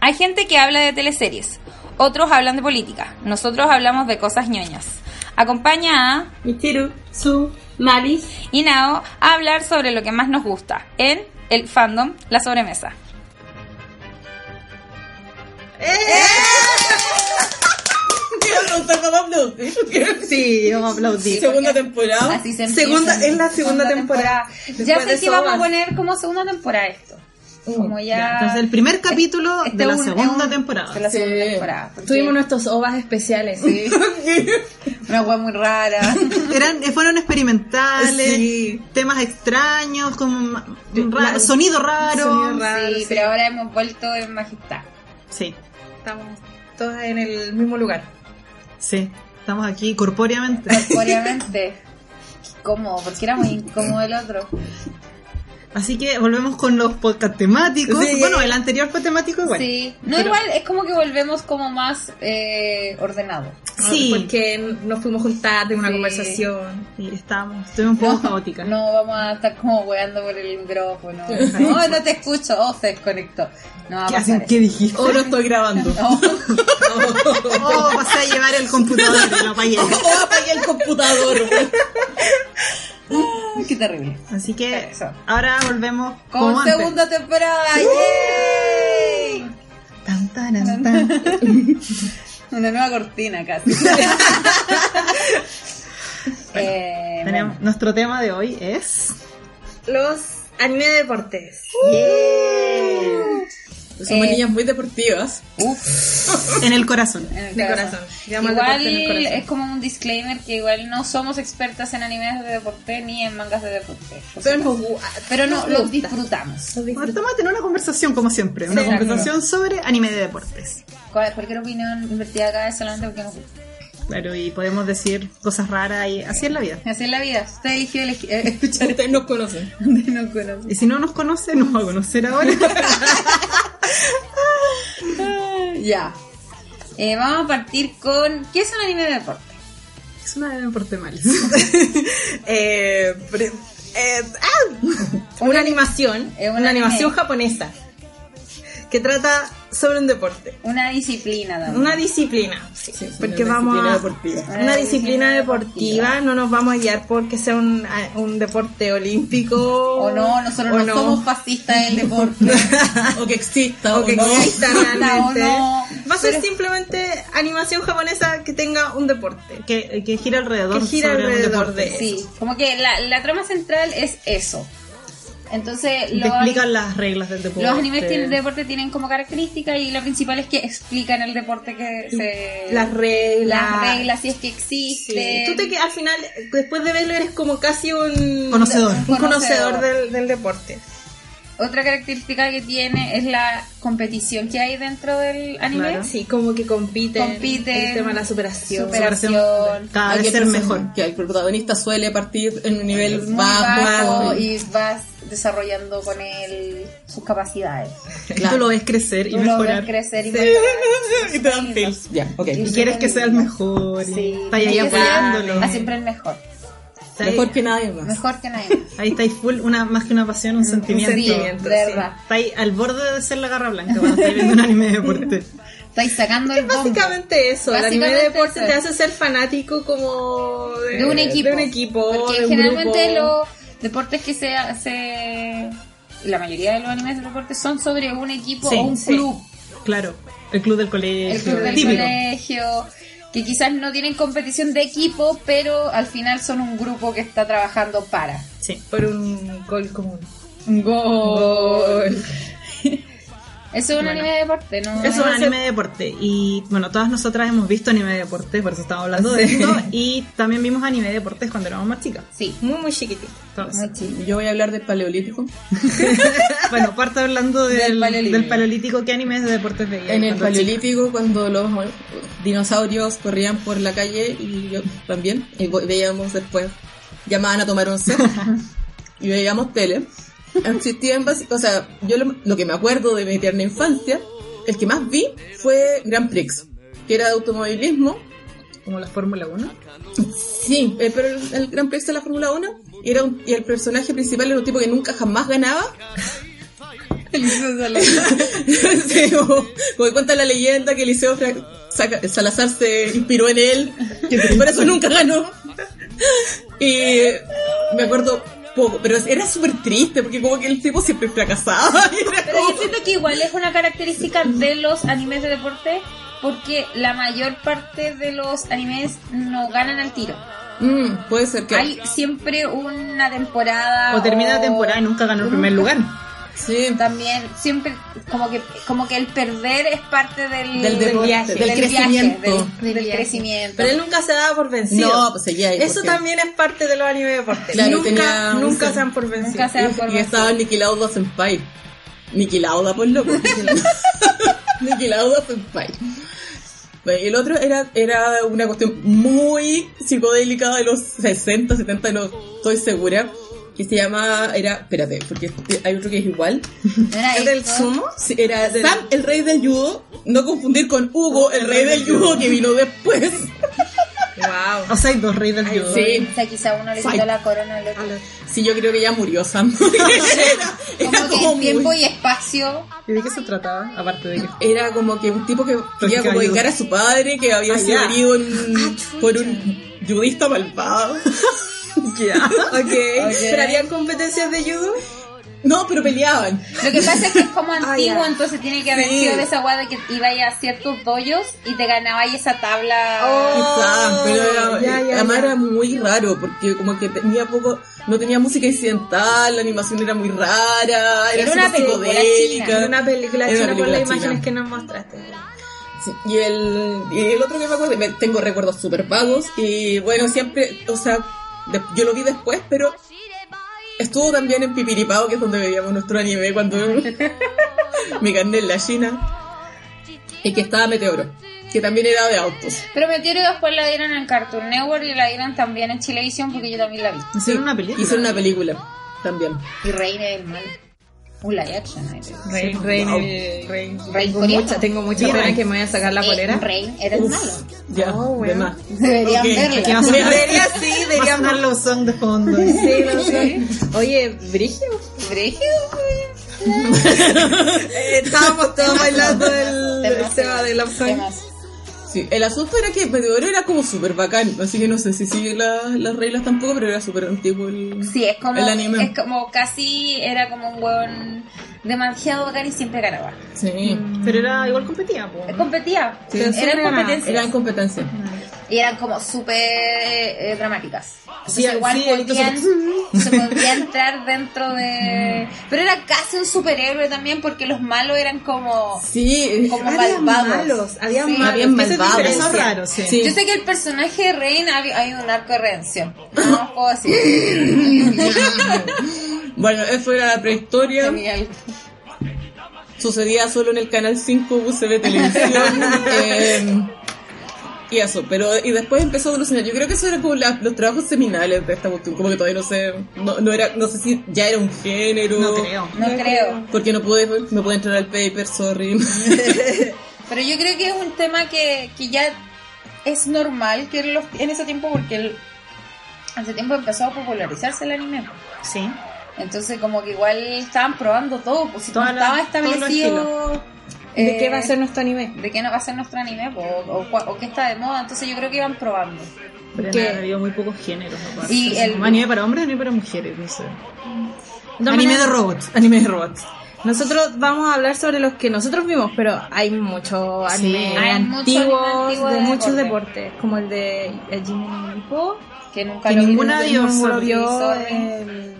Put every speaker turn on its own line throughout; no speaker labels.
Hay gente que habla de teleseries, otros hablan de política, nosotros hablamos de cosas ñoñas. Acompaña a
Michiru, Su, Malis.
Inao a hablar sobre lo que más nos gusta en el fandom, la sobremesa.
¿Cómo aplaudir?
Sí, vamos a aplaudir.
Segunda temporada.
Así se empieza.
Segunda, es la segunda temporada.
Ya
Después de
sé que vamos a
Sobas. Mm,
poner como segunda temporada esto. Como
Ya,
ya.
Entonces, el primer capítulo
Este
de la
es un-
segunda
es un-
temporada.
De la segunda
Sí.
temporada. porque
Tuvimos nuestros ovas especiales.
Sí. Una hueá muy rara.
Eran, eh, fueron experimentales,
Sí.
temas extraños, con ma- ra-
la-
sonido raro.
sonido raro. Rara,
sí,
sí.
pero ahora hemos vuelto en majestad.
Sí,
Estamos
Todas en el mismo lugar.
sí. Estamos aquí corpóreamente.
corpóreamente. Qué Incómodo, porque era muy incómodo el otro.
Así que volvemos con los podcast temáticos.
Sí.
bueno, el anterior fue temático igual.
sí. No,
pero-
igual es como que volvemos como más eh, ordenado.
Sí.
Porque nos fuimos juntadas de una
Sí.
conversación.
Y estábamos, estuvimos un poco caóticas.
No vamos a estar como weando por el micrófono. No, no te escucho. Oh, se desconectó. No va a
¿Qué
pasar
hacen? ¿Qué
eso.
dijiste?
O no estoy grabando.
No.
Oh, pasé a llevar el computador, lo apagué.
apagué el computador.
Qué terrible.
Así que
Eso.
ahora volvemos
Con
como antes. ¡Uh!
segunda temporada. ¡Yay!
Tan, taran, tan.
Una nueva cortina casi. Eh,
Tenemos-
bueno.
Nuestro tema de hoy es
Los anime deportes. Somos
Eh.
niñas muy deportivas.
En el corazón.
En el
De
corazón.
corazón. Llama al
Igual
deporte en el corazón.
es como un disclaimer que igual no somos expertas en animes de deporte ni en mangas de deporte. Por
Pero
supuesto.
nos gu-
Pero no,
nos
los
gusta.
disfrutamos.
Bueno, Estamos a tener una conversación como siempre, una
Sí,
conversación sobre anime de deportes.
Cual- Cualquier opinión invertida acá es solamente porque nos gusta.
Claro, y podemos decir cosas raras y así es la vida.
Así es la vida. Usted eligió elegi- eh, escuchar
Ustedes nos conocen.
donde no conoce.
Y si no nos conoce, nos va a conocer ahora.
Ya. Eh, vamos a partir con. ¿Qué es un anime de deporte?
es una de deporte mal.
Eh, pre- eh, ¡ah! Una animación,
Es un
una
anime.
animación japonesa que trata sobre un deporte,
Una disciplina, Dama.
una disciplina, porque vamos a
Una
una disciplina
disciplina
deportiva,
deportiva.
no nos vamos a guiar porque sea un, a- un deporte olímpico
O no, nosotros
o
no, somos fascistas del deporte.
o que exista o que
no.
exista realmente.
O no.
Va a ser simplemente animación japonesa que tenga un deporte.
que, que gira alrededor,
Que gira
sobre un
alrededor
deporte.
de-
Sí, como que la, la trama central es eso. Entonces,
Te
los,
explican las reglas del deporte.
los animes tienen- de deporte tienen como características y lo principal es que explican el deporte que se...
Las reglas.
las reglas, si es que
Sí.
existe.
Tú te que al final, después de verlo, eres como casi un
Conocedor.
un conocedor
Conocedor.
del, del deporte.
Otra característica que tiene es la competición que hay dentro del anime.
Claro.
Sí, como que compiten.
Compiten.
El tema de la superación.
Superación.
Cada vez ser mejor.
Que el protagonista suele partir en un
Es
nivel
muy
bajo.
bajo y vas desarrollando con él sus capacidades.
Tú lo ves crecer y
Tú lo ves
mejorar.
crecer y mejorar.
Y te dan feels.
Ya, ok.
Y quieres que sea el mejor. y
Sí,
Estás ahí
tiene que ser
apoyándolo.
a siempre el mejor.
Está ahí-
Mejor que nadie más.
Mejor que nadie más.
Ahí estáis full, una, más que una pasión, un sentimiento.
Sí, de
Sentimiento,
verdad.
Estáis al borde de ser la garra blanca cuando estáis viendo un anime de deporte.
Estáis sacando el bombo.
Básicamente eso, el anime de
Básicamente
deporte
eso.
te hace ser fanático como de,
De un equipo.
de un equipo,
Porque
de un
generalmente
grupo.
los deportes que se, se... La mayoría de los animes de deporte son sobre un equipo
Sí,
o un
sí.
club.
Claro, el club del
El
colegio.
club del
típico.
colegio. Que quizás no tienen competición de equipo, pero al final son un grupo que está trabajando para.
Sí.
por un gol común.
Un gol. Eso es un
Bueno.
anime de deporte, ¿no?
Es un anime de deporte. Y bueno, todas nosotras hemos visto anime de deporte, por eso estamos hablando de esto. Y también vimos anime de deportes cuando éramos más chicas.
Sí.
Muy, muy chiquitito.
Entonces,
Muy chido.
Yo voy a hablar del paleolítico.
bueno, parte hablando del, del paleolítico.
paleolítico.
¿Qué animes de deportes veías?
En el
cuando chicas?
paleolítico, cuando los dinosaurios corrían por la calle y yo también, y vo- veíamos después, llamaban a tomar once y veíamos tele. Existían, basi- o sea, yo lo, lo que me acuerdo de mi tierna infancia, el que más vi fue Grand Prix, que era de automovilismo.
Como la Fórmula 1.
Sí, eh, pero el, el Grand Prix de la Fórmula 1 y, era un- y el personaje principal era un tipo que nunca jamás ganaba.
Eliseo Salazar.
Sí, como, como cuenta la leyenda que Eliseo Fra- saca- Salazar se inspiró en él, que por eso nunca ganó. Y me acuerdo poco, pero era súper triste porque como que el tipo siempre fracasaba. Era
Pero yo
como-
siento que igual es una característica de los animes de deporte porque la mayor parte de los animes no ganan al tiro.
Mm, puede ser que...
Hay siempre una temporada
O termina la temporada y nunca ganó el primer lugar.
sí,
También siempre como que como que el perder es parte del
Del deporte, del crecimiento.
viaje, del, del
viaje.
crecimiento.
Pero él nunca se daba por vencido.
No, pues seguía ahí,
Eso
porque-
también es parte de los anime de deporte.
Claro,
nunca,
tenía un-
nunca se dan por vencidos.
Nunca se da por
y
vencido.
estaba Niki Lauda Senpai. Niki Lauda, por loco. Niki Lauda Senpai. Bueno, y el otro era, era una cuestión muy psicodélica de los 60, 70, no estoy segura. Que se llama, era, espérate, porque hay otro que es igual.
Era
¿Es del
esto.
sumo?
Sí, Era Sam, el rey del judo. No confundir con Hugo, el rey del judo que vino después.
Wow.
O sea, hay dos reyes del
Ay,
judo.
sí.
O sea, quizá uno le
Fight.
quitó la corona al otro.
Sí, yo creo que ya murió Sam. Era- era
Como que
como
en tiempo
muy-
y espacio
¿Y de qué se trataba? Aparte de que...
era como que un tipo que quería
Practicaba
como
judo.
dedicar a su padre que había
Ah,
sido
ya.
herido en- por un judista malvado.
Ya.
Okay. ¿Pero habían competencias de judo?
No, pero peleaban.
Lo que pasa es que es como antiguo,
ya.
entonces tiene que haber
Sí.
sido de esa guada de que iba a ciertos doyos y te ganaba y esa tabla.
Oh. Quizás, pero era,
ya, ya,
además
ya.
era muy raro porque como que tenía poco, no tenía música incidental, la animación era muy rara, era,
Era una
súper
película
psicodélica.
china.
Era una película
Era una
china por las
película
imágenes
china.
que nos mostraste.
Sí, Y el, y el otro que me acuerdo, me- tengo recuerdos súper vagos y bueno, siempre, o sea, de- yo lo vi después, pero estuvo también en Pipiripao, que es donde veíamos nuestro anime cuando me gané en la China, y que estaba Meteoro, que también era de autos.
Pero Meteoro después la dieron en Cartoon Network y la dieron también en Chilevisión porque yo también la vi.
Hicieron una película.
Hicieron una película también.
Y Reina del Mal. Uh, live action. ahí.
Rey, rey, rey, rey.
Rey
Tengo
coreano.
mucha, tengo mucha
Bien.
pena que me voy a sacar la
Eh,
polera.
Rein era el
Uf,
malo.
Ya,
Oh,
de
bueno.
más.
Deberían
Ok,
Que
verla.
va a sonar-
Debería, sí,
va a
debería
sonar los son de fondo.
Sí, lo sé. Oye, Brigio,
Brígido,
Eh, estábamos todos bailando el,
güey.
el tema de la
Temas.
Sí, el asunto era que Meteoro era como súper bacán, así que no sé si sigue la- las reglas tampoco, pero era súper antiguo el,
Sí, es como,
el anime.
es como casi era como un hueón demasiado bacán y siempre ganaba.
Sí.
Mm.
Pero era igual competía, po.
Competía,
Sí.
eran competencias.
Eran competencias.
Y eran como súper eh, dramáticas. Entonces,
Sí,
igual
sí,
podían,
entonces-
se podía entrar dentro de... Pero era casi un superhéroe también porque los malos eran como...
Sí,
como
Había
malvados.
malos, había
Sí.
malos.
Había
Esa es la
malvados.
diferencia.
Eso es raro, sí.
Sí.
Yo sé que el personaje de Rain hay, hay un arco de redención. No os puedo decir.
bueno, eso era la prehistoria.
Miguel.
Sucedía solo en el canal 5 UCB Televisión. eh, y eso, pero y después empezó a evolucionar. Yo creo que eso era como la- los trabajos seminales de esta cuestión. Como que todavía no sé, no, no era, no sé si ya era un género.
No creo.
No creo.
Porque no pude, no pude entrar al paper, sorry.
Pero yo creo que es un tema que, que ya es normal que en los- en ese tiempo porque el, hace tiempo empezó a popularizarse el anime.
Sí.
Entonces como que igual estaban probando todo, pues si no
Todas las-
estaba
todos los
establecido
¿de
eh,
qué va a ser nuestro anime?
de qué no va a ser nuestro anime po, o, o cua- o qué está de moda, entonces yo creo que iban probando.
Pero
Que-
nada, había muy pocos géneros, aparte.
Y
Así
el-
como anime para hombres, anime para mujeres, no sé.
No,
anime
no.
de robots. Anime de robots.
Nosotros vamos a hablar sobre los que nosotros vimos, pero hay mucho
Sí.
anime
Hay
mucho
antiguos,
anime antiguo
de,
de
muchos
deporte.
deportes, como el de eh, Jimmy Hippo,
Que nunca
Que
lo
ninguna
vi.
vio.
Ninguno
Sorry,
vio
sorry.
el-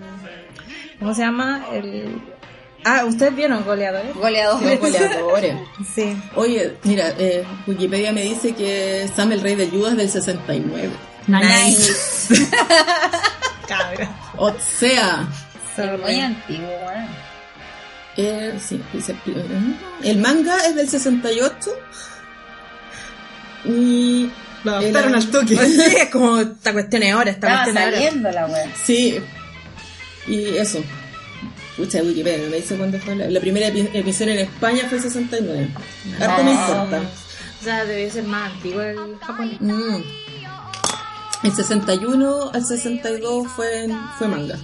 ¿Cómo se llama? El... Ah, ¿ustedes vieron Goleadores?
Goleador.
Los goleadores.
Sí.
Oye, mira, eh, Wikipedia me dice que Sam el Rey de Judas del 69.
Nice. Cabra.
O sea,
Es Muy antiguo, bueno.
eh, sí, dice, eh, el manga es del 68 y
Lo adaptaron
El-
al toque.
Sí, es como esta cuestión es ahora, esta
Estaba
cuestión es ahora.
saliendo la wea.
sí, y eso. Pucha, Wikipedia me dice cuándo fue la, la primera epi- emisión en España fue el 69. Harto me importa.
O sea, debe ser más antiguo el japonés.
Mm. El 61 al 62 fue, fue manga.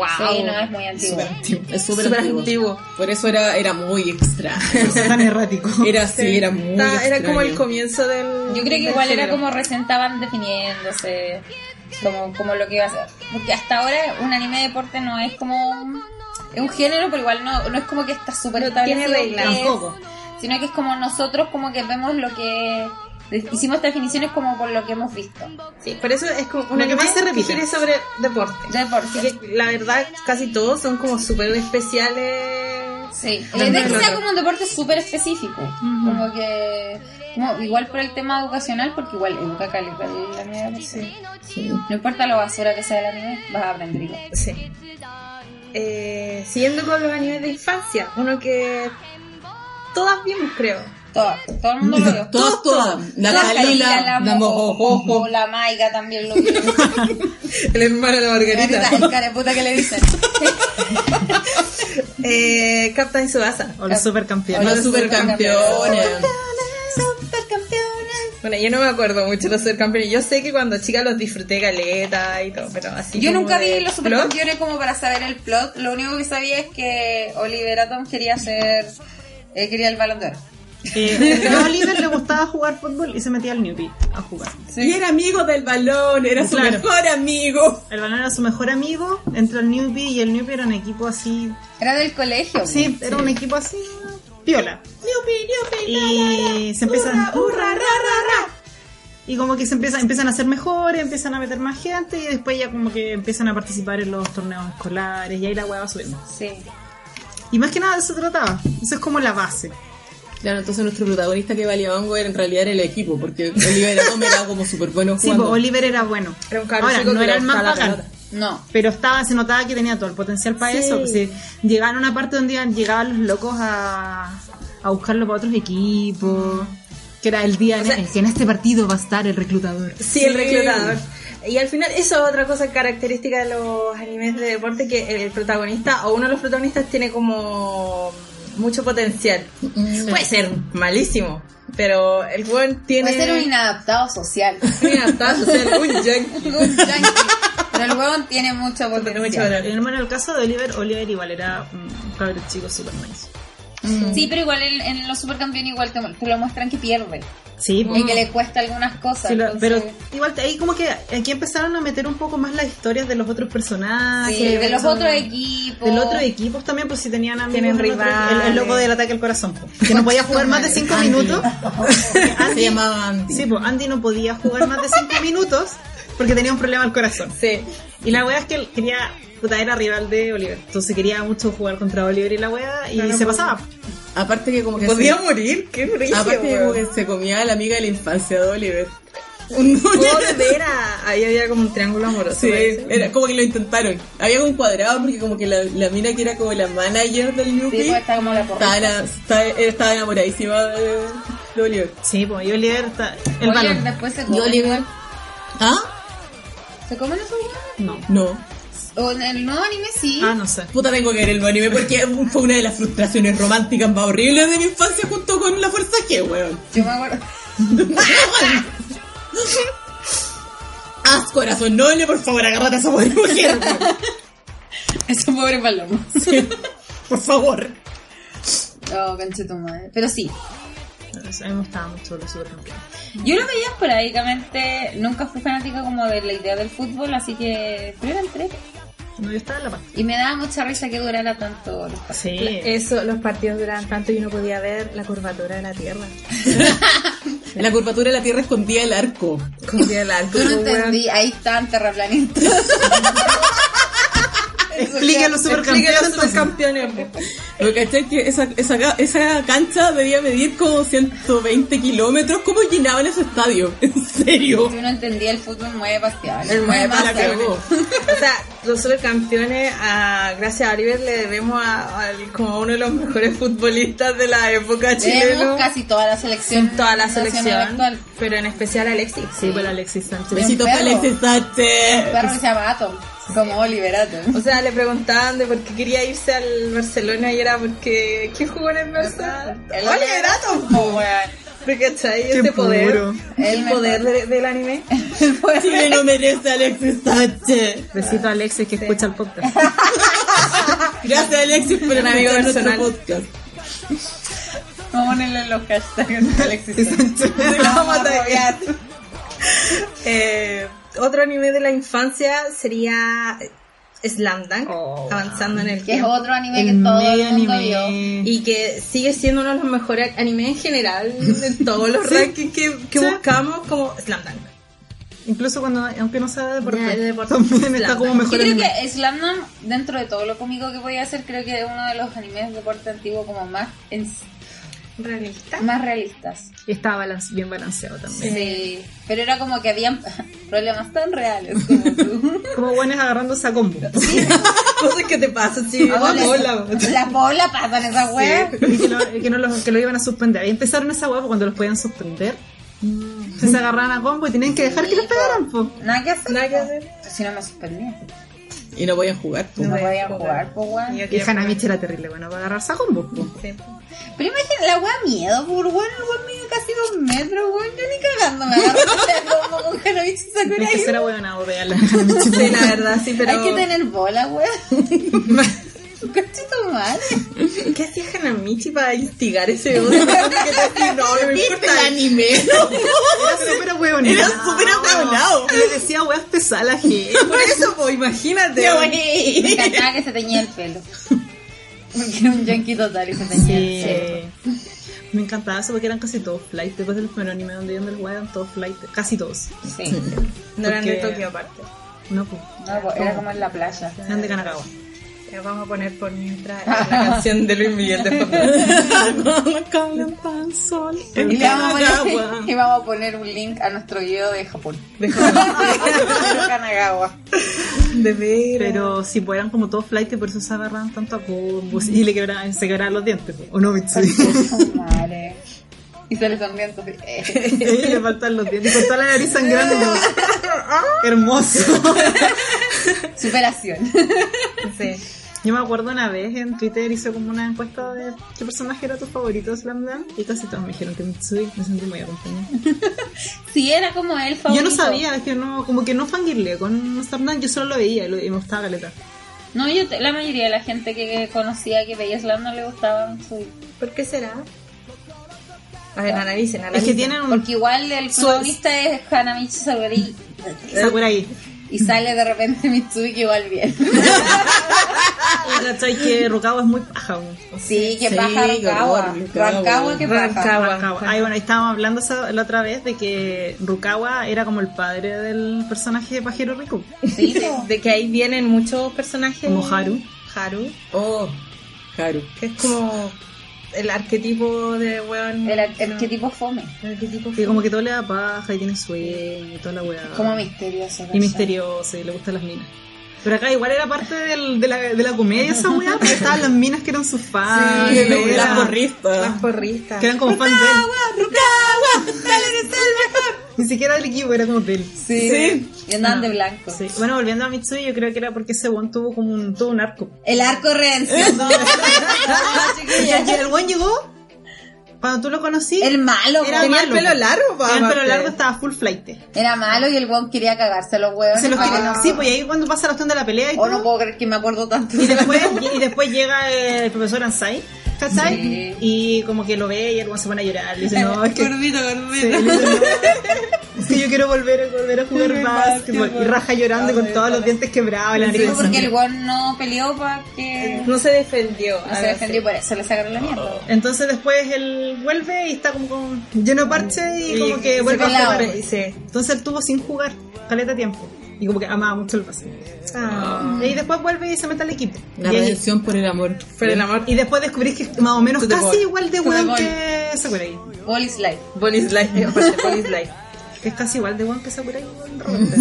Sí, no, es muy antiguo.
Súper antiguo. Es súper
Súper
antiguo.
antiguo.
Por eso era, era muy extra.
tan errático.
Era así, era muy
Está- era como el
extraño.
comienzo del.
Yo creo que igual era como recién estaban definiéndose como, como lo que iba a ser. Porque hasta ahora un anime de deporte no es como un- es un género, pero igual no, no es como que está súper establecido.
tiene reglas.
qué es,
Tampoco.
Sino que es como nosotros como que vemos lo que hicimos definiciones como por lo que hemos visto.
Sí, por eso es como
Lo
una
que más se repite.
gira sobre deporte.
De deporte.
Así que la verdad, casi todos son como súper especiales.
Sí, eh, de que sea como un deporte súper específico. Como que. Como, igual por el tema educacional, porque igual educa calidad la media No importa lo basura que sea la anime, vas a aprender igual.
Sí. Eh, siguiendo con los animes de infancia, uno que todas vimos, creo.
Todo, todo el mundo lo vio.
Todas, todas. La
Todas,
Kalila, la, Mojojojo.
la Maiga también lo vio.
El hermano de la
Margarita, el careputa que le dicen.
Eh, Captain Subasa.
O los
Los
supercampeones.
supercampeones.
Bueno, yo no me acuerdo mucho de los supercampeones. Yo sé que cuando chica los disfruté caleta y todo, pero así.
Yo
como
nunca
de
vi los
plot,
supercampeones como para saber el plot. Lo único que sabía es que Oliver Atom quería ser. eh, quería el balón de oro.
Eh, a Oliver le gustaba jugar fútbol y se metía al newbie a jugar.
Y era amigo del balón, era su
Claro.
mejor amigo.
El balón era su mejor amigo, entró al newbie y el newbie era un equipo así. eh,
Era del colegio.
Sí, era un equipo así. Piola. Y se empiezan. Y como que se empiezan, empiezan a ser mejores, empiezan a meter más gente y después ya como que empiezan a participar en los torneos escolares y ahí la hueá va subiendo.
Sí.
Y más que nada de eso trataba. Eso es como la base.
Claro, entonces nuestro protagonista que valía hongo era en realidad era el equipo, porque Oliver Atom era como súper bueno
Sí, pues
jugando.
Oliver era bueno.
Era un cabrón
Ahora,
chico
no
que
era
le
el más
gustaba la
bacán.
pelota.
No.
Pero estaba, se notaba que tenía todo el potencial para eso. pues, sí. llegaban a una parte donde iban- llegaban los locos a, a buscarlo para otros equipos. Que era el día en, el que en este partido va a estar el reclutador.
Sí, el reclutador. Y al final, eso es otra cosa característica de los animes de deporte, que el protagonista o uno de los protagonistas tiene como mucho potencial.
Mm.
Puede ser malísimo, pero el buen tiene...
Puede ser un inadaptado social.
un inadaptado, o sea, un yankee.
Un yankee. Pero el huevón tiene mucho
Tiene mucho
potencial.
valor.
En bueno, el caso de Oliver, Oliver igual era un cabrón chico super nice.
Sí, pero igual en, en los supercampeones igual te, te lo muestran que pierde.
Sí, pues.
Y que le cuesta algunas cosas.
Sí, lo-
entonces-
pero igual ahí como que aquí empezaron a meter un poco más las historias de los otros personajes.
Sí, de los
Son-
otros equipos.
Del otro equipos también, pues si tenían amigos.
Tienen
del otro-
rivales.
El, el loco del ataque al corazón. pues, Que no podía jugar más de 5 minutos.
Se llamaba Andy.
Ah, Sí, pues Andy no podía jugar más de 5 minutos porque tenía un problema al corazón.
Sí.
Y la wea es que él quería, puta, era rival de Oliver. Entonces quería mucho jugar contra Oliver y la wea y se
pues.
pasaba.
Aparte que como que
Podía
se,
morir, qué brillo.
aparte que como
weón.
que se comía a la amiga de la infancia de Oliver. Un
Puedo ver a- Ahí había como un triángulo amoroso.
Sí,
parece.
era como que lo intentaron. Había un cuadrado porque como que la, la mina que era como la manager del
Sí,
Yuppie
pues, está como la porra.
estaba, ena- estaba- estaba enamoradísima de, de Oliver.
Sí, pues y Oliver está. El
Oye,
balón.
después se
¿Y
comen.
Oliver? ¿Ah?
¿Se comen esos huevones?
No.
No.
O en el nuevo anime sí.
Ah, no sé.
Puta, tengo que ver el anime porque fue una de las frustraciones románticas más horribles de mi infancia junto con la fuerza G, weón.
Yo me acuerdo.
Haz corazón noble, por favor, agárrate a esa pobre mujer. weón.
Ese pobre palomo.
Sí, por favor.
Oh, cancha tu madre. Pero sí.
A mí me gustaba mucho los supercampeones.
Yo lo veía esporádicamente. Nunca fui fanática como de la idea del fútbol, así que. Pero eran tres.
No, yo estaba en la paz.
Y me daba mucha risa que durara tanto. los pasos.
Sí.
Eso, los partidos duraban tanto y uno podía ver la curvatura de la tierra.
La curvatura de la tierra escondía el arco.
Escondía el arco,
Yo no
weón.
entendí, ahí están terraplanistas.
Explica los
Explica
supercampeones.
los
entonces.
supercampeones. po.
Lo que caché es que esa, esa, ca- esa cancha debía medir como 120 kilómetros. ¿Cómo llenaban ese estadio? En
Oh.
serio.
Yo no entendía el fútbol mueve pasear.
El mueve
La
Pasa,
cagó.
O sea, los supercampeones, a- gracias a Oliver, le debemos a, al- como uno de los mejores futbolistas de la época chilena.
Tenemos casi toda la selección.
toda la
nacional
selección,
actual.
pero en especial a Alexis.
Sí, pues el Alexis Sánchez.
Besitos
perro.
para Alexis
El
Sánchez.
perro que se llama Atom, como Oliver Atom.
O sea, le preguntaban de por qué quería irse al Barcelona y era porque ¿quién jugó en el Barcelona?
El
Oliver Atom, po, weón.
¿Te cachai?
Qué
Este poder.
puro.
El poder de- del anime.
Pues,
Chile no merece a Alexis Sánchez.
Besito a Alexis que escucha el podcast.
Gracias, Alexis, por
amigo
escuchar nuestro
personal.
podcast.
Vamos a ponerle los hashtags Alexis.
Te vamos a taggear. Eh, otro anime de la infancia sería Slam Dunk,
Oh,
avanzando en el
que es
tiempo.
otro anime que todo el
medio
mundo vio.
anime.
Y que sigue siendo uno de los mejores animes en general en todos los rankings que, que
Sí.
buscamos como Slam Dunk.
Incluso cuando, aunque no sea de deporte,
Ya, de deporte.
también está
Claro.
como
Yo
mejor
creo
anime.
que Slam Dunk, dentro de todo lo cómico que podía hacer, creo que es uno de los animes de deporte antiguo como más, en-
Realista.
más realistas.
Y está balance- bien balanceado también.
Sí. Pero era como que habían problemas tan reales como tú.
Como buenas agarrándose a combo. Ah,
Cosas que te pasan, sí.
Adolescente.
Hola.
La bola pasa en esa wea.
Y que, lo, y que no los- que lo iban a suspender. Y empezaron esa hueá pues, cuando los podían suspender. Entonces se agarraban a combo y tenían que dejar que los pegaran. po.
Nada que hacer. Pues
Nada que hacer.
Si no me suspendía.
Y no podían jugar. po.
No
voy a
podía
jugar.
jugar, pues weón.
Y Hanamichi era terrible, bueno, para agarrarse a combo. po.
Sí.
Pero imagínate, la wea miedo, por weón. El weón mide casi dos metros, weón. Yo ni cagando me agarro como con Hanabichi Sakurai.
Es que será buena o pegarle a Hanamichi.
Sí, la verdad, sí, pero.
Hay que tener bola, weón. Cachito mal.
¿Qué hacía Hanamichi para instigar ese odio? Porque te- no, no me importa.
el anime?
Era súper hueonado.
Era súper hueonado.
Le decía hueas pesadas a la gente.
Por eso, po, imagínate.
Me encantaba que se teñía el pelo. Porque era un yankee total y se teñía el pelo.
Me encantaba eso porque eran casi todos flight. Después de los primeros anime donde yo me los eran todos flight. Casi todos.
Sí.
no eran de
Porque-
Tokio aparte.
No, pues.
No, pues, era como en la playa.
Eran de Kanagawa.
Las vamos a poner por mientras la canción de Luis Miguel de fondo.
Eh,
Y, le vamos a
Kanagawa.
poner, y vamos a poner un link a nuestro video de Japón.
De
Kanagawa.
De veras.
Pero si pues, eran como todos flight, por eso se agarraban tanto a combos y le quebraban, se quebraban los dientes. po. O no, Mitsui.
Madre. Y se le sonríe entonces. eh.
le faltan los dientes. Y con toda la nariz sangrando. como, Hermoso.
Superación.
Sí.
Yo me acuerdo una vez en Twitter hice como una encuesta de qué personaje era tu favorito de Slam Dunk y casi todos me dijeron que Mitsui me sentí muy acompañada.
Sí, era como él
Yo
favorito.
no sabía, es que no, como que no fangirle con Slam Dunk, yo solo lo veía y, lo- y me gustaba caleta.
No, yo te- la mayoría de la gente que conocía que veía Slam no le gustaba su...
¿Por qué será? A ver, analicen,
Es
analicen.
que tienen un
Porque igual el protagonista es Hanamichi Sakurai
Sakurai.
y sale de repente Mitsuki que igual bien.
Y ¿Cachai? Que Rukawa es muy paja. weón.
Sí, que
Sí,
paja
qué
Rankawa.
horror, Rankawa.
Rankawa que paja.
Rankawa.
Rukawa. Ay, bueno, ahí estábamos hablando esa- la otra vez de que Rukawa era como el padre del personaje de Pajero Rico.
Sí, po.
De que ahí vienen muchos personajes.
Como Haru.
Haru,
Oh, Haru.
que es como el arquetipo de weón.
El, ar- el que tipo fome.
El arquetipo.
Que como que todo le da paja y tiene sueño y toda la weá.
Como misterioso.
Y
¿cachai?
misterioso, y le gustan las minas. Pero acá igual era parte del- de, la, de la comedia esa weá, porque estaban las minas que eran sus fans.
Sí,
que
la
eran-
Las
porrista.
porristas.
Que eran como fans de él. Ni siquiera del equipo, era como de él.
Sí. Y andaban de blanco.
Sí. Bueno, volviendo a Mitsui, yo creo que era porque ese one tuvo como un, tuvo un arco.
El arco redención.
Y el one llegó, cuando tú lo conocí,
El Ah, malo.
Era
po.
Tenía
malo.
el pelo largo, pa,
tenía el pelo
aparte.
largo estaba full flight.
Era malo y el weón quería cagarse a los huevos.
Se los
Ah,
quiere- Sí, pues y ahí cuando pasa la cuestión de la pelea y
Oh, no
todo.
puedo creer que me acuerdo tanto.
Y después, y después llega el profesor Ansai, ¿cachai?
Sí.
Y como que lo ve y el one se pone a llorar. Le dice, no, es que
Gordito,
Sí,
gordito.
yo quiero- es que yo quiero volver, volver a jugar básquetbol. Y raja llorando con todos los dientes quebrados. y La nariz
Sí,
con
porque el
sangre.
weón no peleó para que
Eh, No se defendió.
Ah,
no se defendió pues. por eso, le sacaron la mierda.
Entonces después él vuelve y está como con- lleno de parche y, como que vuelve a
pelado.
jugar.
Sí.
Entonces él tuvo sin jugar caleta tiempo. Y como que amaba mucho el básquet. Ah. Y después vuelve y se mete al equipo.
La
y, ahí-
redención por el amor.
Por el amor.
y después descubrís que es más o menos
To the
casi
ball.
igual de
the
weón
ball.
que Sakurai.
Bolis Life.
Bonnie's Life. aparte, Bonnie's Life.
Que es casi igual de weón que Sakurai.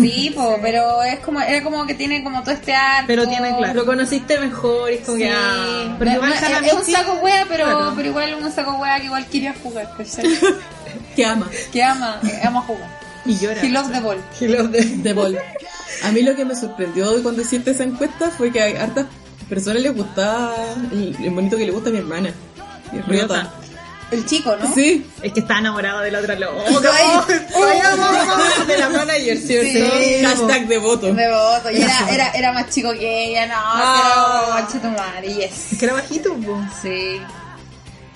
Sí, po, pero es como, era como que tiene como todo este arte.
Pero tiene, claro.
Lo conociste mejor, es como
Sí.
que. ah,
Pero
No,
igual
no, es,
Hanamichi-
es un saco wea, pero,
Claro.
pero igual un saco wea que igual quería jugar, ¿cachai?
Te ama.
Que ama, que ama jugar.
Y llora.
He loves the ball.
De Ball. A mí lo que me sorprendió de cuando hiciste esa encuesta fue que a hartas personas les gustaba el, el monito que le gusta a mi hermana. Y es Ryota.
El chico, ¿no?
Sí.
Es que está enamorado de la otra loca.
De la manager, ¿cierto?
Sí.
Hashtag devoto.
Me voto. Y era, era, era más chico que ella, no.
Ah.
Pero mancha tu madre, yes.
Es que era bajito, po.
Sí.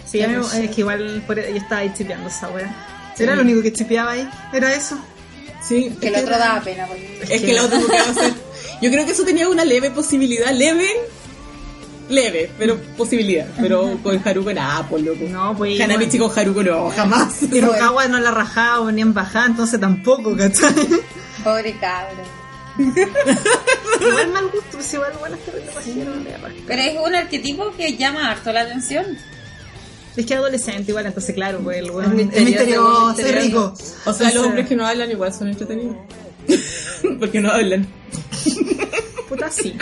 Sí, a mí- es que igual por- e- yo estaba ahí chipeando esa wea. Era lo único que chipeaba ahí. Era eso.
Sí.
Que el otro daba pena. Porque...
Es que el otro que va a ser. Yo creo que eso tenía una leve posibilidad. Leve. Leve, pero posibilidad. Pero con Haruko nada, por loco.
No, pues.
Hanamichi con Haruko no, jamás.
Y Rukawa no la rajaba ni en bajada, entonces tampoco, ¿cachai?
Pobre cabrón.
igual mal gusto, pues igual buenas que lo pasaron.
Pero es un arquetipo que llama harto la atención.
Es que adolescente igual, entonces claro, pues el weón
Es
es
misterioso,
misterioso,
es
es rico.
O sea, los hombres que no hablan igual son entretenidos. Porque no hablan.
Puta sí.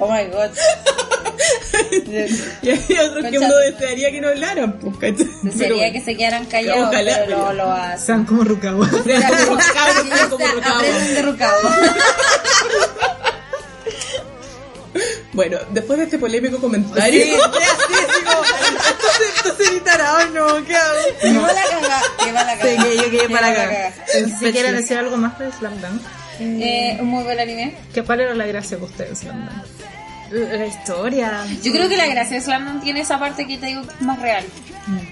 Oh my god.
Y hay otros que
Concha.
uno desearía que no hablaran, pues, ¿cachai? Pero
Sería
bueno.
que se quedaran callados,
Ojalá,
pero no
pero-
lo hacen.
Sean como Rukawa.
Sean como cabros, sean como cabros.
Aprenden de rucado.
Bueno, después de este polémico comentario.
Que va la caga. Que va la caga.
Sí, que yo quedé para
va la
acá.
caga.
Si quieren decir algo más de Slam Dunk.
Eh, un muy buen anime.
¿Qué cuál era la gracia que ustedes Slam Dunk?
La historia.
Yo creo que la gracia de Slam Dunk tiene esa parte que te digo que es más real.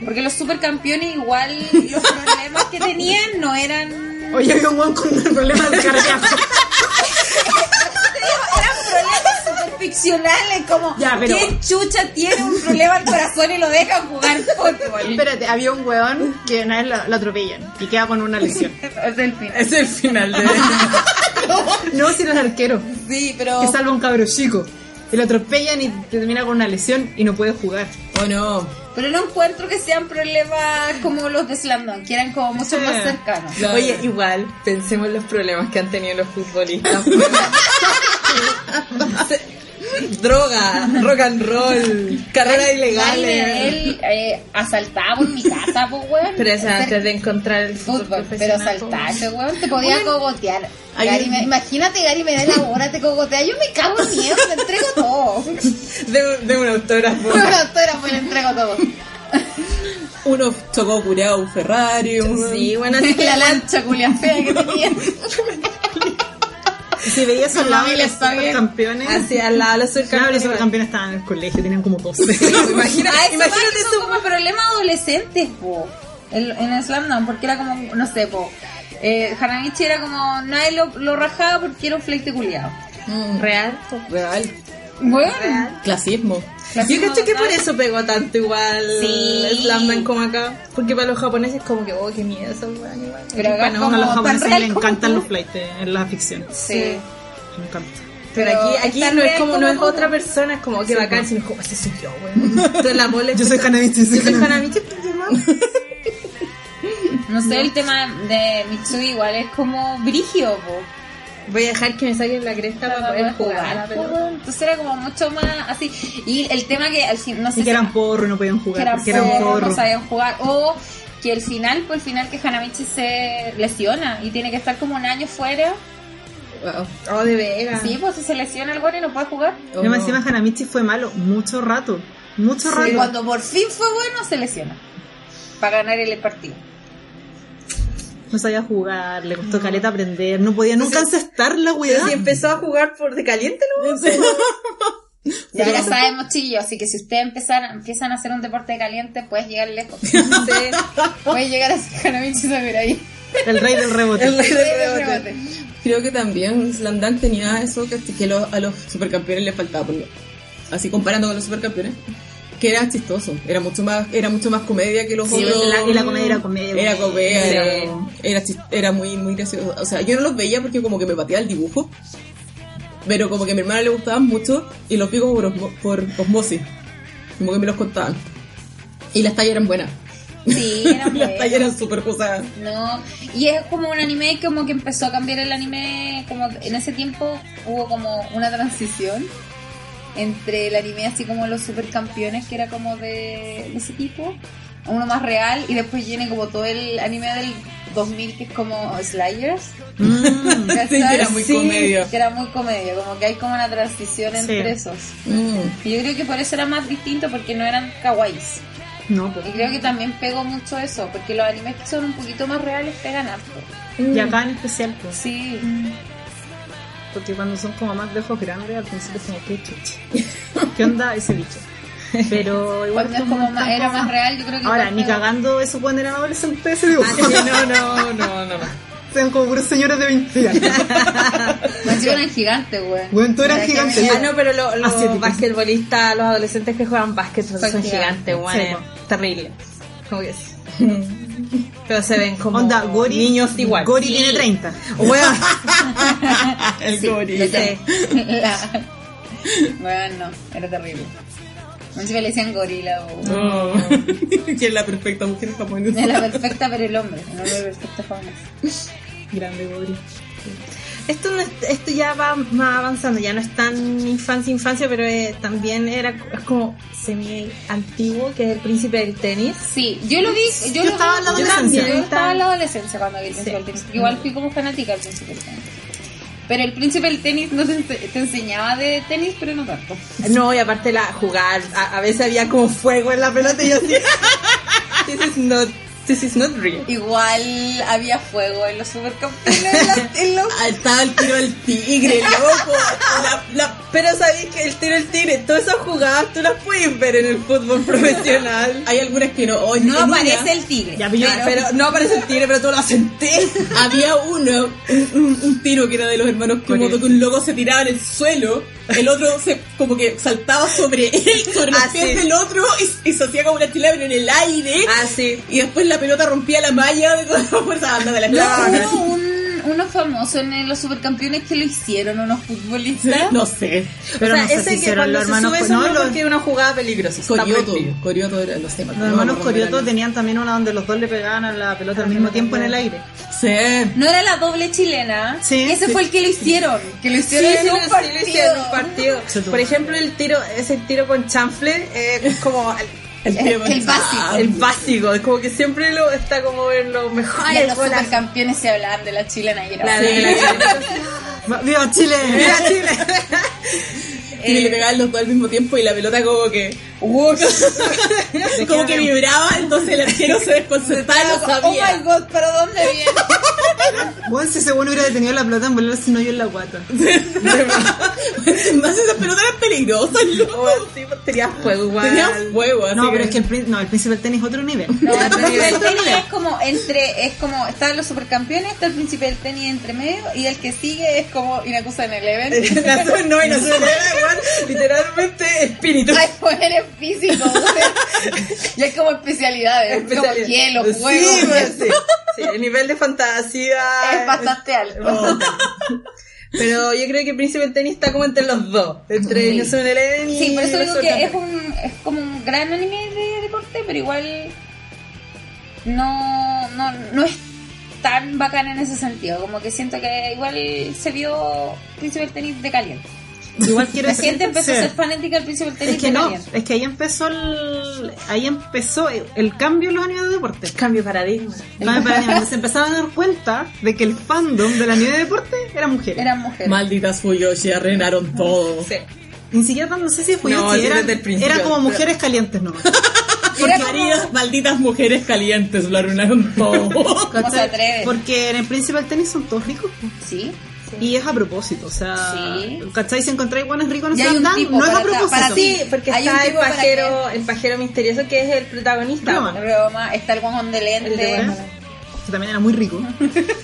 Porque los supercampeones igual los problemas que tenían no eran
Oye, había un weón con un problema del cardíaco.
problemas super ficcionales como
Ya, pero-
¿quién chucha tiene un problema al corazón y lo deja jugar fútbol?
Espérate, había un weón que una vez lo, lo atropellan y queda con una lesión.
Es el fin.
Es el final de.
No, si era el arquero,
Sí, pero
que salva a un cabro chico. Y lo atropellan y termina con una lesión y no puede jugar.
¿O no?
pero no encuentro que sean problemas como los de Slam Dunk, que eran como mucho
Sí.
más cercanos.
Claro.
Oye, igual, pensemos en los problemas que han tenido los futbolistas.
Droga, rock and roll, carreras ilegales.
Él eh, asaltaba por mi casa, pues weón.
Pero eso
Hacer
antes de encontrar el
Fútbol,
fútbol
pero
profesional,
saltaste, weón, te podía cogotear.
hay
Gary
un-
me- imagínate, Gary me da la hora, te cogotea. Yo me cago en miedo, le entrego todo.
De, de un autógrafo.
Un autógrafo y le entrego todo.
Uno tocó curado un Ferrari. un-
Sí, bueno, así que
La lancha culia fea que tenía.
Y si veías al lado
mami
de
les
los
pague.
campeones,
hacia al lado de los
claro, los
surcampeones.
campeones estaban en el colegio, tenían como 12.
Imagina-
Ah, eso
imagínate
va, que son como problemas adolescentes, po. En, en el Slam Dunk, porque era como, no sé, po. Eh, Hanamichi era como, nadie lo, lo rajaba porque era un fleite culiado.
Real.
Real.
Bueno,
Clasismo.
Yo cacho que por eso pegó tanto igual
Sí.
Slam Dunk como acá. Porque para los japoneses como que, oh, qué miedo esos weón igual.
Pero acá
Bueno,
como
a los
tan
japoneses
real
les
como
encantan
tú.
los flightes en la ficción.
Sí.
Me encanta.
Pero
Pero
aquí, aquí
tan
no es
real
como,
como
no es
como-
otra persona, es como que bacán, sino como se subió, weón. Entonces la bola
Yo soy Hanamichi, soy
Yo soy
Hanamichi.
Hanamichi,
No sé, el tema de Mitsubi igual es como brigio, po.
Voy a dejar que me saquen la cresta para poder jugar.
po, weón. Entonces era como mucho más así. Y el tema que al fin, no sé
Y
si
que eran porro y no podían
que
jugar.
eran
porque eran
forros,
porro.
no sabían jugar. O que el final, por el final que Hanamichi se lesiona y tiene que estar como un año fuera.
Wow.
Oh, de veras.
Sí, pues si se lesiona el bueno y no puede jugar.
Oh,
Yo me
no.
encima Hanamichi fue malo mucho rato. Mucho
Y
rato.
cuando por fin fue bueno, se lesiona. Para ganar el partido.
No sabía jugar, le costó caleta aprender, no podía nunca encestar la weá.
Pero si empezó a jugar por de caliente, ¿no?
Ya, ya sabemos, chillos, así que si ustedes empezaran- empiezan a hacer un deporte caliente, puedes llegar lejos. puedes llegar a ser Hanamichi Sakurai.
El rey del rebote.
Rebote.
Creo que también Slam Dunk tenía eso que, que lo- a los supercampeones les faltaba por lo- Así comparando con los supercampeones, que era chistoso, era mucho más, era mucho más comedia que los
Sí,
otros.
y la- y la comedia era comedia.
Era comedia,
Sí.
era, era chis- era muy, muy gracioso. O sea, yo no los veía porque como que me pateaba el dibujo, pero como que a mi hermana le gustaban mucho y los vi como por, osmo- por osmosis, como que me los contaban. Y las tallas eran buenas.
Sí, era
las
bueno.
tallas eran súper, o sea,
No, y es como un anime que como que empezó a cambiar el anime, como que en ese tiempo hubo como una transición entre el anime así como los supercampeones que era como de, de ese tipo, a uno más real y después viene como todo el anime del 2000 que es como Slayers.
Mm.
¿cachai?
Sí, que era muy comedia.
Que era muy comedia, como que hay como una transición entre
Sí.
esos.
mm,
Y yo creo que por eso era más distinto porque no eran kawaiis.
No,
Y
pues.
creo que también pegó mucho eso, porque los animes que son un poquito más reales pegan harto.
Mm.
Y acá en especial, pues.
Sí.
Porque cuando son como más de ojos grandes, al principio es como que chucha. ¿Qué onda ese bicho? Pero igual.
Cuando es como
toman
más,
tantas
era
cosas.
más real, yo creo que.
Ahora,
igual
ni
pegó.
cagando eso cuando eran adolescentes, se dibujo.
no, no, no, no.
Sean como puros señores de 20 años.
Más encima eran gigantes, güey.
Bueno, tú
Era
eras
que-
gigante.
Ah, no, pero lo- los
Asiáticos.
basquetbolistas, los adolescentes que juegan básquet son,
Son
son
gigantes.
gigantes, weón.
Sí,
es
po.
terrible. Como que sí. Pero se ven como
Onda, Gori.
niños igual.
Gori
Sí. Oh,
tiene 30.
Weón,
El
Sí,
Gori.
lo
sí.
sé. Bueno, no, era terrible. Más Encima le decían gorila o.
No. que es la perfecta mujer
Es
japonesa.
la perfecta, pero el hombre. El hombre perfecto jamás.
Grande Gori.
Esto, no es- esto ya va más avanzando, ya no es tan infancia, infancia, pero eh, también era es como semi antiguo, que es el príncipe del tenis.
Sí, yo lo vi. Yo,
Yo
lo
estaba
vi-
en la
yo
adolescencia.
también, Yo estaba en la adolescencia cuando vi el
Sí.
príncipe del tenis. Igual fui como fanática del príncipe del tenis. Pero el príncipe del tenis no te, te enseñaba de tenis, pero no tanto.
No, y aparte la jugar, a, a veces había como fuego en la pelota y yo así. This is not, this is not real.
Igual había fuego en los supercampeones. en la- en los-
Ah, Estaba el tiro al tigre, loco.
La- la- pero sabéis que el tiro el tigre, todas esas jugadas tú las puedes ver en el fútbol profesional.
Hay algunas que no. oye,
no
en una-
aparece el tigre.
Ya, pero yo-
Pero no aparece el tigre, pero tú lo sentís.
Había uno, un, un- un tiro que era de los hermanos Kimoto, que un loco se tiraba en el suelo, el otro se, como que saltaba sobre él, sobre los
Ah,
pies
sí.
del otro, y, y se hacía como una chilebra en el aire,
Ah, sí.
y después la pelota rompía la malla de toda la fuerza banda de la
No,
clava,
hubo un, unos famosos en los supercampeones que lo hicieron, unos futbolistas.
No sé.
Pero
o sea,
no sé si
ese que
hicieron
cuando
los
se sube
hermanos.
eso
No,
no,
los,
porque es una jugada peligrosa. está
Corioto,
prohibido.
Corioto era, no sé.
los hermanos Corioto tenían también una donde los dos le pegaban a la pelota al mismo tiempo en el aire.
Sí.
No era la doble chilena.
Sí,
Ese
sí.
fue el que lo hicieron. Que lo
Sí,
hicieron en
sí,
un
lo- sí, lo
partido.
hicieron en un partido.
Se tuvo.
Por ejemplo, el tiro, ese tiro con chanfle eh, es como el,
El,
El- el básico.
el básico, es como que siempre lo está como en los
Ay,
mejores
los
bolas.
supercampeones se hablaban de la chilena y era
La
sí.
de- la de-
Va- ¡Viva Chile!
Mira, Chile.
Y le pegaban los dos al mismo tiempo y la pelota como que... como que vibraba, entonces el arquero se desconcertaba y no
Oh
sabía.
my god, ¿pero dónde viene?
Bueno, si ese bueno hubiera detenido la pelota en volar si no yo en la guata.
Más esas pelotas eran peligrosas, loco.
Oh, sí, pues, tenía fuego igual.
Tenían fuego, así
No, pero es que el, prin- no, el príncipe del tenis es otro nivel.
No, el príncipe del tenis es como entre, es como, están los supercampeones, está el príncipe del tenis entre medio y el que sigue es como una cosa en el evento.
Nació- no, y nació el héroe, igual, literalmente espíritu.
Hay poderes físicos, o sea, y es como especialidades, es como
Especialidad.
hielo,
Sí,
fuego,
pues, sí. Sí, el nivel de fantasía
es bastante alto.
Oh. Pero yo creo que el príncipe del tenis está como entre los dos. Entre
Sí.
Nación Eleven y.
Sí, por eso digo
Nación
que es,
Eleven.
un, es como un gran anime de deporte, pero igual no, no, no es tan bacán en ese sentido. Como que siento que igual se vio Príncipe del Tenis de caliente.
Igual quiero
La gente empezó
sí.
a ser fanática del Príncipe del Tenis
Es que
de
no,
caliente.
es que ahí empezó el, ahí empezó el cambio en los años de deporte.
Cambio de paradigma.
El cambio de paradigma. Se empezaron a dar cuenta de que el fandom de la nieve de deporte era mujer.
Eran mujeres.
Malditas Fuyoshi, arruinaron todo.
Sí.
Ni siquiera tan- no sé si fue
No,
yo, si
sí,
eran,
desde el principio.
eran como mujeres calientes nomás.
Era como-
Malditas, malditas mujeres calientes, lo arruinaron todo.
¿Cómo se
¿Cachai?
atreven?
Porque en el príncipe del tenis son todos ricos. po.
Sí.
Y es a propósito, o sea,
Sí.
¿cachai? Si encontráis buenos ricos en
Y hay un
Sandán,
tipo
no es a
para-
propósito.
para ti.
Sí, porque
Hay un
está el
tipo para
pajero, el pajero misterioso que es el protagonista.
Roma.
Roma, está el guajón de
El de
lente.
Guajón.
Que también era muy rico.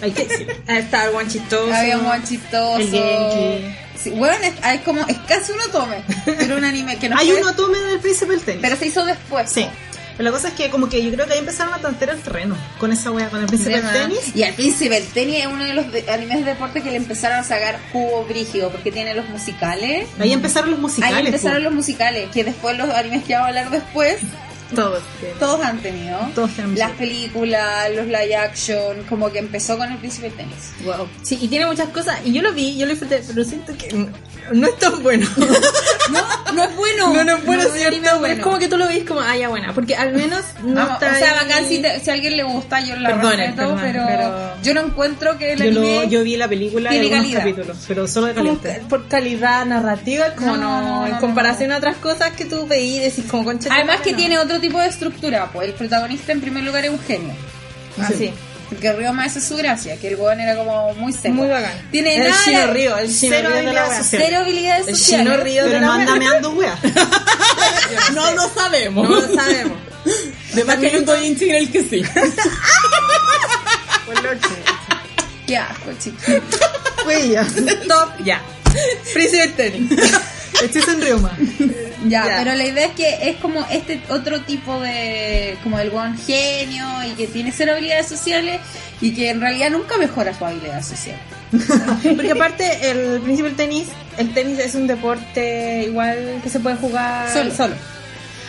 Hay que decirlo.
Ah, Está el guan chistoso.
Había un guan chistoso.
El Genki.
Sí, bueno, es, hay como, es casi uno tome. Pero un anime que no
Hay
fue-
un atome del príncipe del tenis.
Pero se hizo después.
Sí.
po.
Pero la cosa es que como que yo creo que ahí empezaron a tantear el terreno con esa wea, con el
De
príncipe del
más.
tenis.
Y al príncipe del tenis es uno de los de- animes de deporte que le empezaron a sacar jugo brígido, porque tiene los musicales.
Ahí empezaron los musicales.
Ahí empezaron
po.
los musicales, que después los animes que vamos a hablar después,
Todos.
todos han tenido.
Todos tienen
Las
musicales.
películas, los live action, como que empezó con el príncipe del tenis.
Sí, y tiene muchas cosas. Y yo lo vi, yo lo disfruté, pero siento que no- no es tan bueno.
No, no es bueno.
No, no es bueno,
es un
cierto.
anime
Pero
bueno.
es como que tú lo ves como, ah, ya buena. Porque al menos no
Vamos,
está.
Ah, o sea,
ahí-
bacán si, te- si a alguien le gusta, yo la
Perdonen,
respeto,
perdón,
pero,
pero-
yo no encuentro que el
Yo, lo-
anime...
yo vi la película de
Tiene
algunos
calidad.
capítulos, pero solo de
como
caliente.
ca- por calidad narrativa,
No,
como no,
no, no,
en
no,
comparación a otras cosas que tú veís, decís como concha.
Además que
no.
tiene otro otro tipo de estructura, pues el protagonista en primer lugar es un genio.
Así.
Porque Ryoma esa es su gracia, que el weón era como muy seco.
Muy bacán.
Tiene
el
nada-
Shino Río, el Shino
Cero
Río de la
habilidad
wea.
social.
Cero habilidades
El
sociales.
Shino Río de
Pero
la
no anda
wea.
meando wea.
No lo sabemos.
No lo sabemos.
De más que yo estoy en el que sí.
Qué asco, chicos.
Huella.
Top, ya. Príncipe tenis.
Este es en Rioma.
Ya,
Ya.
pero la idea es que es como este otro tipo de. como el buen genio y que tiene cero habilidades sociales y que en realidad nunca mejora su habilidad social.
Porque aparte, el príncipe del tenis, el tenis es un deporte igual que se puede jugar
Solo.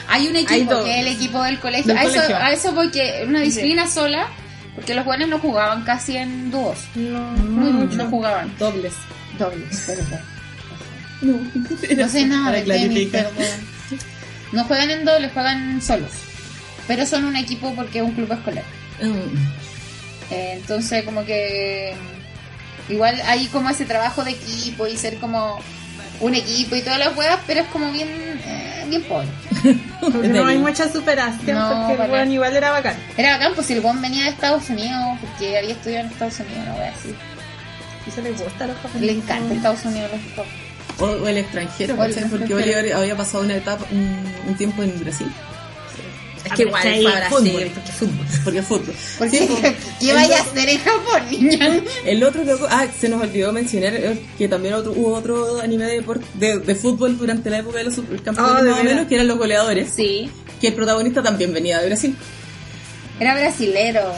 Hay un
Hay
equipo
dos.
que es el equipo del colegio.
Del
a, eso,
colegio.
a eso voy que una disciplina sola, porque los buenos no jugaban casi en dúos.
No.
Muy mucho Mm, no jugaban.
Dobles.
Dobles, pero No, no sé nada
Para
de tenis,
clarificar.
pero bueno. No juegan en dobles, juegan solos. Pero son un equipo porque es un club escolar. Mm. Eh, entonces, como que. Igual hay como ese trabajo de equipo y ser como un equipo y todas las huevas, pero es como bien. eh, bien pobre.
Porque no hay mucha superación,
No,
porque
vale.
bueno, igual era bacán.
Era bacán, pues si el buen venía de Estados Unidos, porque había estudiado en Estados Unidos, no voy a decir.
Eso le gusta a los
Le
japoneses.
encanta Estados Unidos los hip hop.
O, o el extranjero,
O el
¿cachai? porque
extranjero.
Bolívar había pasado una etapa, un, un tiempo en Brasil.
Es que igual
Aparte,
es para
fútbol.
Brasil, porque es fútbol.
Porque es fútbol.
Porque,
Sí, pues.
¿qué vaya a hacer en Japón, niña?
El otro loco, ah, se nos olvidó mencionar eh, que también otro, hubo otro anime de, depor- de, de fútbol durante la época de los supercampeones,
Ah, de
más o
veras.
menos, que eran los goleadores,
Sí.
que el protagonista también venía de Brasil.
Era brasilero.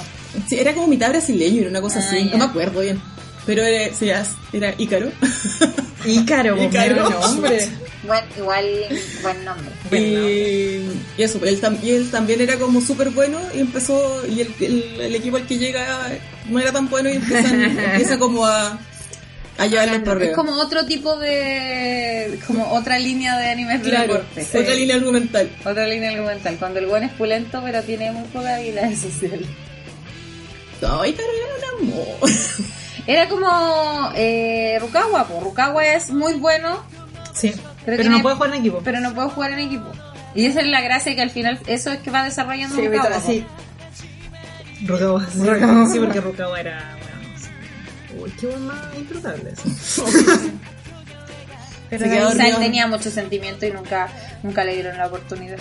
Sí, era como mitad brasileño, era una cosa
Ah,
así,
ya.
no me acuerdo bien. Pero era, sí, era Ícaro.
Ícaro,
Ícaro.
bueno, hombre.
Buen, igual, buen nombre.
Y, y eso, él, tam- y él también era como súper bueno y empezó, y el, el- el equipo al que llega no era tan bueno y empiezan, empieza como a, a llevarlo por
Es como otro tipo de. como otra línea de animes de
Claro,
deporte.
otra línea argumental.
Otra línea argumental. Cuando el buen es pulento, pero tiene muy poca habilidad social.
No, Ícaro era un amor.
Era como. Eh, Rukawa, pues. Rukawa es muy bueno,
Sí. Pero,
tiene-
no puede jugar en equipo.
pero no puede jugar en equipo. Y esa es la gracia que al final eso es que va desarrollando
Sí,
Rukawa.
Víctor, sí.
Rukawa. Sí, Sí, porque Rukawa era. bueno, sí. Uy, qué buen más implotable eso.
Se
Quizá
quedó
él
dormido.
tenía mucho sentimiento y nunca, nunca le dieron la oportunidad.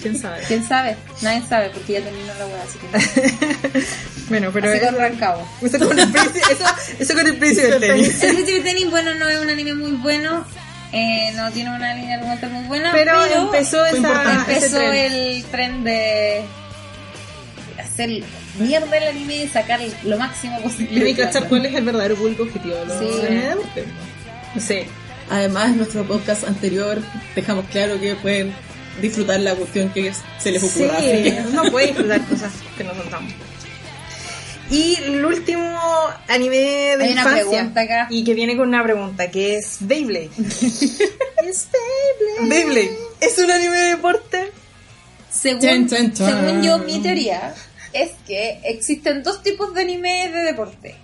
¿Quién sabe?
¿Quién sabe? Nadie sabe porque ya terminó la hueá, así que no. Así
Bueno, pero eso,
con Rancagua.
eso con el príncipe, eso, eso con el príncipe del tenis.
El Príncipe Tenis, bueno, no es un anime muy bueno. eh, no tiene una línea argumental muy buena.
Pero empezó esa-
importante.
empezó
ese tren.
el tren de hacer mierda el anime y sacar lo máximo posible.
Tiene que cachar cuál es el verdadero público objetivo de los
Sí.
animes de deporte.
Sí.
Además, en nuestro podcast anterior dejamos claro que pueden disfrutar la cuestión que se les
Sí,
ocurra. así que-
no puede disfrutar cosas que no son tan buenas. Y el último anime de
Hay una
infancia.
pregunta acá.
Y que viene con una pregunta, que es Beyblade. es Beyblade. Beyblade. ¿Es un anime de deporte?
Según,
Chan, chan, chan.
según yo, mi teoría es que existen dos tipos de anime de deporte.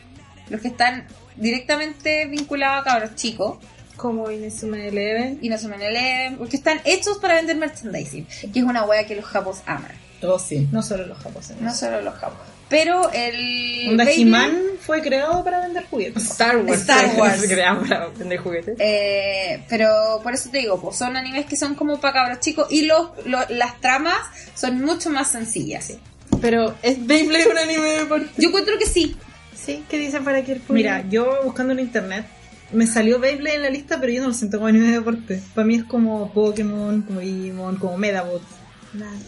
Los que están directamente vinculados a cabros chicos
Como Inazuma Eleven.
y no son Eleven, porque están hechos para vender merchandising, que es una wea que los japos aman.
Oh, sí.
No solo los japoneses.
No solo los japos. Pero el...
Onda
Baby-
He-Man fue creado para vender juguetes.
Star Wars.
Star Wars.
Se creaban para vender juguetes.
Eh, pero por eso te digo, pues, son animes que son como para cabros chicos y los, lo- las tramas son mucho más sencillas.
Pero es Beyblade un anime de deporte.
Yo encuentro que sí.
Sí, ¿qué dicen para que el público?
Mira, yo buscando en internet me salió Beyblade en la lista, pero yo no lo siento como anime de deporte. Para mí es como Pokémon, como Digimon, como Medabot,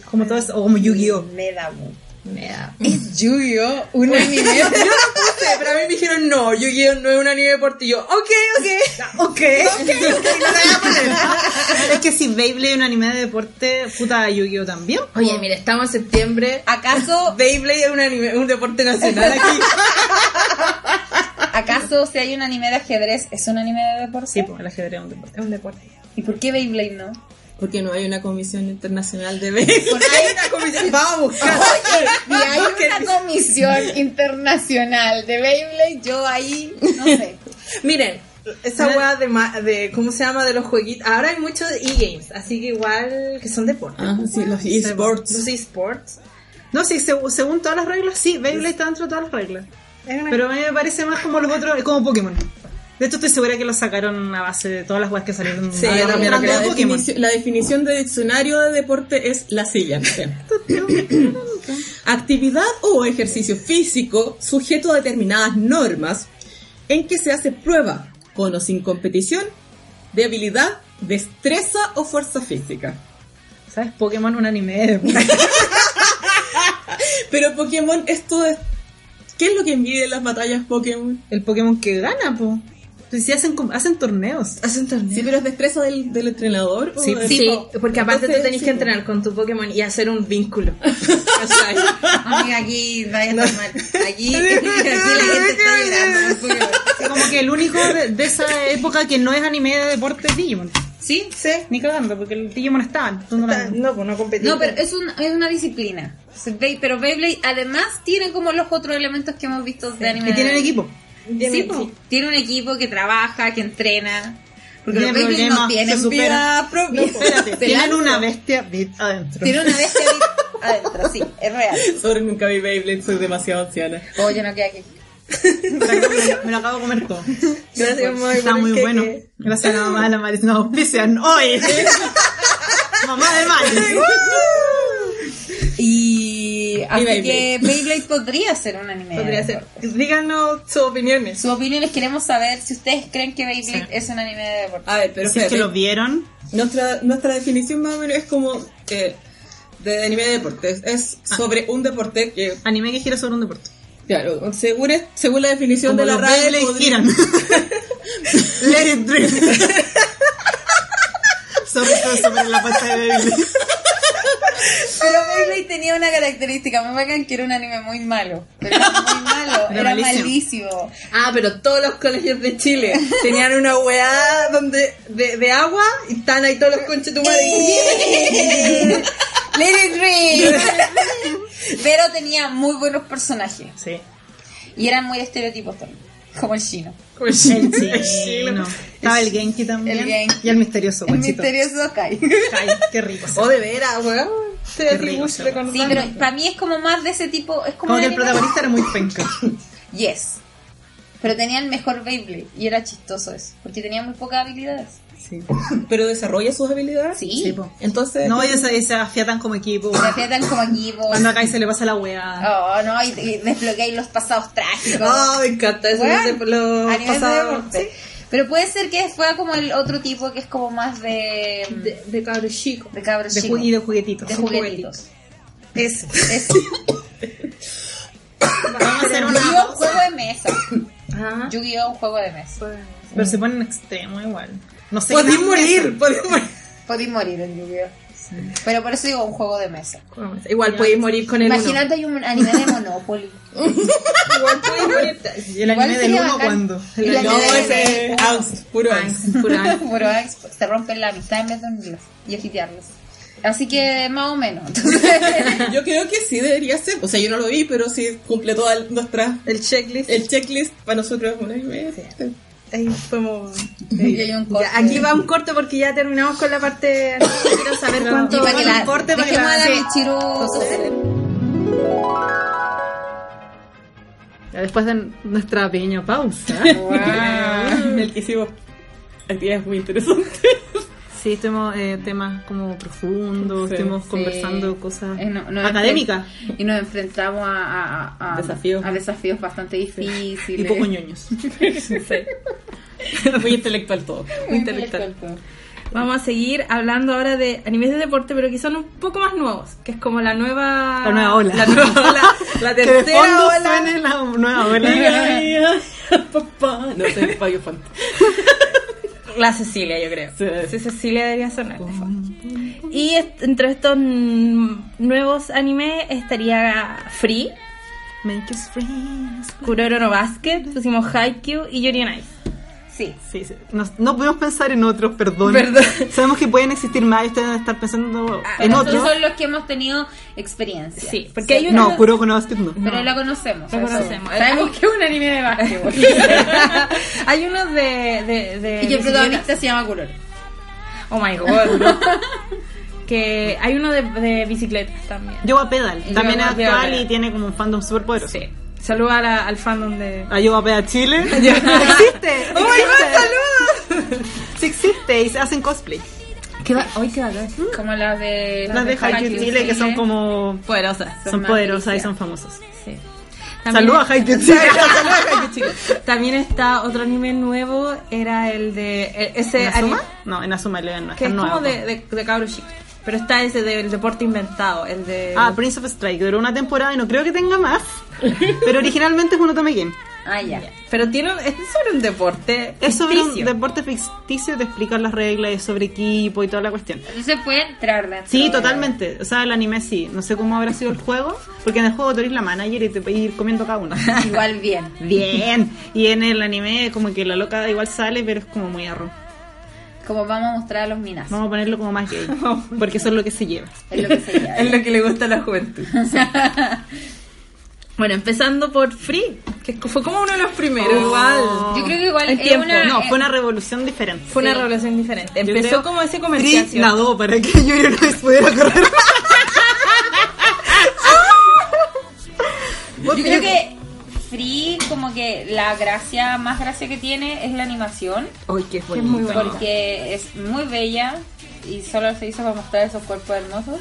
como todo eso, o como Yu-Gi-Oh.
Me da mu-
¿Es Yu-Gi-Oh! un anime?
Yo no puse, pero a mí me dijeron no, Yu-Gi-Oh no es un anime de deporte. Y yo, ok, ok.
Ok, es que si Beyblade es un anime de deporte, puta Yu-Gi-Oh también. pues
Oye, mira, estamos en septiembre.
¿Acaso,
Beyblade es un anime, un deporte nacional aquí.
¿Acaso si hay un anime de ajedrez es un anime de deporte?
Sí, pues el ajedrez es un deporte.
Es un deporte.
¿Y por qué Beyblade no?
Porque no hay una comisión internacional de Beyblade.
Porque hay,
Vamos a buscar.
Ah,
y hay una comisión internacional de Beyblade, yo ahí, no sé.
Miren, Esa weá de, ma- de, ¿cómo se llama? De los jueguitos. Ahora hay muchos e-games, así que igual que son deportes.
Ah, sí, los esports.
Los esports.
No, sí, seg- según todas las reglas, sí, Beyblade está dentro de todas las reglas.
Es una-
Pero a mí me parece más como los otros, como Pokémon. De hecho, estoy segura que lo sacaron a base de todas las weas que salieron.
Sí,
a la
A ver,
yo
primera
la,
también
de Pokémon.
definici- la definición de diccionario de deporte es la siguiente. Actividad o ejercicio físico sujeto a determinadas normas en que se hace prueba, con o sin competición, de habilidad, destreza o fuerza física.
¿Sabes? Pokémon un anime.
Pero Pokémon, esto es... ¿Qué es lo que envidia de las batallas Pokémon?
El Pokémon que gana, po. Entonces, sí, hacen, com- hacen torneos.
Hacen torneos.
Sí, pero es destreza del, del entrenador. o
Sí,
del-
Sí, porque aparte
Entonces,
tú tenés
sí.
que entrenar con tu Pokémon y hacer un vínculo. ¿Cachai?
Amiga, aquí vaya a estar mal. Aquí, aquí la gente está llorando. porque-
Sí, como que el único de, de esa época que no es anime de deporte es Digimon.
¿Sí?
sí.
Ni cagando, porque el Digimon estaba. entonces no la-
No, pues no competir.
No, pero es, un, es una disciplina. Se ve- Pero Beyblade además tiene como los otros elementos que hemos visto de anime.
Que tienen equipo.
Sí,
Tiene-
po.
sí. pues.
tiene un equipo que trabaja, que entrena. Porque los
Tiene
Beyblade
problemas,
no
se
tienen
superan.
vida propia.
No, espérate,
Se
tienen
lanzan.
una bestia bit adentro.
Tiene una bestia ahí adentro, sí, es real.
Sorry, nunca vi Beyblade, soy demasiado anciana.
Oye, no queda aquí.
Me lo- Me lo acabo de comer todo.
Gracias, muy
Está muy bueno. Gracias a la mamá de la Maris. Nos auspician hoy. mamá de Maris.
Y así
Beyblade.
que Beyblade podría ser un anime.
Podría
de
ser.
deporte.
Díganos sus opiniones.
Sus opiniones queremos saber si ustedes creen que Beyblade es un anime de deporte.
A ver, pero
Si es que
espérate.
lo vieron.
Nuestra, nuestra definición más o menos es como eh, de anime de deporte. Es sobre un deporte que,
Anime que gira sobre un deporte.
claro, según, es- según la definición
Como
de la
los
RAE,
Beyblade
podría-
giran. Let it drip. sobre todo sobre la pata de Beyblade.
Pero Beyblade tenía una característica muy bacán que era un anime muy malo. Pero era muy malo,
Era
era,
malísimo.
malísimo.
Ah, pero todos los colegios de Chile tenían una weá donde, de, de agua y están ahí todos los conches tu
Let it rip. Pero tenía muy buenos personajes.
Sí.
Y eran muy estereotipos también. Como el chino.
El chino. Estaba el Genki también.
El Genki.
Y el misterioso
El
guachito.
misterioso Kai.
Ay, Oh, qué rico.
O de veras, weá. Te
Qué rico,
atribuye
chaval.
con
Sí, pero para mí es como más de ese tipo. Es como,
Como que el
anime-
protagonista era muy penca.
Yes. Pero tenía el mejor Beyblade. Y era chistoso eso. Porque tenía muy pocas habilidades.
pero desarrolla sus habilidades.
Sí.
Sí, po.
Entonces,
No, ellos se, se afiatan como equipo.
Se aprietan como equipo.
Cuando acá y se le pasa la weá.
Oh, no, y, y desbloqueáis los pasados trágicos.
Oh,
Ah, me encanta eso.
Weá,
no sé, lo
a nivel de
pasado-
deporte. Pero puede ser que fuera como el otro tipo que es como más de.
De, de cabro chico.
de cabros
De ju-
chicos.
y de juguetitos.
de juguetitos.
Eso.
Es
Vamos a hacer una
Yu-Gi-Oh! un
pausa.
juego de mesa.
Ajá.
Yu-Gi-Oh! un juego de mesa.
Pero se ponen extremo igual. No sé.
Podéis
qué-
morir, podéis morir.
Podéis morir en Yu-Gi-Oh! Pero por eso digo un juego de mesa.
Igual podéis morir con el uno.
Imagínate hay un anime de Monopoly.
Igual podéis morir.
¿Y el anime
Igual
del
sería
uno
bacán.
cuando?
Y la
no,
nieve de-
ese angst, puro angst.
Pura.
Pero ah, exp- se rompen la amistad en vez de unirlos y agitearlos. Así que más o menos. Entonces,
Yo creo que sí debería ser. O sea, yo no lo vi, pero sí cumple toda nuestra.
El checklist.
El checklist para nosotros es un anime.
Ahí fuimos.
y hay un corte.
Ya, aquí va un corte porque ya terminamos con la parte. Quiero saber
Y
cuánto.
para que la,
Un corte para que
dejemos
la-
a la
sí.
Michiru suceder.
Ya Después de nuestra pequeña pausa.
Ah, El que hicimos actividades muy interesantes.
Sí, estuvimos eh, temas como profundos,
Sí.
estuvimos
Sí.
conversando cosas
Eh, no- no,
académicas
Y nos enfrentamos a, a- a- a-
Desafíos.
a desafíos bastante difíciles.
y poco ñoños.
Muy intelectual todo.
Muy intelectual.
Vamos a seguir hablando ahora de animes de deporte, pero que son un poco más nuevos, que es como la nueva...
La nueva ola.
La nueva ola. La
Que de
tercera
fondo
ola.
suene la nueva ola.
Papá, Ah, no sé, Fabio Fanta.
La Cecilia, yo creo.
Sí.
Sí, Cecilia debería sonar. de fondo. Y est- entre estos mm, nuevos animes estaría Free,
Make us friends.
Kuroro no Basket, pusimos Haikyuu y Yuri on Ice.
Sí.
Sí, sí. Nos- no podemos pensar en otros, perdón. Sabemos que pueden existir más y ustedes deben estar pensando Ah, en
Pero
otros.
son los que hemos tenido experiencia.
Sí, porque hay una.
No, Kuroko no Basket no.
Pero la conocemos.
La
eso.
conocemos.
Sabemos que es un anime de básquetbol.
hay uno de. de, de
y el
de
protagonista se llama Kuroro.
Oh my god. que hay uno de, de bicicletas también.
Yoga Pedal.
Yo
También es
voy a
actual
Pedal.
y tiene como un fandom súper poderoso.
Sí. Saluda a la- al fandom de.
A Yoga Pedal Chile. existe.
¡Oh my God,
Sí existe y se hacen cosplay.
¿Qué va? Hoy qué va a ver.
Como las de.
Las de Haikyuu
Haikyuu
Chile que son como...
Poderosas.
Son
más
poderosas y
brillantes.
son famosas.
Sí.
Saludos a Haikyuu Chile. Saludos a Haikyuu Chile.
También está otro anime nuevo, era el de. e- Ese
¿En Azuma?
anime-
No, en Azuma Eleven no.
que
Está
es
nuevo.
como de, de, de cabros chicos. Pero está ese del deporte inventado, el de.
Ah, Prince of Strike. Duró una temporada y no creo que tenga más. pero originalmente es un otome game.
Ah, ya.
pero tiene un- es sobre un deporte.
Es sobre un
ficticio.
deporte ficticio, te explican las reglas, es sobre equipo y toda la cuestión.
Entonces puede entrar dentro.
Sí,
de-
totalmente. O sea, el anime sí. No sé cómo habrá sido el juego, porque en el juego tú eres la manager y te puedes ir comiendo cada uno.
Igual bien.
Bien. Y en el anime como que la loca igual sale, pero es como muy arro.
Como vamos a mostrar a los minas.
Vamos a ponerlo como más gay, porque eso es lo que se lleva.
Es lo que se llama.
Es lo que le gusta a la juventud. bueno, empezando por Free, que fue como uno de los primeros.
Oh. Igual.
Yo creo que igual
El
es
tiempo.
una.
No,
eh,
fue una revolución diferente.
Fue una revolución diferente.
Yo
Empezó
creo-
como ese comercial.
Chris nadó para que Yuri no se pudiera correr.
Yo creo que Free, como que la gracia, más gracia que tiene es la animación.
Ay, qué bonito. muy
Porque es muy bella y solo se hizo para mostrar esos cuerpos hermosos.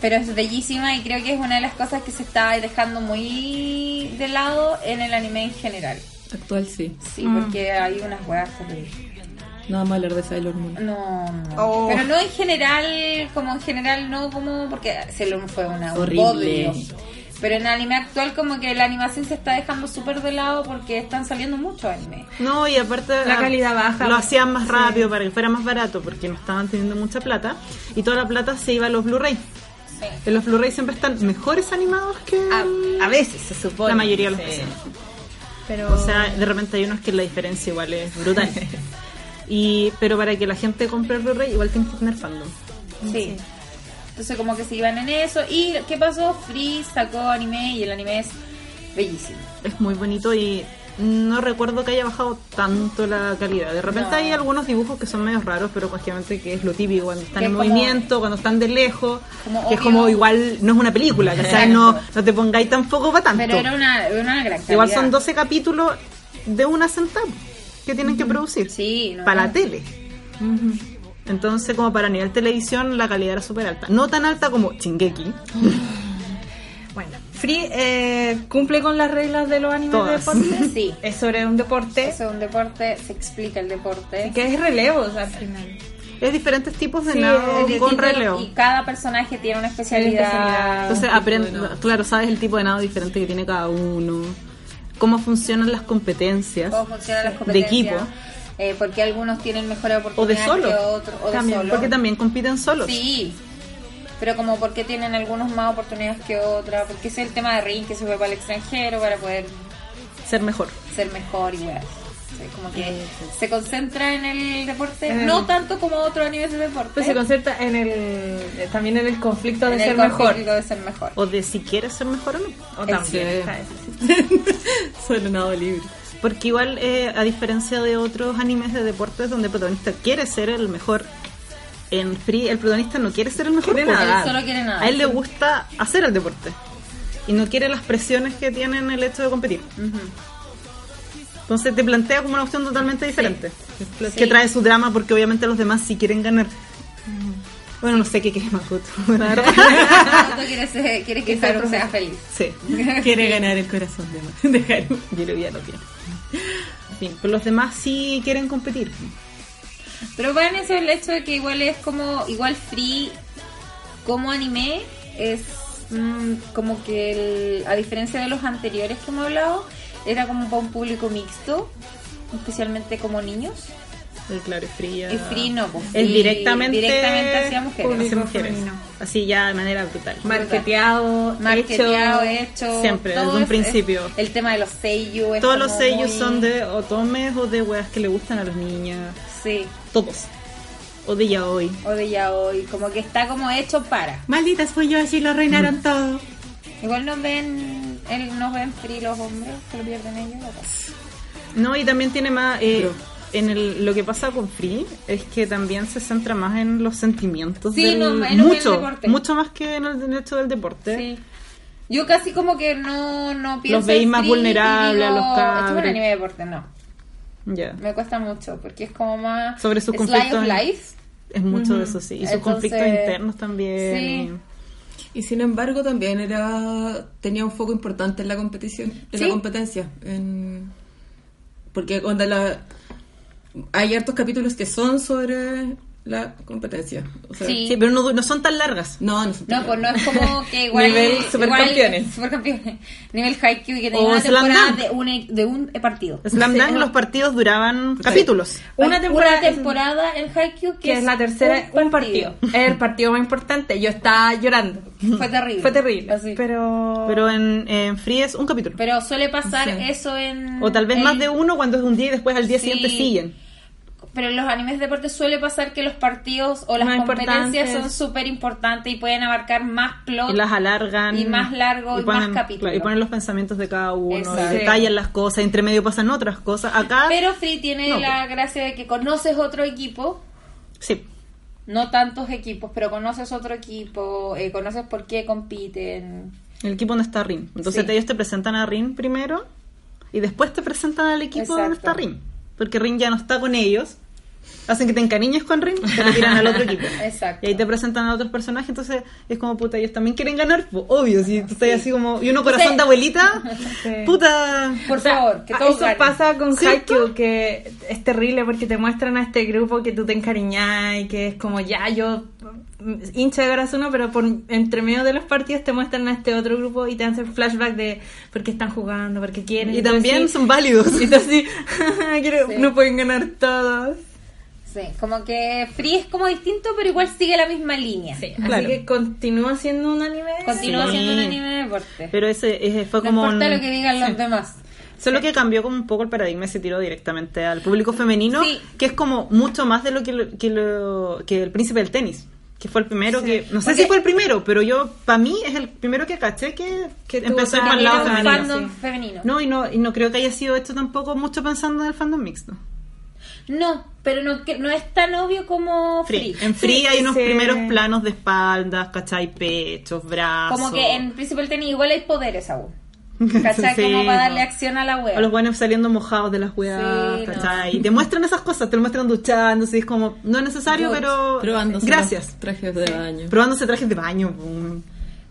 Pero es bellísima y creo que es una de las cosas que se está dejando muy de lado en el anime en general.
Actual sí.
Sí,
Mm.
porque hay unas huevas terribles.
Nada más hablar de Sailor Moon.
No, no.
Oh.
Pero no en general, como en general, no como porque se lo fue una un
Horrible.
bodrio. Pero en el anime actual como que la animación se está dejando súper de lado porque están saliendo muchos animes.
No, y aparte ah,
La calidad baja.
Lo hacían más rápido para que fuera más barato porque no estaban teniendo mucha plata y toda la plata se iba a los Blu-ray.
Sí.
En los Blu-ray siempre están mejores animados que
A, a veces se supone.
la mayoría de los
Sí.
veces.
Pero.
O sea, de repente hay unos que la diferencia igual es brutal. y pero para que la gente compre el Blu-ray igual tiene que tener fandom.
Sí. Entonces como que se iban en eso. ¿Y qué pasó? Free sacó anime y el anime es bellísimo.
Es muy bonito y no recuerdo que haya bajado tanto la calidad. De repente
No.
hay algunos dibujos que son medio raros, pero obviamente que es lo típico cuando están
Que
en
es como-
movimiento, cuando están de lejos,
Como
que es
obvio.
como igual no es una película, ¿cachai?
Exacto.
No, no te pongáis tampoco para tanto.
Pero era una, era una gran
Igual
calidad.
son 12 capítulos de una sentada que tienen que producir
Sí, no,
para la
no.
tele. Entonces, como para nivel televisión, la calidad era súper alta. No tan alta como Chingeki,
Bueno, Free eh, cumple con las reglas de los animes
Todas.
de deporte.
Sí.
Es sobre un deporte
Eso es un deporte, se explica el deporte.
que es relevos al final.
Es diferentes tipos de
Sí,
nado
es
con
Distinto-
relevo.
Y cada personaje tiene una especialidad.
Entonces, aprende, claro, sabes el tipo de nado diferente que tiene cada uno, cómo funcionan las competencias.
Cómo funcionan las
De
competencias.
equipo.
eh, porque algunos tienen mejores
O de
oportunidades
solo.
que otros. O de
También,
solo.
Porque también compiten solos.
Sí. Pero como porque tienen algunos más oportunidades que otras. Porque ese es el tema de Ring que se fue para el extranjero para poder
Ser mejor.
ser mejor y weas. O sea, Como que se concentra en el deporte, no tanto como otros animes de deporte.
Pues se concentra en el eh, también en el conflicto de
en
ser
el
mejor.
conflicto de ser mejor.
O de si quieres ser mejor o no.
O también.
Sí.
está eso, sí.
Solo nado libre.
Porque igual, eh, a diferencia de otros animes de deportes donde el protagonista quiere ser el mejor, en Free el protagonista no quiere ser el mejor.
Quiere
po.
nadar.
Él solo quiere nadar.
A él le gusta hacer el deporte. Y no quiere las presiones que tienen el hecho de competir. Entonces te plantea como una opción totalmente diferente. Que
Sí.
trae su drama porque obviamente los demás sí quieren ganar. Bueno, no sé qué quiere Makoto. la verdad.
Otro quiere, ser- quiere que Haru sea feliz.
sí.
Quiere ganar el corazón de, de Haru.
Yo creo que ya lo tiene. En fin, pero los demás sí quieren competir.
Pero bueno, eso es el hecho de que igual es como, igual free como anime, es mm, como que el- a diferencia de los anteriores que hemos hablado, era como para un público mixto, especialmente como niños.
El claro, es fría.
Es free, no, pues,
Es
free-
directamente,
directamente hacia mujeres.
hacia mujeres.
femenino.
Así ya de manera brutal.
Pues
Marqueteado,
Marketeado,
hecho.
hecho.
siempre,
todo
desde un
es-
principio.
es- el tema de los sellos.
Todos los sellos son de otomes o de weas que le gustan a las niñas.
Sí,
Todos. O de yaoi.
o de yaoi. Como que está como hecho para.
Malditas fui yo, así lo reinaron todo.
Igual nos ven, el- nos ven free los hombres, se lo pierden ellos. ¿o qué?
No, y también tiene más. eh, en el, lo que pasa con Free es que también se centra más en los sentimientos.
Sí,
del-
no, menos en el
mucho,
deporte.
mucho más que en el, en el hecho del deporte.
Sí. Yo casi como que no, no pienso.
Los veis
en
más
free
vulnerables
y digo,
a los cabros.
Esto es un anime de deporte, no.
Ya.
Me cuesta mucho porque es como más.
Sobre sus
Slice
conflictos
of
en-
life.
Es mucho de eso, sí. Y sus
Entonces-
conflictos internos también.
Sí.
Y sin embargo también era tenía un foco importante en la competición, en
Sí.
la competencia, en- porque cuando la hay hartos capítulos que son sobre la competencia, o sea,
Sí.
Sí, pero no, no son tan largas.
No, no son
No, pues no es como que igual.
Nivel
igual-
supercampeones.
supercampeones. Nivel Haikyuu que tenía
O
una
Slam
temporada
Dunk.
de un, e, de un partido.
Slam Dunk, los partidos duraban capítulos.
Una
Una temporada,
temporada-
en Haikyuu que,
que es la tercera, un partido. Es el partido más importante. Yo estaba llorando.
Fue terrible.
Fue terrible.
Así. Pero,
Pero.
Pero en, en Free es un capítulo.
suele pasar eso en.
O tal vez
en-
más de uno cuando es un día y después al día
Sí.
siguiente siguen.
Pero en los animes de deporte suele pasar que los partidos o las
Más
competencias
importantes.
son súper importantes y pueden abarcar más plot.
Y las alargan.
Y más largo y más capítulo.
claro, Y ponen los pensamientos de cada uno.
Exacto.
Y detallan las cosas. Entre medio pasan otras cosas. Acá.
Pero Free tiene
No, pues.
la gracia de que conoces otro equipo
Sí.
no tantos equipos, pero conoces otro equipo, eh, conoces por qué compiten.
El equipo donde está Rin. Entonces
Sí.
ellos te presentan a Rin primero. Y después te presentan al equipo donde
Exacto.
está Rin. Porque Rin ya no está con ellos. Hacen que te encariñes con Rin. Te retiran al otro equipo.
Exacto.
Y ahí te presentan a otros personajes, entonces es como puta, ellos también quieren ganar, po, obvio, si tú estás así como, y uno corazón
Sí.
de abuelita, puta,
Por
O sea,
favor, que
ah,
a-
todos
eso
ganen.
pasa con
¿Cierto?
Haikyuu que es terrible porque te muestran a este grupo que tú te encariñás y que es como ya yo mm, hincha de Garasuno pero por entre medio de los partidos te muestran a este otro grupo y te hacen flashback de por qué están jugando, por qué quieren
y
tú
también
así-
son válidos.
y tú así, quiero-
Sí.
no pueden ganar todos.
Sí, como que Free es como distinto, pero igual sigue la misma línea.
Así
Claro.
que continúa siendo un anime.
Continúa
Sí.
siendo un anime de deporte.
Pero ese, ese fue
no
como...
importa
un-
lo que digan los demás.
Solo que cambió como un poco el paradigma y se tiró directamente al público femenino,
Sí.
que es como mucho más de lo que, lo- que, lo- que el príncipe del tenis, que fue el primero que... No sé
Porque-
si fue el primero, pero yo, para mí, es el primero que caché que,
Que tuvo
empezó
también
con el lado
Era un
femenino.
fandom femenino. No.
No y, no, y no creo que haya sido esto tampoco mucho pensando en el fandom mixto.
pero no, que- no es tan obvio como Free.
Free. En Free
Sí,
hay unos
sí.
primeros planos de espaldas, ¿cachai? Pechos, brazos.
Como que en Principal Tenis igual hay poderes aún. ¿Cachai?
Sí,
como para darle
no.
acción a la wea.
O los buenos saliendo mojados de las weas,
Sí, no.
¿cachai? Y te muestran esas cosas, te lo muestran duchándose, y es como, no es necesario,
Good.
pero...
probándose
Gracias.
los trajes de baño.
Probándose trajes de baño. pum.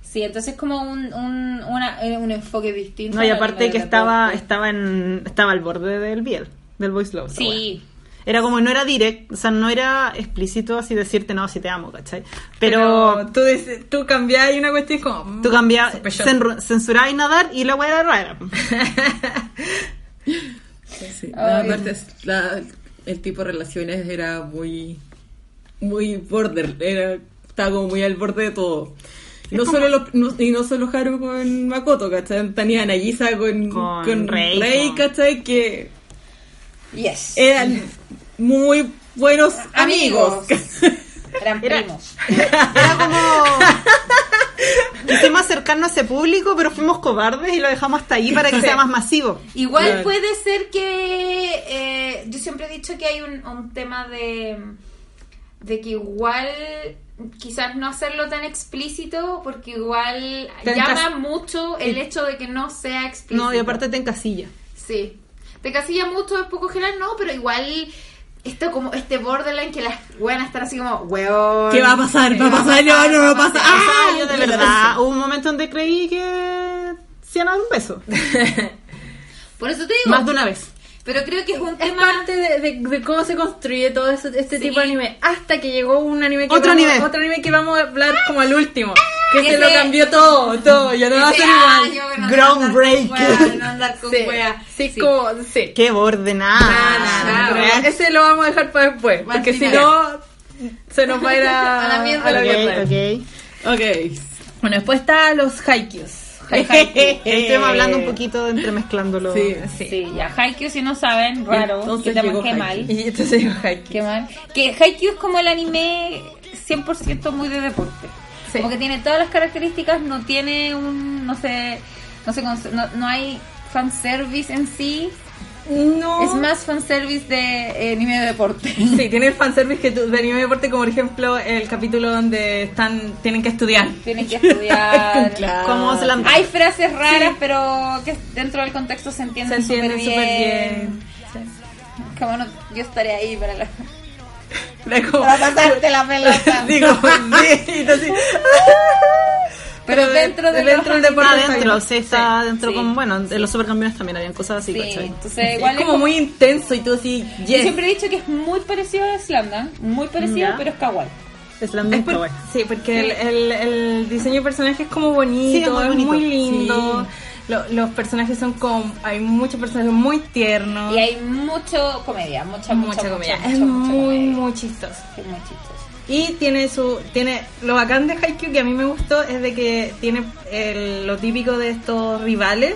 Sí, entonces como un, un, una- eh, un enfoque distinto.
No, y
al
aparte
anime
que
de
estaba,
deporte.
estaba en estaba al borde del biel, del voice love. esa wea.
Sí,
Era como, no era direct, o sea, no era explícito así decirte, no, si te amo, ¿cachai?
Pero
Pero
tú, dices- tú cambiás y una cuestión es como... mm,
Tú cambiabas,
sospechoso.
censurabas y nadar y la weá era rara.
Sí. No, aparte es- la- el tipo de relaciones era muy muy border, era estaba como muy al borde de todo. Y no, solo los- no- y no solo Haru con Makoto, ¿cachai? Tenía a Nagisa con,
Con
con
Rei,
Rei,
con-
¿cachai? Que
yes.
Eh,
eran muy buenos amigos.
Amigos. Eran primos.
Era como. Quisimos acercarnos a ese público, pero fuimos cobardes y lo dejamos hasta ahí para que sea más masivo.
Igual
Claro.
puede ser que eh, yo siempre he dicho que hay un, un tema de de que igual quizás no hacerlo tan explícito porque igual
Te
llama
encas-
mucho el hecho de que no sea explícito.
No, y aparte te encasilla.
Sí. Te casilla mucho, es poco general, no, pero igual esto como este borderline que las buenas están así como, weón.
¿Qué va a pasar? ¿Va a pasar? No, no va a pasar.
O sea,
¡Ah!
yo de verdad, hubo un momento donde creí que. Se han dado un beso.
Por eso te digo.
Más de una vez.
Pero creo que es un
Es
tema.
parte de, de- de cómo se construye todo ese- este tipo de anime. Hasta que llegó un anime que
Otro
vamos,
anime.
otro anime que vamos a hablar como el último.
Que se
lo cambió todo, todo, ya no va a
ah,
ser igual.
Groundbreaking.
No andar con
Sí,
wea.
sí, como, sí.
Qué ordenada.
Ah,
Nada,
Real.
nada.
Ese lo vamos a dejar para después,
Más
porque si
final.
no, se nos va a ir a,
A la mierda.
la mierda.
Ok, ok.
Ok.
Bueno, después está los haikyus.
Estemos hablando un poquito, entremezclándolo.
Sí,
Sí, ya. Haikyuu, si no saben, raro. Que
entonces
también,
llegó
qué mal.
Haikyuu.
Y entonces digo haikyuu.
Qué mal. Que Haikyuu es como el anime 100% muy de deporte.
Sí.
Como que tiene todas las características, no tiene un, no sé, no sé, cons- no, no hay fanservice en sí.
No.
Es más fanservice de eh, anime de deporte.
Sí, tiene el fanservice que tú, de anime deporte, como por ejemplo el capítulo donde están tienen que estudiar.
Tienen que estudiar.
Como se la
Hay frases raras, pero que dentro del contexto se
Se
entienden súper
entienden
bien.
súper bien.
Como no- yo estaré ahí para la...
Era como-
pasarte la pelota.
digo, sí, entonces,
pero dentro de los
dentro del
animes-
deporte está
Está adentro,
bien.
sí, está adentro
sí.
como, bueno, en los supercampeones también habían cosas así,
Sí,
¿cachai?
entonces
es
igual
como muy intenso y tú así,
Yo
yes.
siempre he dicho que es muy parecido a Islanda, muy parecido,
Ya.
pero es kawaii.
Es la misma,
Por-
güey.
sí, porque el, el- el diseño de personaje es como bonito,
Sí, es
es
muy
muy,
bonito.
lindo. Lo- los personajes son como. Hay muchos personajes muy tiernos.
Y hay mucho comedia, mucha, mucha,
mucha comedia.
mucha,
es
mucha, mucha
muy,
comedia.
muy chistoso.
Sí, muy chistoso.
Y tiene su. tiene Lo bacán de Haikyuu que a mí me gustó es de que tiene el- lo típico de estos rivales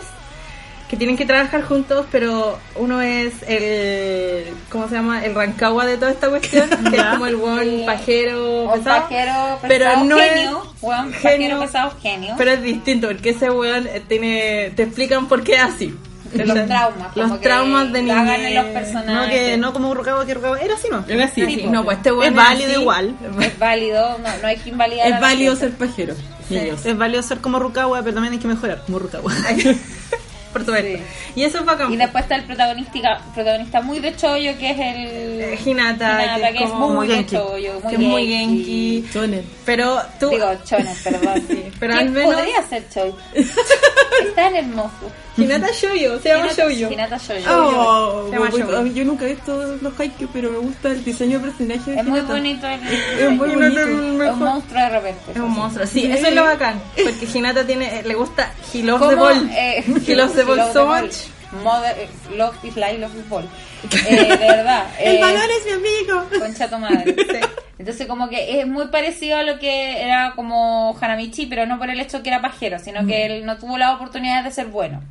que tienen que trabajar juntos, pero uno es el. ¿Cómo se llama? El Rancagua de toda esta cuestión, que es
Ya.
como el buen
Sí.
pajero.
Un
pesado.
pajero
Pero
pesado
no es
genio, weón, pajero
genio,
pesado genio.
Pero es distinto, porque ese weón eh, tiene. Te explican por qué es así.
los traumas, como
Los
que
traumas de niñez.
Hagan en los
No, que
personajes.
no como Rukawa, que Rukawa. Era así, ¿no?
Era así.
Sí,
No, pues este weón
Es
así.
válido igual.
Es válido, no, no hay que invalidar. a
Es
la
válido
gente.
ser pajero, niños.
Es válido ser como Rukawa, pero también hay que mejorar como Rukawa.
Por supuesto. Y eso es bacán.
Y después está el protagonista, protagonista muy de chollo, que es el...
Eh, Hinata,
que, es muy de
genki.
chollo, muy
que es muy
genki.
genki.
Chonen.
Pero tú.
Digo, chonen, perdón. Sí.
pero
¿Qué
al menos-
podría ser choy? es tan hermoso.
Hinata Shoujo, se llama
Hinata-
Shoujo.
Hinata Shoujo.
Oh,
Se llama
bueno,
Shogun.
yo nunca he visto los haikyuu, pero me gusta el diseño de personaje. de
Es muy
Hinata.
bonito. El,
Es muy
Hinata
bonito.
es un
es un
mejor-
monstruo de repente.
Es un monstruo, sí, eso es lo bacán. Porque Hinata tiene, eh, le gusta He Loves the Ball.
eh,
He Loves the Ball
Love
so
the Ball.
much.
Mother, eh, love is life, love is ball. Eh, de verdad. eh,
es mi amigo.
Concha tu madre. Entonces como que es muy parecido a lo que era como Hanamichi, pero no por el hecho que era pajero, sino que
Mm.
él no tuvo la oportunidad de ser bueno.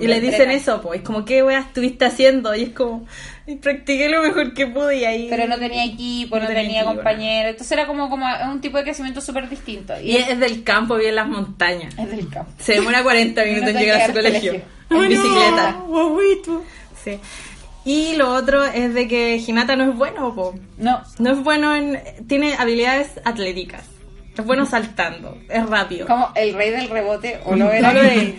Y le dicen eso, pues, como, ¿qué weas estuviste haciendo? Y es como, "Ay, practiqué lo mejor que pude y ahí.
Pero no tenía equipo, no,
No tenía
tenía
equipo,
compañero. Entonces era como, como un tipo de crecimiento súper distinto. Y
Y es del campo, vive en las montañas.
es del campo.
Se demora 40 minutos en
Minutos
llegar a su
llegar al
colegio.
colegio.
En bicicleta.
Guaguito.
Sí. Y lo otro es de que Hinata no es bueno, po.
No,
No es bueno en. Tiene habilidades atléticas. Es bueno saltando. Es rápido.
como el rey del rebote, o lo
No
era.
lo es.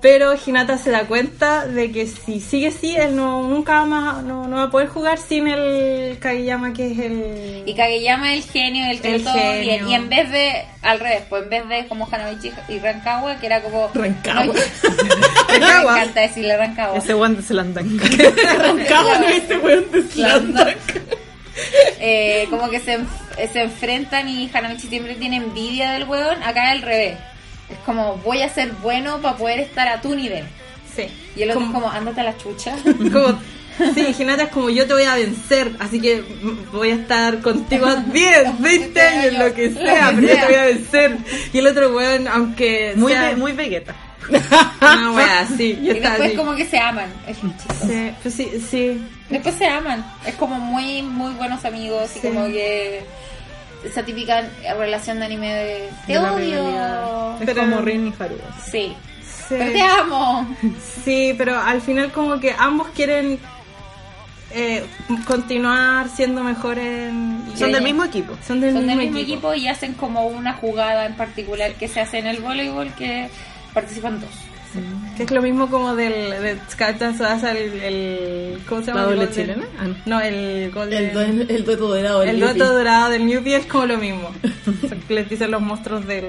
Pero Hinata se da cuenta de que si sigue así, él no, nunca más, no, no va a poder jugar sin el Kageyama, que es el.
Y Kageyama es el genio, el
El
tritón, y,
genio.
y en vez de, al revés, pues en vez de como Hanamichi y Rankawa, que era como...
Rankawa.
No, es-
Rankawa.
Me encanta decirle Rankawa.
Ese guante se la andan.
Cago en este weón de Slandak.
Eh, como que se, enf- se enfrentan y Hanamichi siempre tiene envidia del hueón, acá es al revés. Es como, voy a ser bueno para poder estar a tu nivel.
Sí.
Y el otro
como,
es como, ándate a la chucha.
como- sí, Hinata es como yo te voy a vencer, así que mm, voy a estar contigo 10, 20 años, lo que sea, pero yo te voy a vencer. Y el otro weón, aunque.
Muy,
sea
ve- muy Vegeta.
Ah, Una wea así. yo
Y
estaba
después
así.
como que se aman. Es muy chistoso.
Sí, pues sí, sí.
Después se aman, es como muy, muy buenos amigos y
Sí.
como que esa típica relación de anime de te
De la
odio.
rivalidad. Es
Pero-
como Rin y Haruo.
Sí,
sí.
pero te amo.
Sí, pero al final como que ambos quieren eh, continuar siendo mejores.
Son
Sí.
del mismo equipo.
Son del
Son
mismo
del mismo
equipo.
equipo y hacen como una jugada en particular que se hace en el voleibol que participan dos.
Que es lo mismo como del de Captain Tsubasa, el, el- ¿cómo se llama?
¿La doble
El Golden-
chilena? Ah, no.
No, el Golden-
El, duen- el dueto de lado.
el dueto dorado del Newbie es como lo mismo. Les dicen los monstruos del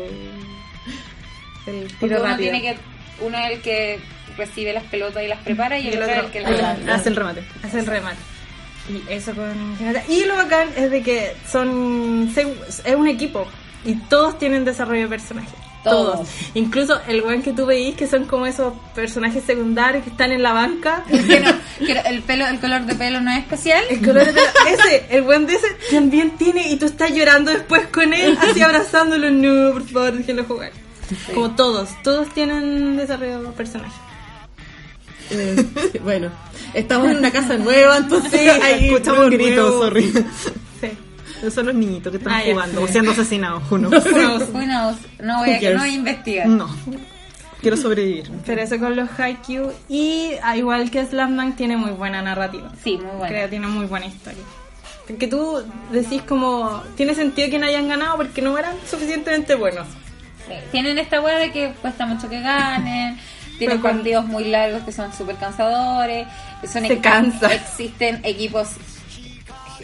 del
Porque
tiro
uno
rápido.
tiene que, uno es el que recibe las pelotas y las prepara y, el, otro es el que las lanza.
Hace el remate.
Hace el remate. Y eso con Hinata. Y lo bacán es de que son. se- Es un equipo. Y todos tienen desarrollo de personaje.
Todos.
Todos. Incluso el weón que tú veís, que son como esos personajes secundarios que están en la banca.
Que no- que no- el pelo, el color de pelo no es especial.
El color de pelo- ese, el buen de ese, también tiene y tú estás llorando después con él, así abrazándolo. No, por favor, déjenlo jugar. Como todos, todos tienen desarrollo de personaje.
Eh, bueno, estamos en una casa nueva, entonces
Sí,
ahí
Escuchamos
lo
gritos,
nuevo.
sorry.
Sí.
Son los niñitos que están
Ah, ya
jugando
sé.
o siendo asesinados, Juno.
Una voz, una voz. No voy
Who
a,
cares?
no voy a investigar.
No. Quiero sobrevivir.
Pero eso con los Haikyuu y ah, igual que Slam Dunk tiene muy buena narrativa.
Sí, muy bueno.
Creo que tiene muy buena historia. Porque tú decís como, tiene sentido que no hayan ganado porque no eran suficientemente buenos.
Sí. Tienen esta hueá de que cuesta mucho que ganen. Tienen
Pero con-
partidos muy largos que son súper cansadores. Son
Se
equipos-
cansa.
Existen equipos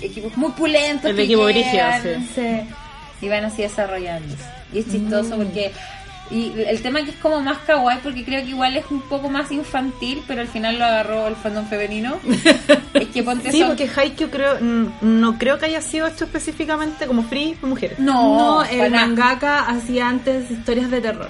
equipos muy pulentos
El
que
equipo
llegan,
brígido, sí.
y van así desarrollándose. Y es chistoso porque... Y el tema que es como más kawaii porque creo que igual es un poco más infantil, pero al final lo agarró el fandom femenino. es que ponte
Sí,
son-
porque Haikyuu creo, mm, no creo que haya sido hecho específicamente como free para mujeres.
No,
Oh,
No, el
para-
mangaka hacía antes historias de terror.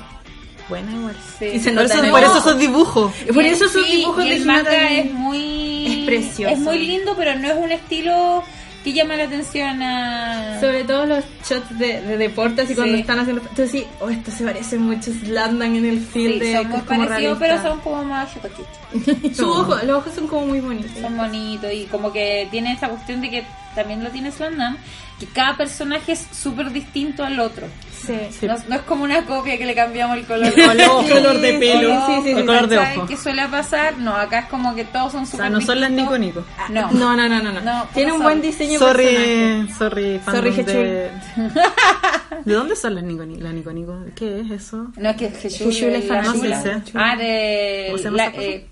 Buena igual.
sí.
Y se
Por eso,
nota, ¿no?
por eso esos dibujos.
Y Por eso esos
Sí,
dibujos
y
de
el
Hinata
manga
de-
es muy
es precioso.
es muy lindo pero no es un estilo que llama la atención a
Sobre todo los shots de, de deportes y
Sí.
cuando están haciendo... Entonces sí, oh, esto se parece mucho a Slam Dunk en el
Sí,
feel de...
son muy
es como
parecidos pero
realista.
son como más chocochitos
Su ojo- los ojos son como muy bonitos.
son bonitos y como que tiene esa cuestión de que también lo tiene Slandan que cada personaje es súper distinto al otro
Sí.
no, no es como una copia que le cambiamos el color
Color, color de
Sí,
pelo,
sí, sí, sí,
el
sí,
color de
¿Saben
ojo.
qué suele pasar? No, acá es como que todos son
O
súper
sea, no son las
distintos. Ah,
Nico Nico.
No.
No, no, no, no. no.
No,
Tiene
no
un
son.
buen diseño personaje.
Sorry, sorry,
Sorry,
fandom de... ¿De dónde son las Nico Nico? ¿La Nico Nico? ¿Qué es eso?
No, es que Jesús
Jesús
es
es
la
fanático.
chula.
No sé, sí.
Ah, de...
¿Cómo se llama
la-
esa cosa?
eh,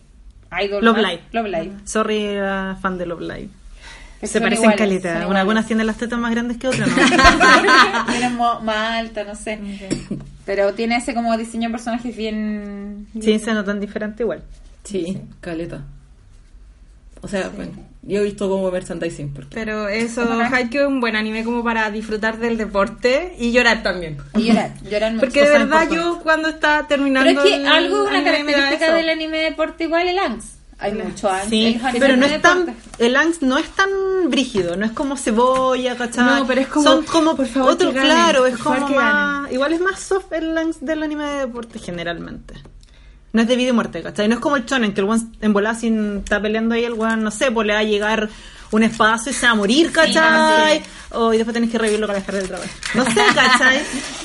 Idol,
Love
¿no?
Live.
Love Live.
Sorry, ah, fan de Love Live.
Que
Se
son
parecen
iguales, son
caleta.
iguales.
Una, algunas tienen las tetas más grandes que otras, ¿no?
Y una mo- más alta, no sé. Pero tiene ese como diseño de personajes bien...
Sí, se notan diferente igual.
Sí, caleta. O sea, bueno, yo he visto como merchandising porque
Pero eso, Haikyuu es un buen anime como para disfrutar del deporte y llorar también.
Y llorar, llorar mucho.
Porque de
Cosas
verdad
importantes.
yo cuando estaba terminando...
Pero es que
el
algo es una
anime me da
característica
eso.
del anime de deporte igual el angst. Hay mucho angst.
Sí,
El anime
pero no
de
es tan.
deporte.
El angst no es tan brígido, no es como cebolla, ¿cachai?
No, pero es como,
Son como
por favor,
otro,
que ganen,
claro,
por
es
favor,
como
que
más- Igual es más soft el angst del anime de deporte generalmente. No es de vida y muerte, ¿cachai? No es como el chonen, que el one en volada sin está peleando ahí, el one, no sé, pues le va a llegar un espadazo y se va a morir, ¿cachai? O y después tenés que revivirlo con la tarde otra vez. No sé, ¿cachai?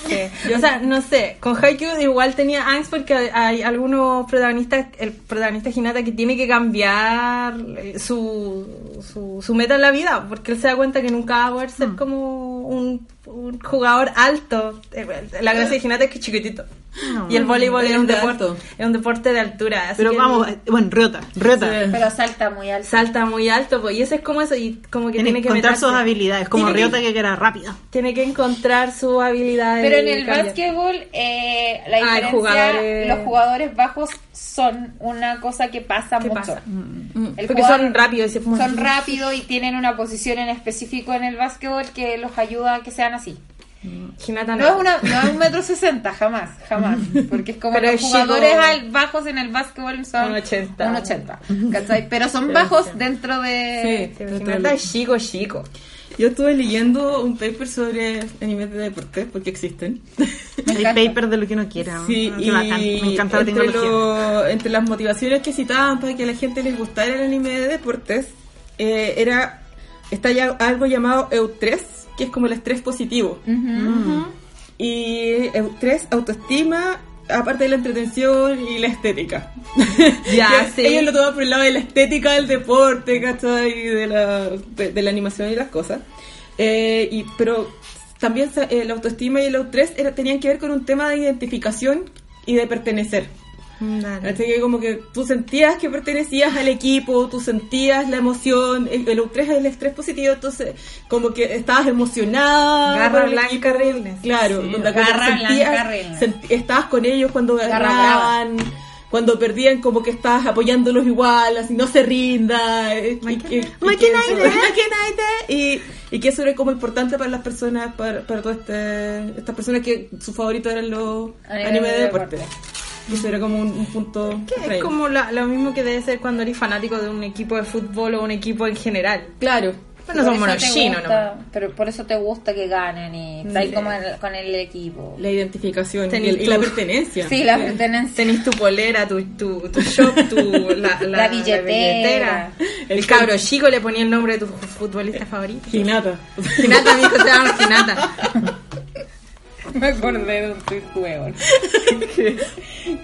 Sí. O sea, no sé, con Haikyuu igual tenía angst porque hay, hay algunos protagonistas, el protagonista Hinata que tiene que cambiar eh, su, su, su meta en la vida, porque él se da cuenta que nunca va a poder
Mm.
ser como un, un jugador alto. Eh, La gracia de Hinata es que es chiquitito.
Ah,
Y
mm,
el voleibol
Él
es un,
es de
deporte,
alto.
es un deporte de altura. así
pero
que
vamos, eh, bueno, Ryota, Ryota.
Sí.
Pero salta muy alto.
salta muy alto, pues, y eso es como eso, y como que
Tiene que encontrar
meterse.
sus habilidades, como
Tiene que-
Ryota que, era rápida.
Tiene que encontrar sus habilidades.
Pero en
y
el
cambiar.
básquetbol, eh, la
Ah, el
diferencia,
jugador es-
los jugadores bajos son una cosa que pasa
¿Qué
mucho.
pasa?
El
Mm. Porque
jugador-
son rápidos y se fuman.
son rápidos y tienen una posición en específico en el básquetbol que los ayuda a que sean así.
Hinata
No es, una, no es un metro sesenta, jamás, jamás. Porque es como
Pero
los
es chico.
jugadores al- bajos en el básquetbol son
Un 80.
un 80, ¿cachai? Pero son bajos dentro de...
eh,
Sí.
Sí, Hinata es chico, chico.
yo estuve leyendo un paper sobre animes de deporte porque existen.
Me
El
encanta.
paper de lo que uno quiera.
Sí,
Qué
y
bacán. Me encanta la
entre,
tecnología.
lo- entre las motivaciones que citaban para que a la gente les gustara el anime de deportes, eh, era está ya algo llamado eustrés, que es como el estrés positivo. Y eustrés, autoestima, aparte de la entretención y la estética.
Ya, sí.
Ellos lo toman por el lado de la estética del deporte, ¿cachai? Y de la, de, de la animación y las cosas. Eh, y, pero también sa- eh, la autoestima y el eustrés era- tenían que ver con un tema de identificación y de pertenecer. Así que como que tú sentías que pertenecías al equipo, tú sentías la emoción, el, el eustrés es el estrés positivo, entonces como que estabas emocionada.
Garra
por el
blanca,
equipo.
realness.
Claro,
Sí,
donde
garra
como
blanca, realness.
sent- estabas con ellos cuando
Garra
ganaban, cuando perdían como que estabas apoyándolos igual, así no se rinda. eh, y que- y que-
Maquinaide.
Maquinaide. eh, Y y que eso era como importante para las personas, para, para todas este, estas personas que su favorito eran los
Anime
animes
de
de deporte.
deporte.
Y eso era como un, un punto.
Que es
extraño.
como la- lo mismo que debe ser cuando eres fanático de un equipo de fútbol o un equipo en general.
Claro.
Bueno, son
Por eso
monos
te
chinos,
gusta-
¿no?
Pero por eso te gusta que ganen y estás como en- con el equipo.
La identificación y,
Tenés
el- y la
tú.
pertenencia.
Sí, la pertenencia.
Tenés tu polera, tu, tu, tu shop, tu, la, la-
La
la
billetera.
billetera. El cabro chico le ponía el nombre de tu futbolista favorito.
Hinata.
Hinata, mi hijo se llama Hinata.
Me acordé de un tweet huevo.